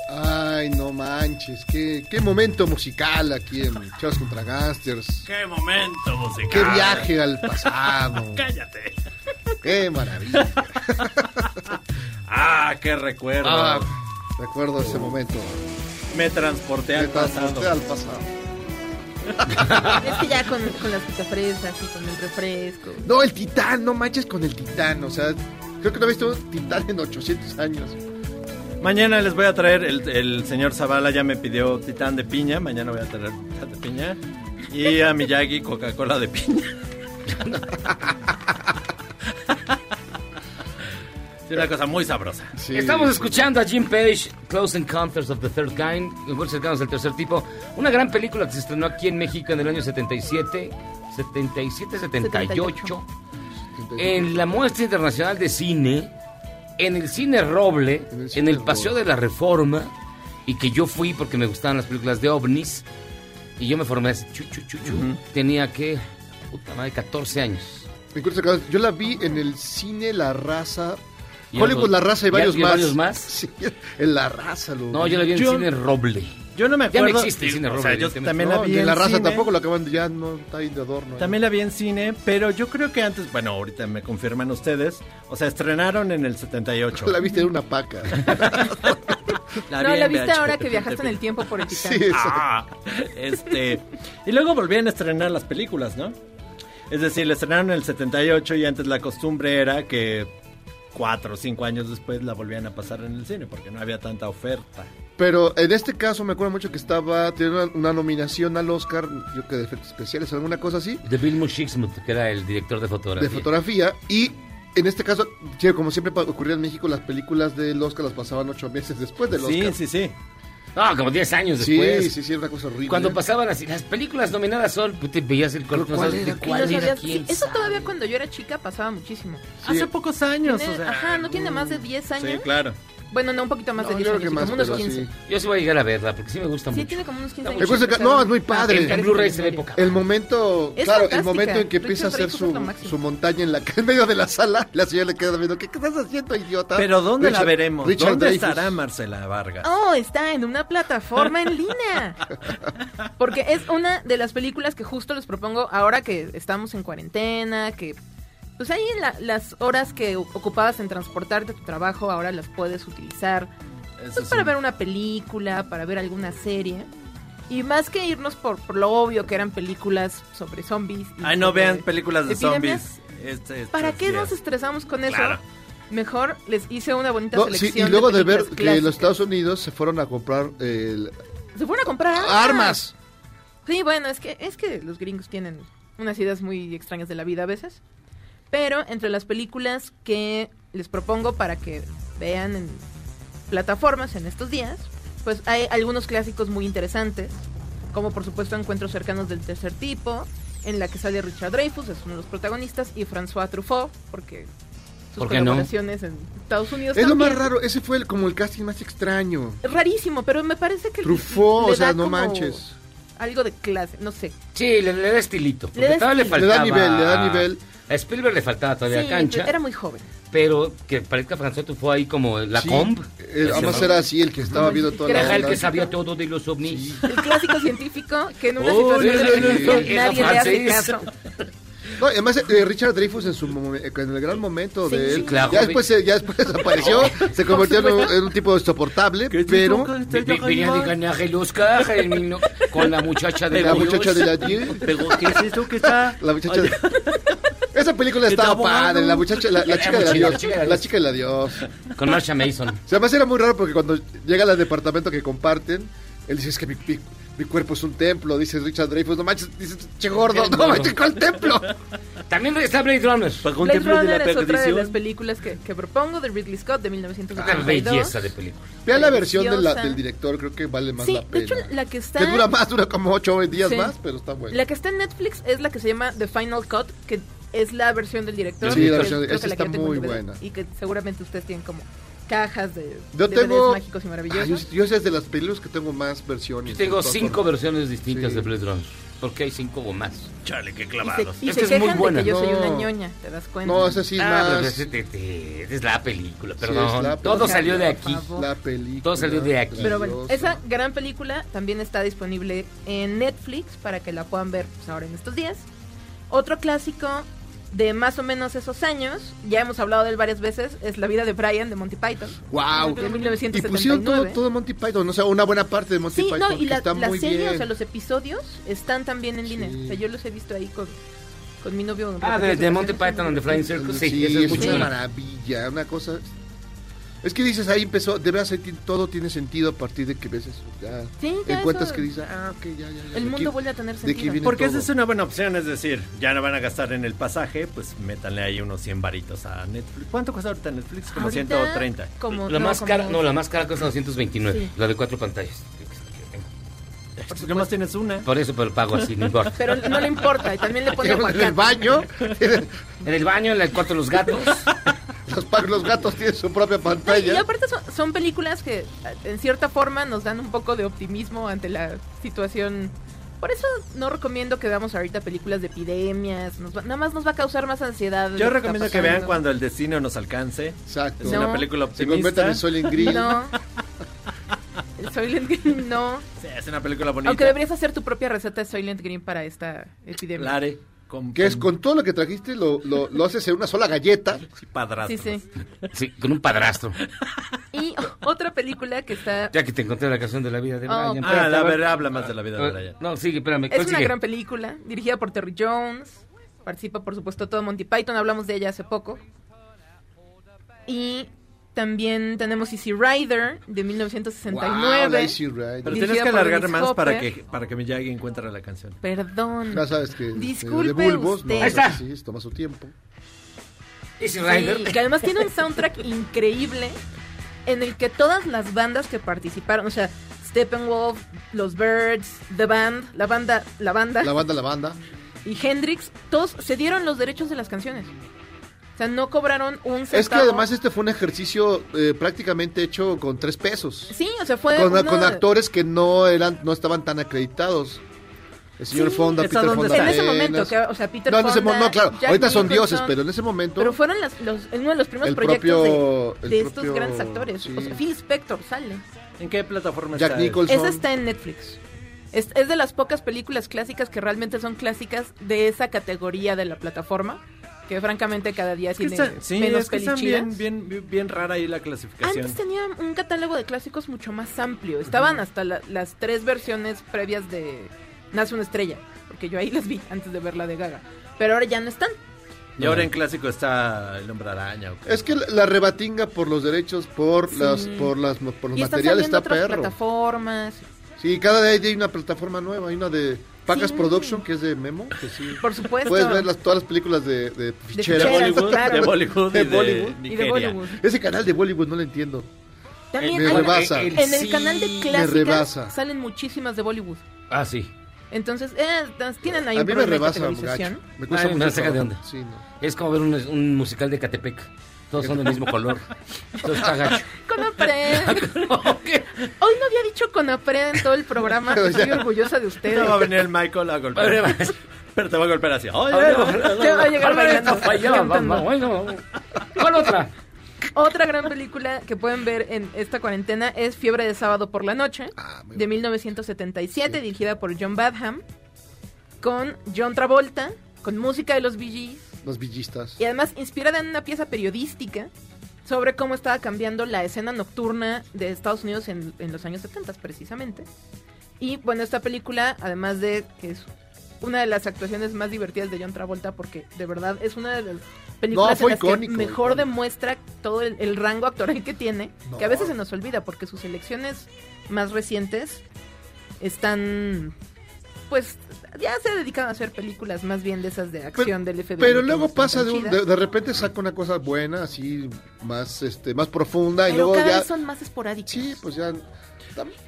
Speaker 5: Ay, no manches, qué, qué momento musical aquí en Charles contra Gangsters.
Speaker 8: ¡Qué momento musical!
Speaker 5: Qué viaje al pasado.
Speaker 8: (laughs) ¡Cállate!
Speaker 5: Qué maravilla. (laughs)
Speaker 8: ¡Ah, qué recuerdo!
Speaker 5: Ah, recuerdo ese momento.
Speaker 8: Me transporté al
Speaker 5: Me transporté
Speaker 8: pasado.
Speaker 5: al pasado.
Speaker 7: Es que ya con, con las pitafresas y con el refresco.
Speaker 5: No, el titán, no manches con el titán. O sea, creo que no he visto titán en 800 años.
Speaker 8: Mañana les voy a traer, el, el señor Zavala ya me pidió titán de piña, mañana voy a traer titán de piña. Y a Miyagi Coca-Cola de piña. Es una cosa muy sabrosa.
Speaker 6: Estamos escuchando a Jim Page, Close Encounters of the Third Kind, Encuentros cercanos del tercer tipo, una gran película que se estrenó aquí en México en el año 77, 77, 78, en la muestra internacional de cine, en el cine Roble, en el Paseo de la Reforma, y que yo fui porque me gustaban las películas de ovnis, y yo me formé así, chu, chu, chu, chu. tenía que, puta madre, 14 años.
Speaker 5: Encuentros cercanos, Yo la vi en el cine La Raza.
Speaker 6: Y
Speaker 5: Hollywood,
Speaker 6: otros-
Speaker 5: La Raza y
Speaker 6: ¿y-
Speaker 5: varios
Speaker 6: y
Speaker 5: más.
Speaker 6: varios más?
Speaker 5: (laughs) Sí, en La Raza. Lo
Speaker 6: No, yo la vi en el cine Roble.
Speaker 8: Yo no me
Speaker 6: Ya no
Speaker 8: acuerdo.
Speaker 6: existe el cine
Speaker 8: O
Speaker 6: Roble.
Speaker 8: sea, yo
Speaker 6: evidentemente.
Speaker 8: también
Speaker 5: No,
Speaker 8: la vi
Speaker 5: ni
Speaker 8: en
Speaker 5: La Raza
Speaker 8: cine.
Speaker 5: tampoco lo acaban de ya, no está ahí de adorno.
Speaker 8: También la vi en cine, pero yo creo que antes, bueno, ahorita me confirman ustedes, o sea, estrenaron en el 78.
Speaker 5: (laughs) La viste en una paca.
Speaker 8: (laughs) La
Speaker 7: no,
Speaker 8: vi
Speaker 7: la
Speaker 8: en
Speaker 7: viste
Speaker 8: VHS, (laughs)
Speaker 7: ahora que
Speaker 8: te-
Speaker 7: viajaste en
Speaker 8: te-
Speaker 7: el tiempo por el titán.
Speaker 8: Ah, este. Y luego volvían a estrenar las películas, ¿no? Es decir, la estrenaron en el 78 y antes la costumbre era que cuatro o cinco años después la volvían a pasar en el cine porque no había tanta oferta.
Speaker 5: Pero en este caso me acuerdo mucho que estaba, tenía una, una nominación al Oscar, yo que de efectos especiales, alguna cosa así,
Speaker 6: De Bill Mushixmuth, que era el director de fotografía.
Speaker 5: de fotografía. Y en este caso, sí, como siempre pa- ocurría en México, las películas del Oscar las pasaban ocho meses después del
Speaker 6: Sí,
Speaker 5: Oscar.
Speaker 8: sí, sí.
Speaker 6: Ah, como 10 años
Speaker 5: Sí,
Speaker 6: después.
Speaker 5: sí, sí, era una cosa horrible.
Speaker 6: Cuando pasaban así, las películas nominadas son, pues, te veías el corto, no
Speaker 5: ¿Cuál
Speaker 6: sabes de
Speaker 5: era?
Speaker 7: Y no
Speaker 6: cuál era
Speaker 7: sabías-
Speaker 6: quién.
Speaker 7: sí, eso todavía cuando yo era chica pasaba muchísimo.
Speaker 8: Hace pocos años,
Speaker 7: Tiene-
Speaker 8: o sea, mm,
Speaker 7: Ajá, no tiene más de 10 años.
Speaker 8: claro.
Speaker 7: Bueno, no, un poquito más de 10 años, como unos 15.
Speaker 6: Yo sí voy a llegar a verla, porque sí me gusta
Speaker 7: Sí,
Speaker 6: mucho.
Speaker 7: tiene como unos 15 años.
Speaker 5: Recuerdo que- no, es muy padre.
Speaker 6: En, en Blu-ray se ve poca.
Speaker 5: El momento,
Speaker 7: Es
Speaker 5: claro, el
Speaker 7: fantástica.
Speaker 5: momento en que empieza a
Speaker 7: Richard
Speaker 5: hacer
Speaker 7: Dreyfuss es
Speaker 5: su,
Speaker 7: lo máximo.
Speaker 5: su montaña en la (laughs) en medio de la sala, la señora le queda viendo, ¿qué, qué estás haciendo, idiota?
Speaker 8: Pero ¿dónde la
Speaker 5: Ah, Richard-
Speaker 8: veremos?
Speaker 5: Richard
Speaker 8: ¿Dónde
Speaker 5: Dreyfuss.
Speaker 8: estará Marcela Vargas?
Speaker 7: Oh, está en una plataforma en línea.
Speaker 8: (laughs)
Speaker 7: Porque es una de las películas que justo les propongo ahora que estamos en cuarentena, que pues ahí en la- las horas que o- ocupabas en transportarte a tu trabajo ahora las puedes utilizar
Speaker 8: Eso
Speaker 7: pues,
Speaker 8: sí.
Speaker 7: para ver una película, para ver alguna serie. Y más que irnos por, por lo obvio que eran películas sobre zombies. y
Speaker 8: Ay, no
Speaker 7: sobre
Speaker 8: vean películas de
Speaker 7: epidemias,
Speaker 8: zombies. Este- estos
Speaker 7: ¿Para qué
Speaker 8: días.
Speaker 7: nos estresamos con eso?
Speaker 8: Claro.
Speaker 7: Mejor les hice una bonita
Speaker 5: No, sí,
Speaker 7: selección.
Speaker 5: y luego de ver
Speaker 7: películas
Speaker 5: que
Speaker 7: clásicas.
Speaker 5: los Estados Unidos se fueron a comprar el-
Speaker 7: Se fueron a comprar
Speaker 5: armas.
Speaker 7: Sí, bueno, es que, es que los gringos tienen unas ideas muy extrañas de la vida a veces. Pero entre las películas que les propongo para que vean en plataformas en estos días, pues hay algunos clásicos muy interesantes. como por supuesto Encuentros cercanos del tercer tipo, en la que sale Richard Dreyfus, es uno de los protagonistas, y François Truffaut, porque sus
Speaker 6: ¿Por qué no?
Speaker 7: colaboraciones en Estados Unidos
Speaker 5: Es lo
Speaker 7: también.
Speaker 5: más raro, ese fue el, como el casting más extraño.
Speaker 7: Rarísimo, pero me parece que
Speaker 5: Truffaut,
Speaker 7: le
Speaker 5: o sea,
Speaker 7: da
Speaker 5: no
Speaker 7: como
Speaker 5: manches.
Speaker 7: Algo de clase, no sé.
Speaker 6: Sí, le, le da estilito. Porque
Speaker 7: Le da
Speaker 6: todavía le
Speaker 7: estilito.
Speaker 6: faltaba.
Speaker 7: Le da nivel, le da
Speaker 5: nivel.
Speaker 6: A Spielberg le faltaba todavía
Speaker 7: Sí,
Speaker 6: cancha.
Speaker 7: era muy joven.
Speaker 6: Pero que parezca François fue ahí como la
Speaker 5: Sí,
Speaker 6: comp.
Speaker 5: eh, además era así el que estaba viendo toda la
Speaker 6: Era el
Speaker 5: onda.
Speaker 6: que sabía todo de los ovnis.
Speaker 7: El
Speaker 5: (laughs)
Speaker 7: clásico científico que en una
Speaker 6: Oh,
Speaker 7: situación
Speaker 6: no, no,
Speaker 7: de
Speaker 6: no,
Speaker 7: emergencia
Speaker 6: no,
Speaker 7: nadie
Speaker 6: no,
Speaker 7: le hace
Speaker 6: francés.
Speaker 7: caso.
Speaker 5: No, y además eh, Richard Dreyfus en su momen- eh, en el gran momento
Speaker 7: Sí,
Speaker 5: de él.
Speaker 7: sí, claro.
Speaker 5: Ya después se- ya
Speaker 6: (laughs)
Speaker 5: después desapareció, se convirtió en un,
Speaker 6: supuesto.
Speaker 5: en un tipo insoportable, pero
Speaker 6: Ve- ve- venía de ganar el Oscar el niño, con la muchacha de
Speaker 5: la
Speaker 6: Dios.
Speaker 5: muchacha de
Speaker 6: (laughs)
Speaker 5: la Die.
Speaker 6: Pero, ¿qué es eso que está?
Speaker 5: La muchacha de- (laughs) Esa película estaba
Speaker 6: abogado.
Speaker 5: padre, la muchacha la, la
Speaker 6: Era
Speaker 5: chica de la
Speaker 6: muy chida,
Speaker 5: Dios,
Speaker 6: la chica de la
Speaker 5: la
Speaker 6: Dios.
Speaker 5: chica de la Dios.
Speaker 6: Con Marsha Mason.
Speaker 5: O sea, además era muy raro porque cuando llega al departamento que comparten, él dice, es que mi, mi- mi cuerpo es un templo, dice Richard Dreyfus, no manches, dice, che gordo,
Speaker 6: Eres
Speaker 5: no
Speaker 6: gordo.
Speaker 5: manches, ¿cuál templo?
Speaker 6: (laughs) También está Blade Runner.
Speaker 7: Blade Runner es otra de las películas que, que propongo de Ridley Scott
Speaker 5: Ah,
Speaker 7: de 1982.
Speaker 6: belleza de película.
Speaker 5: Vea la versión de la-
Speaker 7: Preciosa.
Speaker 5: del director, creo que vale más
Speaker 7: Sí,
Speaker 5: la
Speaker 7: de
Speaker 5: pena.
Speaker 7: hecho, la que está-
Speaker 5: Que dura más, dura como ocho días
Speaker 7: Sí.
Speaker 5: más, pero está bueno.
Speaker 7: La que está en Netflix es la que se llama The Final Cut, que es la versión del director.
Speaker 5: Sí, la
Speaker 7: que
Speaker 5: versión-
Speaker 7: creo que
Speaker 5: esa
Speaker 7: la que
Speaker 5: está
Speaker 7: tengo en
Speaker 5: muy
Speaker 7: DVD,
Speaker 5: buena.
Speaker 7: Y que seguramente ustedes tienen como cajas de
Speaker 5: Yo
Speaker 7: DVDs
Speaker 5: tengo...
Speaker 7: mágicos y
Speaker 5: Ah, yo,
Speaker 7: maravillosos.
Speaker 5: yo sé de las películas que tengo más versiones.
Speaker 6: Tengo
Speaker 5: Entonces,
Speaker 6: cinco versiones distintas
Speaker 5: Sí.
Speaker 6: de Blade Runner. Porque hay cinco o más.
Speaker 8: Chale, qué
Speaker 7: y se, y
Speaker 6: Esta
Speaker 7: se
Speaker 6: es muy
Speaker 7: quejan de
Speaker 6: buena.
Speaker 7: que yo soy una
Speaker 6: No.
Speaker 7: ñoña, ¿te das cuenta?
Speaker 5: No, esa sí es
Speaker 6: Ah, pero
Speaker 5: más...
Speaker 6: ese te- te- es la película,
Speaker 5: Sí, es
Speaker 6: perdón.
Speaker 5: la
Speaker 6: Todo
Speaker 5: película.
Speaker 6: salió de aquí.
Speaker 5: La película.
Speaker 6: Todo salió de aquí.
Speaker 7: Pero bueno, esa gran película también está disponible en Netflix para que la puedan ver pues, ahora en estos días. Otro clásico de más o menos esos años, ya hemos hablado de él varias veces, es La vida de Brian de Monty Python.
Speaker 5: ¡Wow!
Speaker 7: De
Speaker 5: Y pusieron todo,
Speaker 7: 1979.
Speaker 5: todo Monty Python, o sea, una buena parte de Monty
Speaker 7: Sí,
Speaker 5: Python.
Speaker 7: no, y
Speaker 5: que
Speaker 7: la,
Speaker 5: está
Speaker 7: la
Speaker 5: muy
Speaker 7: serie,
Speaker 5: bien.
Speaker 7: o sea, los episodios están también en línea. O sea, yo los he visto ahí con, con mi novio.
Speaker 6: Ah, de, de Monty Python and the Flying Circus. Sí,
Speaker 5: Sí,
Speaker 6: esa es
Speaker 5: es,
Speaker 6: muy
Speaker 5: una
Speaker 6: chingona.
Speaker 5: maravilla, una cosa... Es que dices, ahí empezó, de verdad, ahí ti- todo tiene sentido a partir de que ves eso. Ya,
Speaker 7: Sí, ya
Speaker 5: encuentras
Speaker 7: eso-
Speaker 5: que dices, ah, ok, ya, ya, ya.
Speaker 7: El
Speaker 5: de
Speaker 7: mundo
Speaker 5: aquí-
Speaker 7: vuelve a tener
Speaker 5: de aquí
Speaker 7: sentido.
Speaker 5: viene
Speaker 8: Porque
Speaker 5: todo.
Speaker 8: esa es una buena opción, es decir, ya no van a gastar en el pasaje, pues métanle ahí unos 100 varitos a Netflix. ¿Cuánto cuesta ahorita Netflix? Como
Speaker 7: Ahorita,
Speaker 8: 130.
Speaker 7: como-
Speaker 6: La
Speaker 7: no,
Speaker 6: más
Speaker 7: como-
Speaker 6: cara, no, la más cara cuesta 229.
Speaker 7: Sí.
Speaker 6: La de cuatro pantallas.
Speaker 8: Nomás tienes una.
Speaker 6: Por eso pero pago así, no importa.
Speaker 7: Pero no le importa, y también
Speaker 6: (laughs)
Speaker 7: le pone
Speaker 5: En el
Speaker 7: aguacate.
Speaker 5: baño,
Speaker 7: (laughs)
Speaker 6: En el baño, en el cuarto de los gatos.
Speaker 5: los, pa- los (laughs) gatos tienen su propia
Speaker 7: No, y
Speaker 5: pantalla.
Speaker 7: aparte son, son películas que eh, en cierta forma nos dan un poco de optimismo ante la situación. Por eso no recomiendo que veamos ahorita películas de epidemias. nos va- nada más nos va a causar más ansiedad.
Speaker 8: Yo recomiendo que vean cuando el destino nos alcance.
Speaker 5: Exacto.
Speaker 8: Es
Speaker 7: No.
Speaker 8: una película
Speaker 5: Se
Speaker 8: optimista.
Speaker 5: convierten en Soylent Green.
Speaker 7: No. El Soylent Green, no.
Speaker 8: Sí, es una película bonita.
Speaker 7: Aunque deberías hacer tu propia receta de Soylent Green para esta epidemia.
Speaker 8: Lare, con,
Speaker 5: Que es con todo lo que trajiste, lo, lo, lo haces en una sola galleta.
Speaker 8: padrastro.
Speaker 7: Sí, sí.
Speaker 6: Sí, con un padrastro.
Speaker 7: Y otra película que está...
Speaker 6: Ya que te encontré la canción de la vida de
Speaker 7: Oh,
Speaker 6: Brian.
Speaker 7: Ah,
Speaker 6: espérate,
Speaker 8: la
Speaker 6: a ver.
Speaker 8: verdad, habla más de la vida de
Speaker 6: Ah,
Speaker 8: Brian.
Speaker 6: No, sigue, espérame. ¿cuál
Speaker 7: Es una
Speaker 6: sigue?
Speaker 7: gran película, dirigida por Terry Jones. Participa, por supuesto, todo Monty Python. Hablamos de ella hace poco. Y también tenemos Easy Rider, de 1969.
Speaker 5: Wow, la Easy Rider.
Speaker 8: Pero
Speaker 7: dirigida
Speaker 8: tienes que
Speaker 7: por
Speaker 8: alargar
Speaker 7: Dennis
Speaker 8: más para
Speaker 7: Hopper.
Speaker 8: que, para que Miyagi encuentre la canción.
Speaker 7: Perdón.
Speaker 5: Ya sabes que. eh,
Speaker 7: Disculpe
Speaker 5: de bulbos,
Speaker 7: usted.
Speaker 5: no,
Speaker 7: Ahí está.
Speaker 5: Sí, toma su tiempo.
Speaker 6: Easy
Speaker 7: Sí,
Speaker 6: Rider.
Speaker 7: que además tiene un soundtrack increíble en el que todas las bandas que participaron, o sea, Steppenwolf, Los Birds, The Band, la banda, la banda,
Speaker 5: La banda, la banda.
Speaker 7: y Hendrix, todos se dieron los derechos de las canciones. O sea, no cobraron un centavo.
Speaker 5: Es que además este fue un ejercicio eh, prácticamente hecho con tres pesos.
Speaker 7: Sí, o sea, fue
Speaker 5: Con,
Speaker 7: uno
Speaker 5: con
Speaker 7: de-
Speaker 5: actores que no eran no estaban tan acreditados. El señor
Speaker 7: Sí.
Speaker 5: Fonda, Peter Fonda.
Speaker 7: En ese
Speaker 5: Arenas.
Speaker 7: momento, que, o sea, Peter
Speaker 5: no, en ese
Speaker 7: Fonda,
Speaker 5: momento, no, claro.
Speaker 7: Jack
Speaker 5: Ahorita son
Speaker 7: Nicholson,
Speaker 5: dioses, pero en ese momento.
Speaker 7: Pero fueron las- los- uno de los primeros
Speaker 5: El
Speaker 7: proyectos
Speaker 5: propio-
Speaker 7: de,
Speaker 5: el
Speaker 7: de estos
Speaker 5: propio-
Speaker 7: grandes actores. O sea, Phil Spector sale.
Speaker 8: ¿En qué plataforma
Speaker 5: Jack
Speaker 8: está?
Speaker 5: Nicholson.
Speaker 7: Esa está en Netflix. Es, es de las pocas películas clásicas que realmente son clásicas de esa categoría de la plataforma, que francamente cada día
Speaker 8: Que
Speaker 7: tiene
Speaker 8: está- sí,
Speaker 7: menos
Speaker 8: es que están
Speaker 7: pelichidas.
Speaker 8: bien, bien, bien- bien rara ahí la clasificación.
Speaker 7: Antes tenía un catálogo de clásicos mucho más amplio. Estaban hasta la- las tres versiones previas de Nace una estrella, porque yo ahí las vi antes de ver la de Gaga. Pero ahora ya no están.
Speaker 8: Y ahora en clásico está El Hombre Araña. ¿o qué?
Speaker 5: Es que la, la rebatinga por los derechos, por las, por las por los
Speaker 7: y están
Speaker 5: materiales
Speaker 7: saliendo
Speaker 5: está
Speaker 7: otras
Speaker 5: perro.
Speaker 7: plataformas.
Speaker 5: Sí, cada día hay una plataforma nueva, hay una de Pacas Production que es de Memo, que sí.
Speaker 7: Por supuesto.
Speaker 5: Puedes ver las, todas las películas de, de ficheras.
Speaker 7: ficheras, De Bollywood, claro.
Speaker 8: de Bollywood y de
Speaker 7: Y de Bollywood.
Speaker 5: Ese canal de Bollywood no lo entiendo.
Speaker 7: También
Speaker 5: Me
Speaker 7: ahora,
Speaker 5: rebasa.
Speaker 7: en el canal de
Speaker 5: Me
Speaker 7: clásicas
Speaker 5: rebasa.
Speaker 7: salen muchísimas de Bollywood.
Speaker 6: Ah, sí.
Speaker 7: Entonces, eh, entonces, tienen ahí
Speaker 5: A
Speaker 7: un
Speaker 5: mí me
Speaker 7: problema de
Speaker 5: rebasa,
Speaker 7: categorización.
Speaker 5: gacho.
Speaker 6: Me
Speaker 5: Me cuesta mucho
Speaker 6: Ah, saca de
Speaker 5: trabajo.
Speaker 6: onda.
Speaker 5: Sí, no.
Speaker 6: Es como ver un, un musical de Catepec. Todos son del mismo color. Entonces está gacho. (laughs)
Speaker 7: Conapred. Hoy no había dicho Conapred en todo el
Speaker 5: (laughs)
Speaker 7: programa.
Speaker 8: Pero
Speaker 7: Estoy
Speaker 8: ya.
Speaker 7: orgullosa de ustedes.
Speaker 8: No va a venir el Michael a golpear. Pero te va a golpear así. Oye,
Speaker 7: Oye, te Oh, va a llegar bailando, cantando.
Speaker 6: ¿eh? ¿Cuál otra?
Speaker 7: Otra gran película que pueden ver en esta cuarentena es Fiebre de Sábado por la Noche,
Speaker 5: Ah,
Speaker 7: de 1977, dirigida por John Badham, con John Travolta, con música de los Bee Gees,
Speaker 5: Los villistas.
Speaker 7: y además inspirada en una pieza periodística sobre cómo estaba cambiando la escena nocturna de Estados Unidos en, en los años 70 precisamente. Y bueno, esta película, además de que es una de las actuaciones más divertidas de John Travolta, porque de verdad es una de las
Speaker 5: No,
Speaker 7: películas
Speaker 5: fue
Speaker 7: en las
Speaker 5: icónico,
Speaker 7: que mejor demuestra todo el, el rango actoral que tiene,
Speaker 5: No.
Speaker 7: que a veces se nos olvida porque sus elecciones más recientes están pues ya se dedican a hacer películas más bien de esas de acción del FBI.
Speaker 5: Pero
Speaker 7: que no
Speaker 5: luego
Speaker 7: están
Speaker 5: pasa
Speaker 7: tan
Speaker 5: de, un-
Speaker 7: chidas.
Speaker 5: de, de repente saca una cosa buena, así más este más profunda y
Speaker 7: Pero
Speaker 5: luego
Speaker 7: cada
Speaker 5: ya
Speaker 7: vez son más esporádicas.
Speaker 5: Sí, pues ya.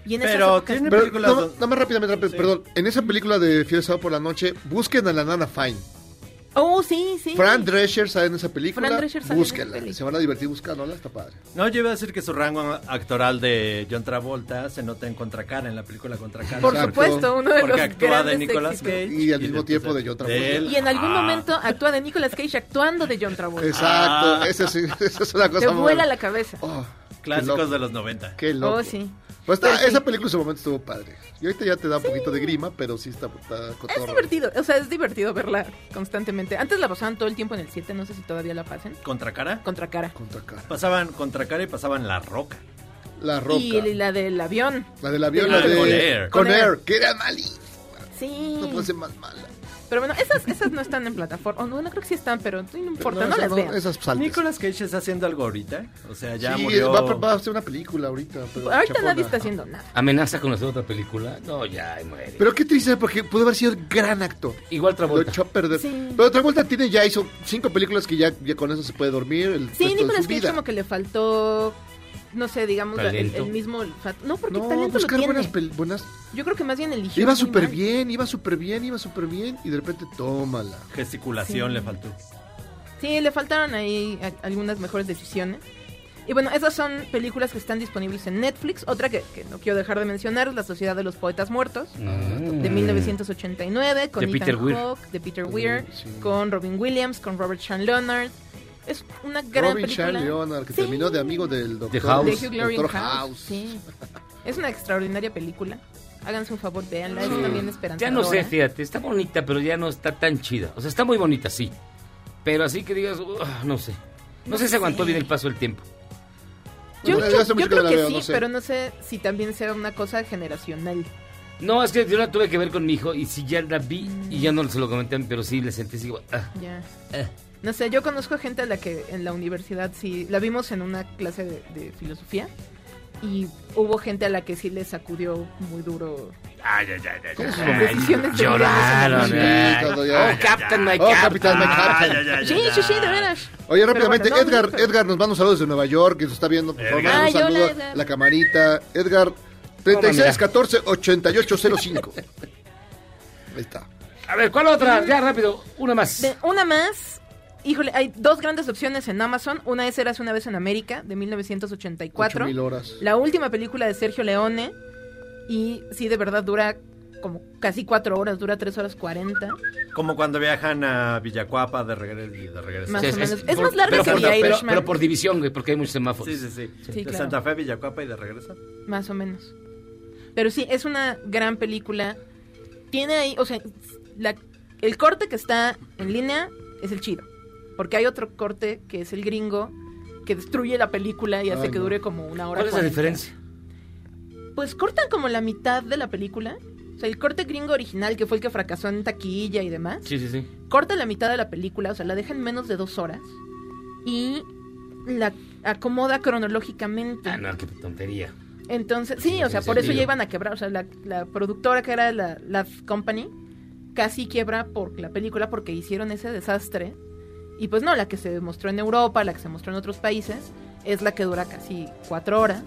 Speaker 7: Y en
Speaker 8: Pero
Speaker 7: esas épocas-
Speaker 8: tiene
Speaker 5: Pero,
Speaker 8: películas
Speaker 5: nada-
Speaker 8: donde-
Speaker 5: nada más rápidamente, rápido, perdón. En esa película de Fiel Sábado por la Noche, busquen a la nana Fine.
Speaker 7: Oh, sí, sí.
Speaker 5: Fran Drescher sale en esa película.
Speaker 7: Fran Drescher sale en
Speaker 5: Búsquenla. Se van a divertir buscándola, está padre.
Speaker 8: No, yo iba a decir que su rango actoral de John Travolta se nota en Contracara, en la película Contracara.
Speaker 7: Por supuesto, uno de
Speaker 8: Porque
Speaker 7: los
Speaker 8: actúa de
Speaker 7: grandes
Speaker 8: Nicolas
Speaker 7: éxitos.
Speaker 8: Cage.
Speaker 5: Y al mismo tiempo de John Travolta.
Speaker 8: él.
Speaker 7: Y en algún
Speaker 8: Ah.
Speaker 7: momento actúa de Nicolas Cage actuando de John Travolta.
Speaker 8: Ah.
Speaker 5: Exacto, esa es, (laughs) esa es una cosa
Speaker 7: Te
Speaker 5: muy-
Speaker 7: vuela la cabeza.
Speaker 5: Qué loco.
Speaker 8: Clásicos de los 90.
Speaker 5: Qué loco.
Speaker 7: Oh, sí.
Speaker 5: Pues está- esa película en su momento estuvo padre. Y ahorita ya te da un poquito de grima, pero sí está, está
Speaker 7: Es
Speaker 5: cotorro.
Speaker 7: divertido, o sea, es divertido verla constantemente. Antes la pasaban todo el tiempo en el 7, no sé si todavía la pasen.
Speaker 8: ¿Contracara?
Speaker 7: Contracara.
Speaker 5: Contracara.
Speaker 8: Pasaban Contracara y pasaban La Roca.
Speaker 5: La
Speaker 7: Y, y la del avión.
Speaker 5: La del
Speaker 8: avión, la de- Con Air.
Speaker 5: Con Air, que era malísima.
Speaker 7: Sí.
Speaker 5: No puede ser más mala.
Speaker 7: Pero bueno, esas, esas no están en plataforma. Oh, no, no creo que sí están, pero no importa, no,
Speaker 5: esas
Speaker 7: las
Speaker 5: no,
Speaker 7: vean.
Speaker 5: esas saltes.
Speaker 8: Nicolas Cage está haciendo algo ahorita. O sea, ya
Speaker 5: sí,
Speaker 8: murió.
Speaker 5: Va, a- va a hacer una película ahorita. Pero
Speaker 7: Ahorita
Speaker 5: chafona.
Speaker 7: nadie está haciendo nada.
Speaker 6: ¿Amenaza con hacer otra película? No, ya, ay, muere.
Speaker 5: Pero qué triste, porque pudo haber sido un gran actor.
Speaker 6: Igual Travolta.
Speaker 5: Lo echó a perder. Pero Travolta tiene ya hizo cinco películas que ya, ya con eso se puede dormir. El resto
Speaker 7: Sí,
Speaker 5: de
Speaker 7: Nicolas
Speaker 5: su
Speaker 7: Cage
Speaker 5: vida.
Speaker 7: como que le faltó, no sé, digamos, la- el,
Speaker 5: Talento.
Speaker 7: el mismo olfato. No, porque el
Speaker 5: No, pues
Speaker 7: talento lo
Speaker 5: buscar
Speaker 7: tiene.
Speaker 5: buenas, pel- buenas.
Speaker 7: Yo creo que más bien eligió.
Speaker 5: Iba
Speaker 7: muy
Speaker 5: súper
Speaker 7: mal.
Speaker 5: bien, iba súper bien, iba súper bien. Y de repente, tómala.
Speaker 8: Gesticulación
Speaker 7: Sí.
Speaker 8: le faltó.
Speaker 7: Sí, le faltaron ahí a- algunas mejores decisiones. Y bueno, esas son películas que están disponibles en Netflix. Otra que, que no quiero dejar de mencionar es La Sociedad de los Poetas Muertos, de 1989, con
Speaker 6: Ah. De Peter
Speaker 7: Ethan
Speaker 6: Weir.
Speaker 7: Hawke, de Peter Weir, con Robin Williams, con Robert Sean Leonard. Es una gran
Speaker 5: Robin
Speaker 7: película.
Speaker 5: Sean Leonard, que terminó de amigo del doctor
Speaker 7: De Hugh Glory
Speaker 5: Doctor
Speaker 7: en House,
Speaker 5: House.
Speaker 7: sí. Es una extraordinaria película. Háganse un favor, véanla,
Speaker 6: Sí.
Speaker 7: es también esperanzadora.
Speaker 6: Ya no sé, fíjate, está bonita, pero ya no está tan chida. O sea, está muy bonita, sí. Pero así que digas, "Ugh", no sé. No sé si aguantó bien el paso del tiempo.
Speaker 7: Yo,
Speaker 6: Bueno,
Speaker 7: yo-
Speaker 6: ya hace
Speaker 7: yo
Speaker 6: mucho que no
Speaker 7: creo
Speaker 6: la
Speaker 7: que
Speaker 6: veo,
Speaker 7: sí,
Speaker 6: no sé.
Speaker 7: pero no sé si también sea una cosa generacional.
Speaker 6: No, es que yo la tuve que ver con mi hijo y si ya la vi y ya no se lo comenté, pero sí le sentí así. ah.
Speaker 7: Ya.
Speaker 6: Eh.
Speaker 7: No sé, yo conozco gente a la que en la universidad sí, la vimos en una clase de, de filosofía y hubo gente a la que sí le sacudió muy duro.
Speaker 8: Ay, ay, ay, ay.
Speaker 7: sus
Speaker 8: ay,
Speaker 7: decisiones
Speaker 8: ay,
Speaker 7: de
Speaker 6: Lloraron.
Speaker 5: Sí,
Speaker 6: ay.
Speaker 5: todo ya.
Speaker 6: Oh, Captain, my
Speaker 5: Oh, Captain, my
Speaker 6: Captain.
Speaker 5: Captain.
Speaker 7: Sí, sí, sí, de veras.
Speaker 5: Oye,
Speaker 7: Pero
Speaker 5: rápidamente,
Speaker 7: bueno, no,
Speaker 5: Edgar,
Speaker 7: nunca.
Speaker 5: Edgar nos manda un saludo desde Nueva York, que nos está viendo, por favor,
Speaker 7: Edgar. Ah,
Speaker 5: manda un
Speaker 7: Ay, hola,
Speaker 5: saludo,
Speaker 7: Edgar.
Speaker 5: la camarita, Edgar,
Speaker 7: (laughs)
Speaker 5: 3614-8805. Ahí está.
Speaker 6: A ver, ¿cuál otra? Ya rápido, una más.
Speaker 7: De- una más. Híjole, hay dos grandes opciones en Amazon. Una es Eras una vez en América, de 1984.
Speaker 5: 8000 horas.
Speaker 7: La última película de Sergio Leone. Y sí, de verdad dura como casi cuatro horas, dura tres horas cuarenta.
Speaker 8: Como cuando viajan a Villacuapa de regreso. De regreso.
Speaker 7: Más o menos. Es
Speaker 6: por-
Speaker 7: más larga
Speaker 6: pero
Speaker 7: que
Speaker 6: por-
Speaker 7: The
Speaker 6: pero-
Speaker 7: Irishman.
Speaker 6: Pero por división, güey, porque hay muchos semáforos.
Speaker 8: Sí, sí, sí.
Speaker 7: Sí,
Speaker 8: de
Speaker 7: claro.
Speaker 8: Santa Fe, Villacuapa y de regreso.
Speaker 7: Más o menos. Pero sí, es una gran película. Tiene ahí, o sea, la- el corte que está en línea es el chido. Porque hay otro corte que es el gringo, que destruye la película y hace
Speaker 6: Ay,
Speaker 7: que
Speaker 6: no.
Speaker 7: dure como una hora.
Speaker 6: ¿Cuál es la
Speaker 7: 40.
Speaker 6: diferencia?
Speaker 7: Pues cortan como la mitad de la película. O sea, el corte gringo original, que fue el que fracasó en taquilla y demás,
Speaker 6: Sí, sí, sí.
Speaker 7: corta la mitad de la película, o sea, la deja en menos de dos horas y la acomoda cronológicamente.
Speaker 6: Ah, no, qué tontería.
Speaker 7: Entonces, sí, o sea,
Speaker 6: tiene
Speaker 7: por eso
Speaker 6: sentido.
Speaker 7: ya iban a quebrar. O sea, la, la productora que era la, la Company casi quiebra por la película porque hicieron ese desastre. Y pues no, la que se mostró en Europa, la que se mostró en otros países, es la que dura casi cuatro horas.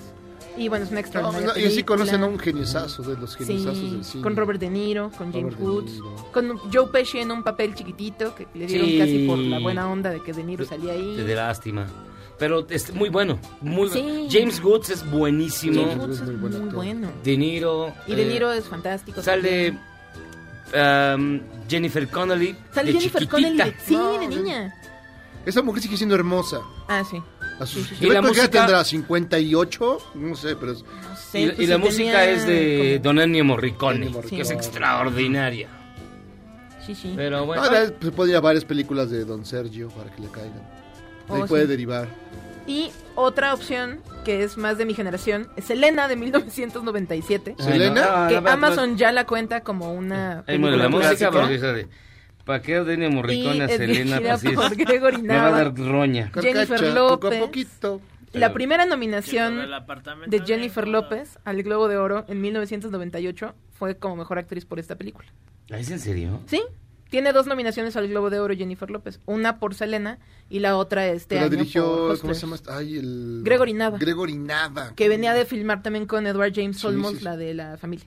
Speaker 7: Y bueno, es una
Speaker 5: No,
Speaker 7: extraordinaria
Speaker 5: no, y así
Speaker 7: película.
Speaker 5: conocen a un geniesazo de los
Speaker 7: Sí,
Speaker 5: geniesazos del cine.
Speaker 7: con Robert De Niro, con James
Speaker 5: Robert De
Speaker 7: Woods, con Joe Pesci en un papel chiquitito que le dieron
Speaker 6: Sí.
Speaker 7: casi por la buena onda de que De Niro salía ahí.
Speaker 6: Te de lástima. Pero es muy bueno. Muy
Speaker 7: Sí.
Speaker 6: James Woods es buenísimo.
Speaker 7: James Woods es muy bueno.
Speaker 6: De Niro.
Speaker 7: Y De
Speaker 6: eh,
Speaker 7: Niro es fantástico.
Speaker 6: Sale
Speaker 7: también.
Speaker 6: um, Jennifer Connelly.
Speaker 7: Sale
Speaker 6: de
Speaker 7: Jennifer
Speaker 6: chiquitita.
Speaker 7: Connelly. de- Sí, de niña.
Speaker 5: Esa mujer sigue siendo hermosa.
Speaker 7: Ah, sí.
Speaker 5: A sus...
Speaker 7: sí, sí.
Speaker 5: Yo
Speaker 7: Y la
Speaker 5: creo que ya
Speaker 7: música-
Speaker 5: tendrá 58, no sé, pero... es-
Speaker 6: Y,
Speaker 7: pues
Speaker 6: y la música es de Don Ennio Morricone, que es
Speaker 5: Morricone.
Speaker 6: extraordinaria.
Speaker 7: Sí, sí.
Speaker 6: Pero bueno.
Speaker 5: Ahora Ah, se puede ir a varias películas de Don Sergio para que le caigan. De ahí
Speaker 7: Oh,
Speaker 5: puede
Speaker 7: sí.
Speaker 5: derivar.
Speaker 7: Y otra opción que es más de mi generación es Selena de 1997.
Speaker 5: ¿Selena? Ah,
Speaker 7: Que
Speaker 5: la verdad,
Speaker 7: Amazon ya la cuenta como una.
Speaker 6: Ay, bueno, la
Speaker 7: película
Speaker 6: música,
Speaker 7: clásica.
Speaker 6: porque esa de. ¿Para qué de Ennio Morricone a
Speaker 7: es
Speaker 6: Selena?
Speaker 7: dirigida
Speaker 6: Pues, sí, es-
Speaker 7: por Gregory
Speaker 6: me va a
Speaker 7: Nava.
Speaker 6: dar roña.
Speaker 7: Jennifer
Speaker 5: Carcacha, poco a
Speaker 7: López.
Speaker 5: poquito.
Speaker 7: La
Speaker 6: Pero-
Speaker 7: primera nominación de Jennifer López al Globo de Oro en 1998 fue como mejor actriz por esta película.
Speaker 6: ¿Ah, ¿Es en serio?
Speaker 7: Sí, tiene dos nominaciones al Globo de Oro Jennifer López, una por Selena y la otra este
Speaker 5: Pero la
Speaker 7: año por
Speaker 5: dirigió, ¿cómo
Speaker 7: Hustlers,
Speaker 5: se llama? esta? Ay, el...
Speaker 7: Gregory Nava.
Speaker 5: Gregory Nava.
Speaker 7: que venía de filmar también con Edward James
Speaker 5: Sí,
Speaker 7: Olmos,
Speaker 5: sí, sí.
Speaker 7: la de la familia.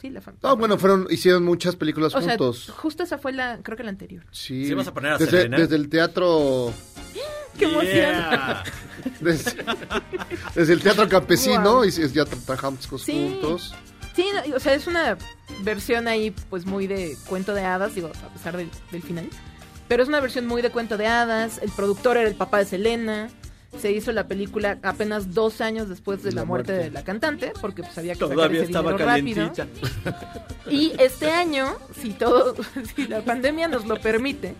Speaker 7: Sí, la familia.
Speaker 5: Ah, bueno, fueron, hicieron muchas películas
Speaker 7: O sea,
Speaker 5: juntos.
Speaker 7: justo esa fue la, creo que la anterior.
Speaker 5: Sí.
Speaker 8: ¿Sí vas a poner a
Speaker 5: desde,
Speaker 8: Selena?
Speaker 5: desde el teatro.
Speaker 7: ¡Qué emoción!
Speaker 5: (laughs) Desde, desde el teatro campesino.
Speaker 7: Wow.
Speaker 5: Y sí, ya tra- trabajamos cos-
Speaker 7: Sí.
Speaker 5: juntos.
Speaker 7: Sí, no, y- o sea, es una versión ahí, pues muy de cuento de hadas, digo, a pesar del, del final. Pero es una versión muy de cuento de hadas. El productor era el papá de Selena. Se hizo la película apenas dos años después de la, muerte, de la cantante, porque pues había que sacar
Speaker 8: Todavía
Speaker 7: ese
Speaker 8: estaba
Speaker 7: dinero rápido.
Speaker 8: calientita.
Speaker 7: Y este año, si todo, (laughs) si la pandemia nos lo permite,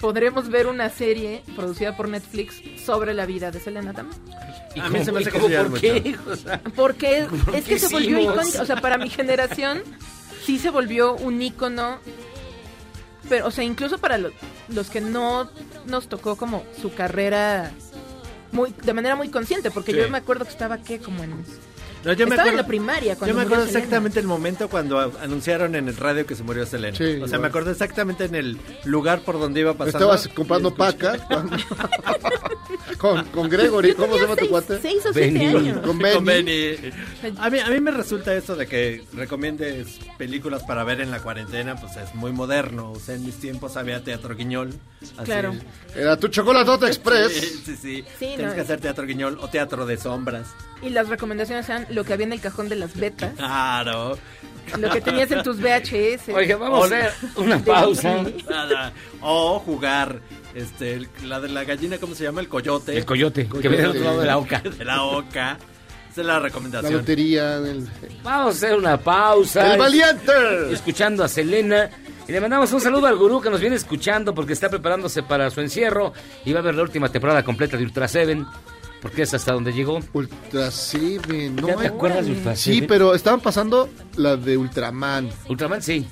Speaker 7: podremos ver una serie producida por Netflix sobre la vida de Selena también.
Speaker 6: ¿Y
Speaker 8: A mí
Speaker 6: cómo-
Speaker 8: se me hace
Speaker 6: y
Speaker 8: que
Speaker 6: cómo
Speaker 8: sí,
Speaker 6: ¿Por
Speaker 8: mucho.
Speaker 6: qué? O sea, (laughs)
Speaker 7: Porque es,
Speaker 6: ¿Por
Speaker 7: es
Speaker 6: qué
Speaker 7: que se volvió
Speaker 6: hicimos?
Speaker 7: icónico, o sea, para mi generación sí se volvió un ícono, pero, o sea, incluso para lo- los que no nos tocó como su carrera muy de manera muy consciente, porque
Speaker 8: Sí.
Speaker 7: yo me acuerdo que estaba, ¿qué? Como en...
Speaker 8: No, yo me
Speaker 7: estaba en
Speaker 8: acuerdo-
Speaker 7: la primaria cuando
Speaker 8: Yo me acuerdo
Speaker 7: murió Selena.
Speaker 8: exactamente el momento cuando a- anunciaron en el radio que se murió Selena.
Speaker 5: Sí,
Speaker 8: o sea,
Speaker 5: igual.
Speaker 8: me acuerdo exactamente en el lugar por donde iba pasando.
Speaker 5: Estabas comprando
Speaker 8: (laughs)
Speaker 5: pacas. cuando- con, con Gregory.
Speaker 8: Yo
Speaker 5: ¿Cómo se llama tu
Speaker 8: tenía
Speaker 5: cuate?
Speaker 8: seis- seis o siete Benny. años.
Speaker 5: Con
Speaker 8: Sí,
Speaker 5: Benny.
Speaker 8: con Benny. A mí, a mí me resulta eso de que recomiendes películas para ver en la cuarentena, pues es muy moderno. O sea, en mis tiempos había teatro guiñol. así.
Speaker 7: Claro.
Speaker 5: Era tu chocolatota express.
Speaker 8: Sí, sí, sí.
Speaker 7: Sí,
Speaker 8: Tienes
Speaker 7: no,
Speaker 8: que
Speaker 7: es-
Speaker 8: hacer teatro guiñol o teatro de sombras.
Speaker 7: Y las recomendaciones eran lo que había en el cajón de las betas,
Speaker 8: Claro.
Speaker 7: lo que tenías en
Speaker 8: (laughs)
Speaker 7: tus VHS.
Speaker 6: Oiga, vamos a
Speaker 8: Hola.
Speaker 6: hacer
Speaker 8: (laughs)
Speaker 6: una pausa.
Speaker 8: Nada. O jugar este, el- la de la gallina, ¿cómo se llama? El coyote.
Speaker 6: El coyote, que viene del otro lado de la oca.
Speaker 8: (laughs) De la oca. Esa es la
Speaker 5: La
Speaker 8: recomendación.
Speaker 5: lotería. el-
Speaker 6: Vamos a hacer una pausa.
Speaker 5: ¡El valiente!
Speaker 6: Escuchando a Selena. Y le mandamos un saludo al gurú que nos viene escuchando porque está preparándose para su encierro y va a ver la última temporada completa de Ultra Seven. Porque es hasta donde llegó.
Speaker 5: Ultra Seven, no.
Speaker 6: ¿Ya te acuerdas de Ultra
Speaker 5: Sí,
Speaker 6: Seven?
Speaker 5: pero estaban pasando la de Ultraman.
Speaker 6: Ultraman, sí.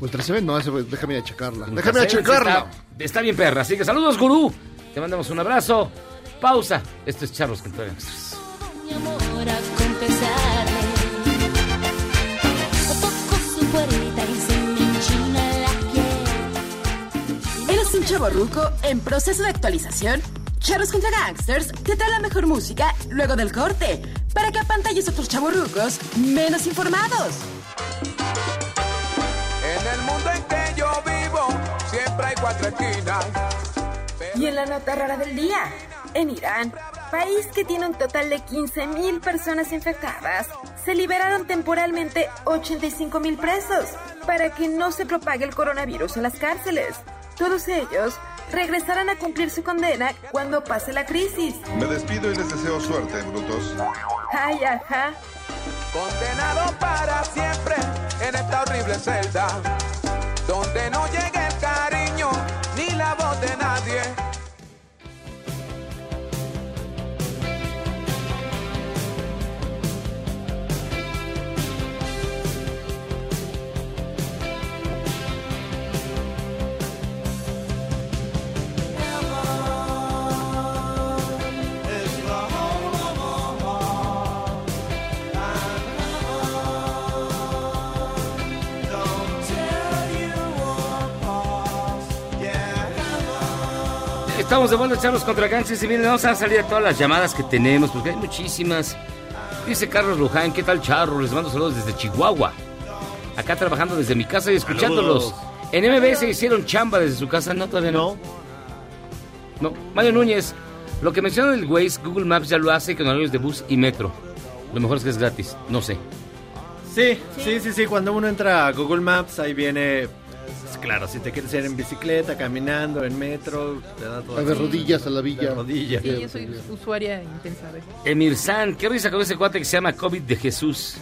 Speaker 5: Ultra Seven, no, ese fue- déjame ir a checarla.
Speaker 6: Ultra
Speaker 5: déjame ir a
Speaker 6: Seven sí
Speaker 5: checarla.
Speaker 6: Está, está bien, perra. Así que saludos, gurú. Te mandamos un abrazo. Pausa. Esto es Charlos Cantores Gangsters.
Speaker 10: Ahora confesaré Toco su puerta y se me enchina la piel
Speaker 20: ¿Eres un chavo ruco en proceso de actualización? Charros contra Gangsters te trae la mejor música luego del corte para que apantalles a otros chavos rucos menos informados.
Speaker 21: En el mundo en que yo vivo, siempre hay cuatro esquinas.
Speaker 2: Y en la nota rara del día, en Irán, país que tiene un total de 15.000 personas infectadas, se liberaron temporalmente 85.000 presos para que no se propague el coronavirus en las cárceles. Todos ellos regresarán a cumplir su condena cuando pase la crisis.
Speaker 22: Me despido y les deseo suerte, brutos.
Speaker 2: Ay, ajá.
Speaker 21: Condenado para siempre en esta horrible celda, donde no llega el cariño ni la voz de nadie.
Speaker 6: Estamos de vuelta, Charlos contra Gangsters. Y miren, vamos a salir a todas las llamadas que tenemos porque hay muchísimas. Dice Carlos Luján, ¿qué tal Charro? Les mando saludos desde Chihuahua. Acá trabajando desde mi casa y escuchándolos.
Speaker 8: Saludos.
Speaker 6: En MBS hicieron chamba desde su casa, no todavía no. No. Mario Núñez, lo que menciona el Waze, Google Maps ya lo hace con horarios de bus y metro. Lo mejor es que es gratis, no sé.
Speaker 8: Sí, sí, sí, sí. Cuando uno entra a Google Maps, ahí viene. pues, claro, si te quieres ir en bicicleta, caminando, en metro, te da todo.
Speaker 5: A de
Speaker 8: así.
Speaker 5: rodillas a la villa.
Speaker 8: De rodillas.
Speaker 7: Sí, yo soy usuaria intensa. a veces.
Speaker 6: Emir San, qué risa con ese cuate que se llama COVID de Jesús.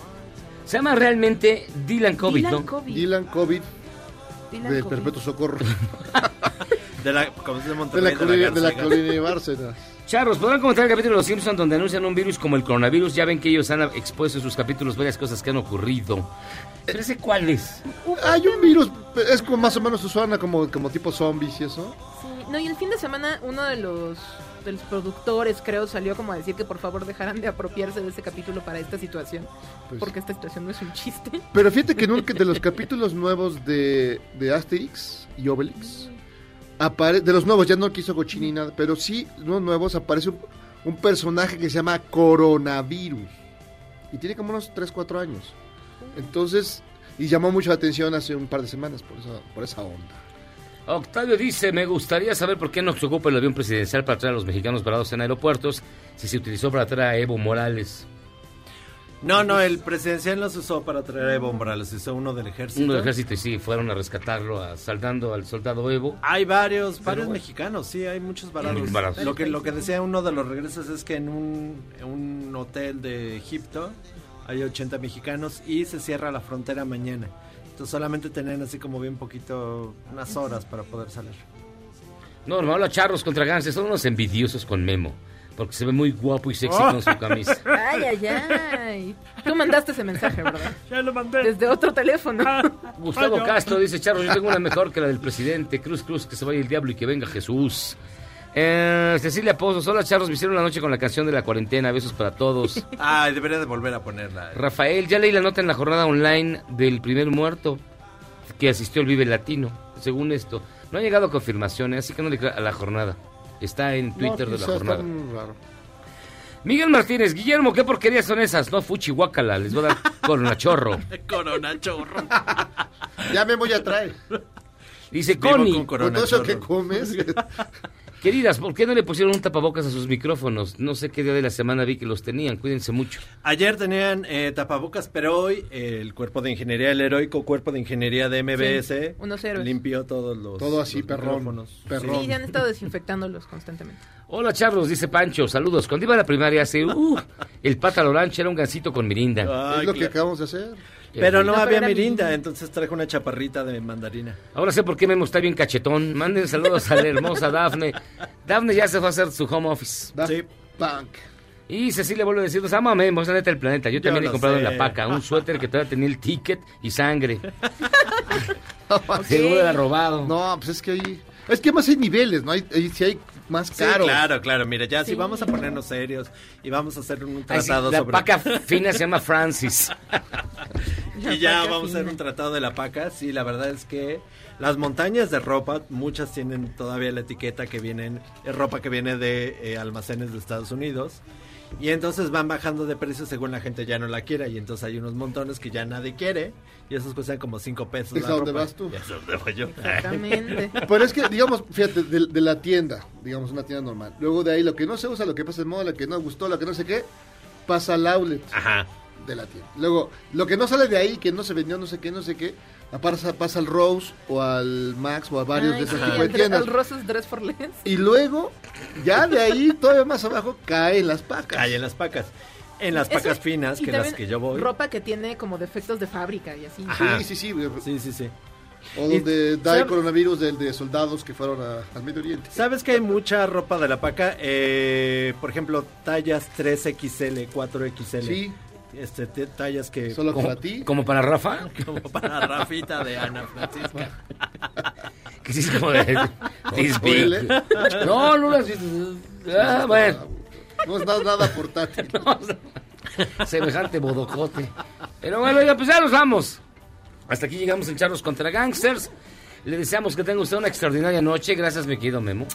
Speaker 6: Se llama realmente Dylan COVID,
Speaker 7: Dylan
Speaker 6: ¿no?
Speaker 7: Covid.
Speaker 5: Dylan COVID
Speaker 7: Dylan
Speaker 5: de
Speaker 7: Covid.
Speaker 5: Perpetuo Socorro.
Speaker 8: (laughs) De la, ¿cómo se llama?
Speaker 5: de la
Speaker 8: Monterrey,
Speaker 5: colonia de, la
Speaker 8: García.
Speaker 5: colonia de Bárcenas.
Speaker 6: Charros, ¿podrán comentar el capítulo de Los Simpsons donde anuncian un virus como el coronavirus? Ya ven que ellos han expuesto en sus capítulos varias cosas que han ocurrido. ¿Pero ese cuál es?
Speaker 5: Hay un virus, es como más o menos Susana, como, como tipo zombies y eso.
Speaker 7: Sí, No, y el fin de semana uno de los, de los productores, creo, salió como a decir que por favor dejaran de apropiarse de ese capítulo para esta situación.
Speaker 5: Pues-
Speaker 7: porque esta situación no es un chiste.
Speaker 5: Pero fíjate que en un de los capítulos nuevos de, de Asterix y Obelix, apare- de los nuevos, ya no quiso Gochini ni nada, pero sí, los nuevos, aparece un, un personaje que se llama Coronavirus. Y tiene como unos 3, 4 años. Entonces, y llamó mucho la atención hace un par de semanas por esa, por esa onda.
Speaker 6: Octavio dice, me gustaría saber por qué no se ocupa el avión presidencial para traer a los mexicanos parados en aeropuertos si se utilizó para traer a Evo Morales.
Speaker 8: No, no, el presidencial los usó para traer a Evo Morales, hizo uno del ejército.
Speaker 6: Uno del ejército y sí, fueron a rescatarlo asaltando al soldado Evo.
Speaker 8: Hay varios, varios
Speaker 6: bueno.
Speaker 8: mexicanos, sí, hay muchos varados.
Speaker 6: Muchos varados.
Speaker 8: Lo que lo que decía uno de los regresos es que en un, en un hotel de Egipto hay 80 mexicanos y se cierra la frontera mañana. Entonces solamente tenían así como bien poquito, unas horas para
Speaker 6: (laughs)
Speaker 8: poder salir.
Speaker 6: No, hermano, habla charros contra ganses, son unos envidiosos con Memo, porque se ve muy guapo y sexy con
Speaker 7: (laughs)
Speaker 6: su camisa.
Speaker 7: Ay, ay, ay. Tú mandaste ese mensaje, ¿verdad?
Speaker 8: (laughs) Ya lo mandé. Ah,
Speaker 7: Desde otro teléfono.
Speaker 8: (laughs)
Speaker 6: Gustavo
Speaker 7: Ay, no.
Speaker 6: Castro dice, Charro, yo tengo una mejor que
Speaker 7: (laughs)
Speaker 6: la del presidente. Cruz, cruz, que se vaya el diablo y que venga Jesús. Eh, Cecilia Pozos, hola Charros, me hicieron la noche con la canción de la cuarentena, besos para todos.
Speaker 8: Ay, Ah, debería de volver a ponerla. eh.
Speaker 6: Rafael, ya leí la nota en la jornada online del primer muerto que asistió al Vive Latino, según esto. No ha llegado confirmaciones, así que no le crea- a la jornada. Está en Twitter de la
Speaker 5: No, quizás
Speaker 6: jornada.
Speaker 5: está muy raro.
Speaker 6: Miguel Martínez, Guillermo, ¿qué porquerías son esas? No, fuchi, guácala, les
Speaker 5: (laughs)
Speaker 6: voy a dar con la chorro.
Speaker 8: (laughs) Corona chorro.
Speaker 5: Ya me voy a traer.
Speaker 6: Dice
Speaker 5: Vivo
Speaker 6: Connie. Pues,
Speaker 5: con corona, Con todo eso que chorro. comes.
Speaker 6: (laughs) Queridas, ¿por qué no le pusieron un tapabocas a sus micrófonos? No sé qué día de la semana vi que los tenían. Cuídense mucho.
Speaker 8: Ayer tenían eh, tapabocas, pero hoy eh, el cuerpo de ingeniería, el heroico cuerpo de ingeniería de MBS,
Speaker 7: Sí, unos héroes.
Speaker 8: limpió todos los.
Speaker 5: Todo así,
Speaker 8: los
Speaker 5: perrón,
Speaker 8: micrófonos.
Speaker 7: Sí, ya han estado desinfectándolos constantemente.
Speaker 6: Hola, Charlos, dice Pancho. Saludos. Cuando iba a la primaria hace... Uh, el pata Lorancha era un gancito con mirinda.
Speaker 5: es lo que acabamos de hacer.
Speaker 8: Pero no,
Speaker 6: No, pero
Speaker 8: había
Speaker 6: era
Speaker 8: mirinda,
Speaker 6: mirinda.
Speaker 8: entonces trajo una chaparrita de mandarina.
Speaker 6: Ahora sé por qué Memo está bien cachetón. Manden saludos a la hermosa Dafne. Dafne ya se fue a hacer su home office.
Speaker 8: Sí.
Speaker 6: Y Cecilia vuelve a decirnos, ama a Memo, es la neta del planeta. Yo
Speaker 8: Yo
Speaker 6: también
Speaker 8: lo
Speaker 6: he comprado en
Speaker 8: sé.
Speaker 6: la paca un suéter que todavía tenía el ticket y sangre.
Speaker 5: (laughs)
Speaker 6: Seguro era robado.
Speaker 5: No, pues es que ahí. Es que más hay niveles, ¿no? Hay, hay- sí hay más
Speaker 8: Sí,
Speaker 5: caros.
Speaker 8: claro, claro. Mira, ya si
Speaker 5: Sí.
Speaker 8: vamos a ponernos serios y vamos a hacer un
Speaker 6: Ay, sí,
Speaker 8: tratado
Speaker 6: la
Speaker 8: sobre. (laughs)
Speaker 6: paca fina se llama Francis.
Speaker 8: y ya vamos a hacer un tratado de la paca. Sí, la verdad es que las montañas de ropa, muchas tienen todavía la etiqueta que vienen, es ropa que viene de eh, almacenes de Estados Unidos. Y entonces van bajando de precio según la gente ya no la quiera. Y entonces hay unos montones que ya nadie quiere. Y esos cuestan como 5 pesos.
Speaker 5: ¿Es
Speaker 8: la
Speaker 5: a dónde
Speaker 8: ropa.
Speaker 5: vas
Speaker 8: (laughs)
Speaker 5: tú?
Speaker 8: Y Es a donde voy yo. (laughs)
Speaker 5: Pero es que, digamos, fíjate, de, de la tienda, digamos, una tienda normal. Luego de ahí lo que no se usa, lo que pasa de moda, lo que no gustó, lo que no sé qué, pasa al outlet
Speaker 8: Ajá.
Speaker 5: de la tienda. Luego, lo que no sale de ahí, que no se vendió, no sé qué, no sé qué, la pasa, pasa al Rose o al Max o a varios de
Speaker 7: Ay,
Speaker 5: esos
Speaker 7: sí,
Speaker 5: tipos de
Speaker 7: al-
Speaker 5: tiendas.
Speaker 7: al Rosas Dress for Less.
Speaker 5: Y luego, ya de ahí, todavía más abajo, caen las pacas.
Speaker 8: Caen las pacas. En las
Speaker 7: Eso-
Speaker 8: pacas finas,
Speaker 7: y
Speaker 8: que las
Speaker 7: también
Speaker 8: que yo voy.
Speaker 7: Ropa que tiene como defectos de fábrica y así.
Speaker 8: Ajá.
Speaker 5: Sí, sí,
Speaker 8: Sí, sí, sí.
Speaker 5: O donde da el
Speaker 8: ¿sabes?
Speaker 5: coronavirus del de soldados que fueron a- al
Speaker 6: (laughs)
Speaker 5: Medio Oriente.
Speaker 8: ¿Sabes que hay mucha ropa de la paca? Eh, por ejemplo, tallas 3XL, 4XL.
Speaker 5: Sí.
Speaker 8: Este, te- tallas que...
Speaker 5: Solo
Speaker 6: ¿Como-
Speaker 5: para ti.
Speaker 6: ¿Como para Rafa?
Speaker 8: (laughs) Como para Rafita de Ana
Speaker 6: (laughs)
Speaker 8: Francisca.
Speaker 6: Que sí es como
Speaker 5: (laughs)
Speaker 6: de- this big.
Speaker 5: Duele.
Speaker 6: Pues, (laughs) No, no las Ah, bueno.
Speaker 5: No es nada, nada
Speaker 6: (laughs)
Speaker 5: portátil.
Speaker 6: Semejante bodocote. Pero bueno, oiga, pues ya nos vamos. Hasta aquí llegamos en Charlos contra Gangsters. Le deseamos que tenga usted una extraordinaria noche. Gracias, mi querido Memo.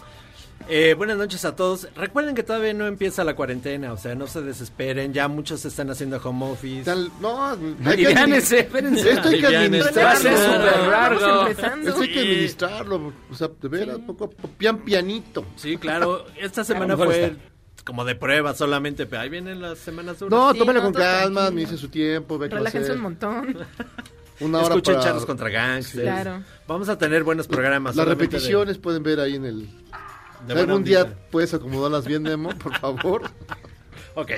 Speaker 8: Eh, buenas noches a todos. Recuerden que todavía no empieza la cuarentena, o sea, no se desesperen. Ya muchos están haciendo home office.
Speaker 5: no,
Speaker 6: Aliviánense, espérense.
Speaker 5: Esto hay que administrarlo.
Speaker 6: Va a ser súper largo.
Speaker 5: Esto hay que administrarlo. O sea, de veras, poco a poco, pian pianito.
Speaker 8: Sí, claro. Esta
Speaker 5: A
Speaker 6: Ah,
Speaker 8: semana
Speaker 5: lo mejor
Speaker 8: fue
Speaker 5: está.
Speaker 8: como de prueba solamente, pero ahí vienen las semanas duras.
Speaker 5: No, tómelo con calma, me dice su tiempo, ve que va a
Speaker 7: Relájense
Speaker 5: ser
Speaker 7: un
Speaker 5: (laughs)
Speaker 7: montón.
Speaker 5: Una hora
Speaker 8: Escuchen
Speaker 5: para-
Speaker 8: charlas contra gangsters.
Speaker 5: Sí.
Speaker 7: Claro.
Speaker 8: Vamos a tener buenos programas.
Speaker 5: Las
Speaker 8: solamente de-
Speaker 5: repeticiones pueden ver ahí en el. Si
Speaker 8: buena
Speaker 5: algún día
Speaker 8: ondita.
Speaker 5: puedes acomodarlas bien, Nemo, por
Speaker 6: (laughs)
Speaker 5: favor.
Speaker 8: Ok,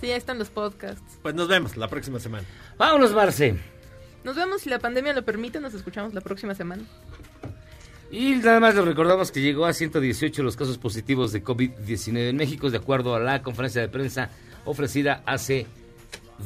Speaker 7: Sí, ahí están los podcasts.
Speaker 8: pues nos vemos la próxima semana.
Speaker 6: Vámonos, Marce.
Speaker 7: Nos vemos si la pandemia lo permite. Nos escuchamos la próxima semana.
Speaker 6: Y nada más les recordamos que llegó a 118 los casos positivos de COVID-19 en México, de acuerdo a la conferencia de prensa ofrecida hace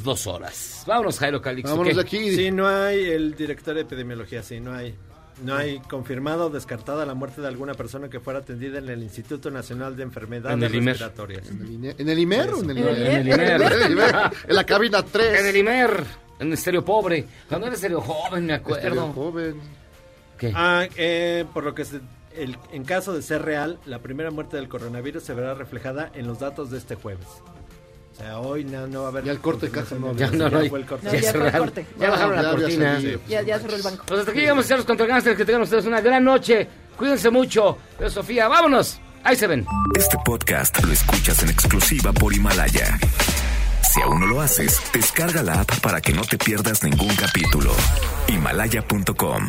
Speaker 6: dos horas. Vámonos, Jairo Calix. ¿ok?
Speaker 5: (laughs)
Speaker 8: Sí, no hay el director de epidemiología, sí, no hay. No hay confirmado o descartada la muerte de alguna persona que fuera atendida en el Instituto Nacional de Enfermedades
Speaker 5: En el IMER.
Speaker 8: Respiratorias.
Speaker 5: ¿En el INE- en el IMER o en el
Speaker 6: En el
Speaker 5: INE?
Speaker 6: Imer.
Speaker 5: (laughs) En el IMER. En la cabina 3.
Speaker 6: En el Imer. En Estéreo Pobre. Cuando era Estéreo Joven, me acuerdo.
Speaker 8: Ah, eh, por lo que se- el- en caso de ser real, la primera muerte del coronavirus se verá reflejada en los datos de este jueves. O sea, hoy no, no va a haber. Ya el corte de caja
Speaker 6: Ya no lo hay. Ya No, ya cerraron. fue el corte. Ya bajaron la cortina.
Speaker 7: Ya, ya cerró el banco.
Speaker 6: Pues hasta aquí llegamos, señores contra gánster. Que tengan ustedes una gran noche. Cuídense mucho. Yo, Sofía, vámonos. Ahí se ven.
Speaker 23: Este podcast lo escuchas en exclusiva por Himalaya. Si aún no lo haces, descarga la app para que no te pierdas ningún capítulo. Himalaya.com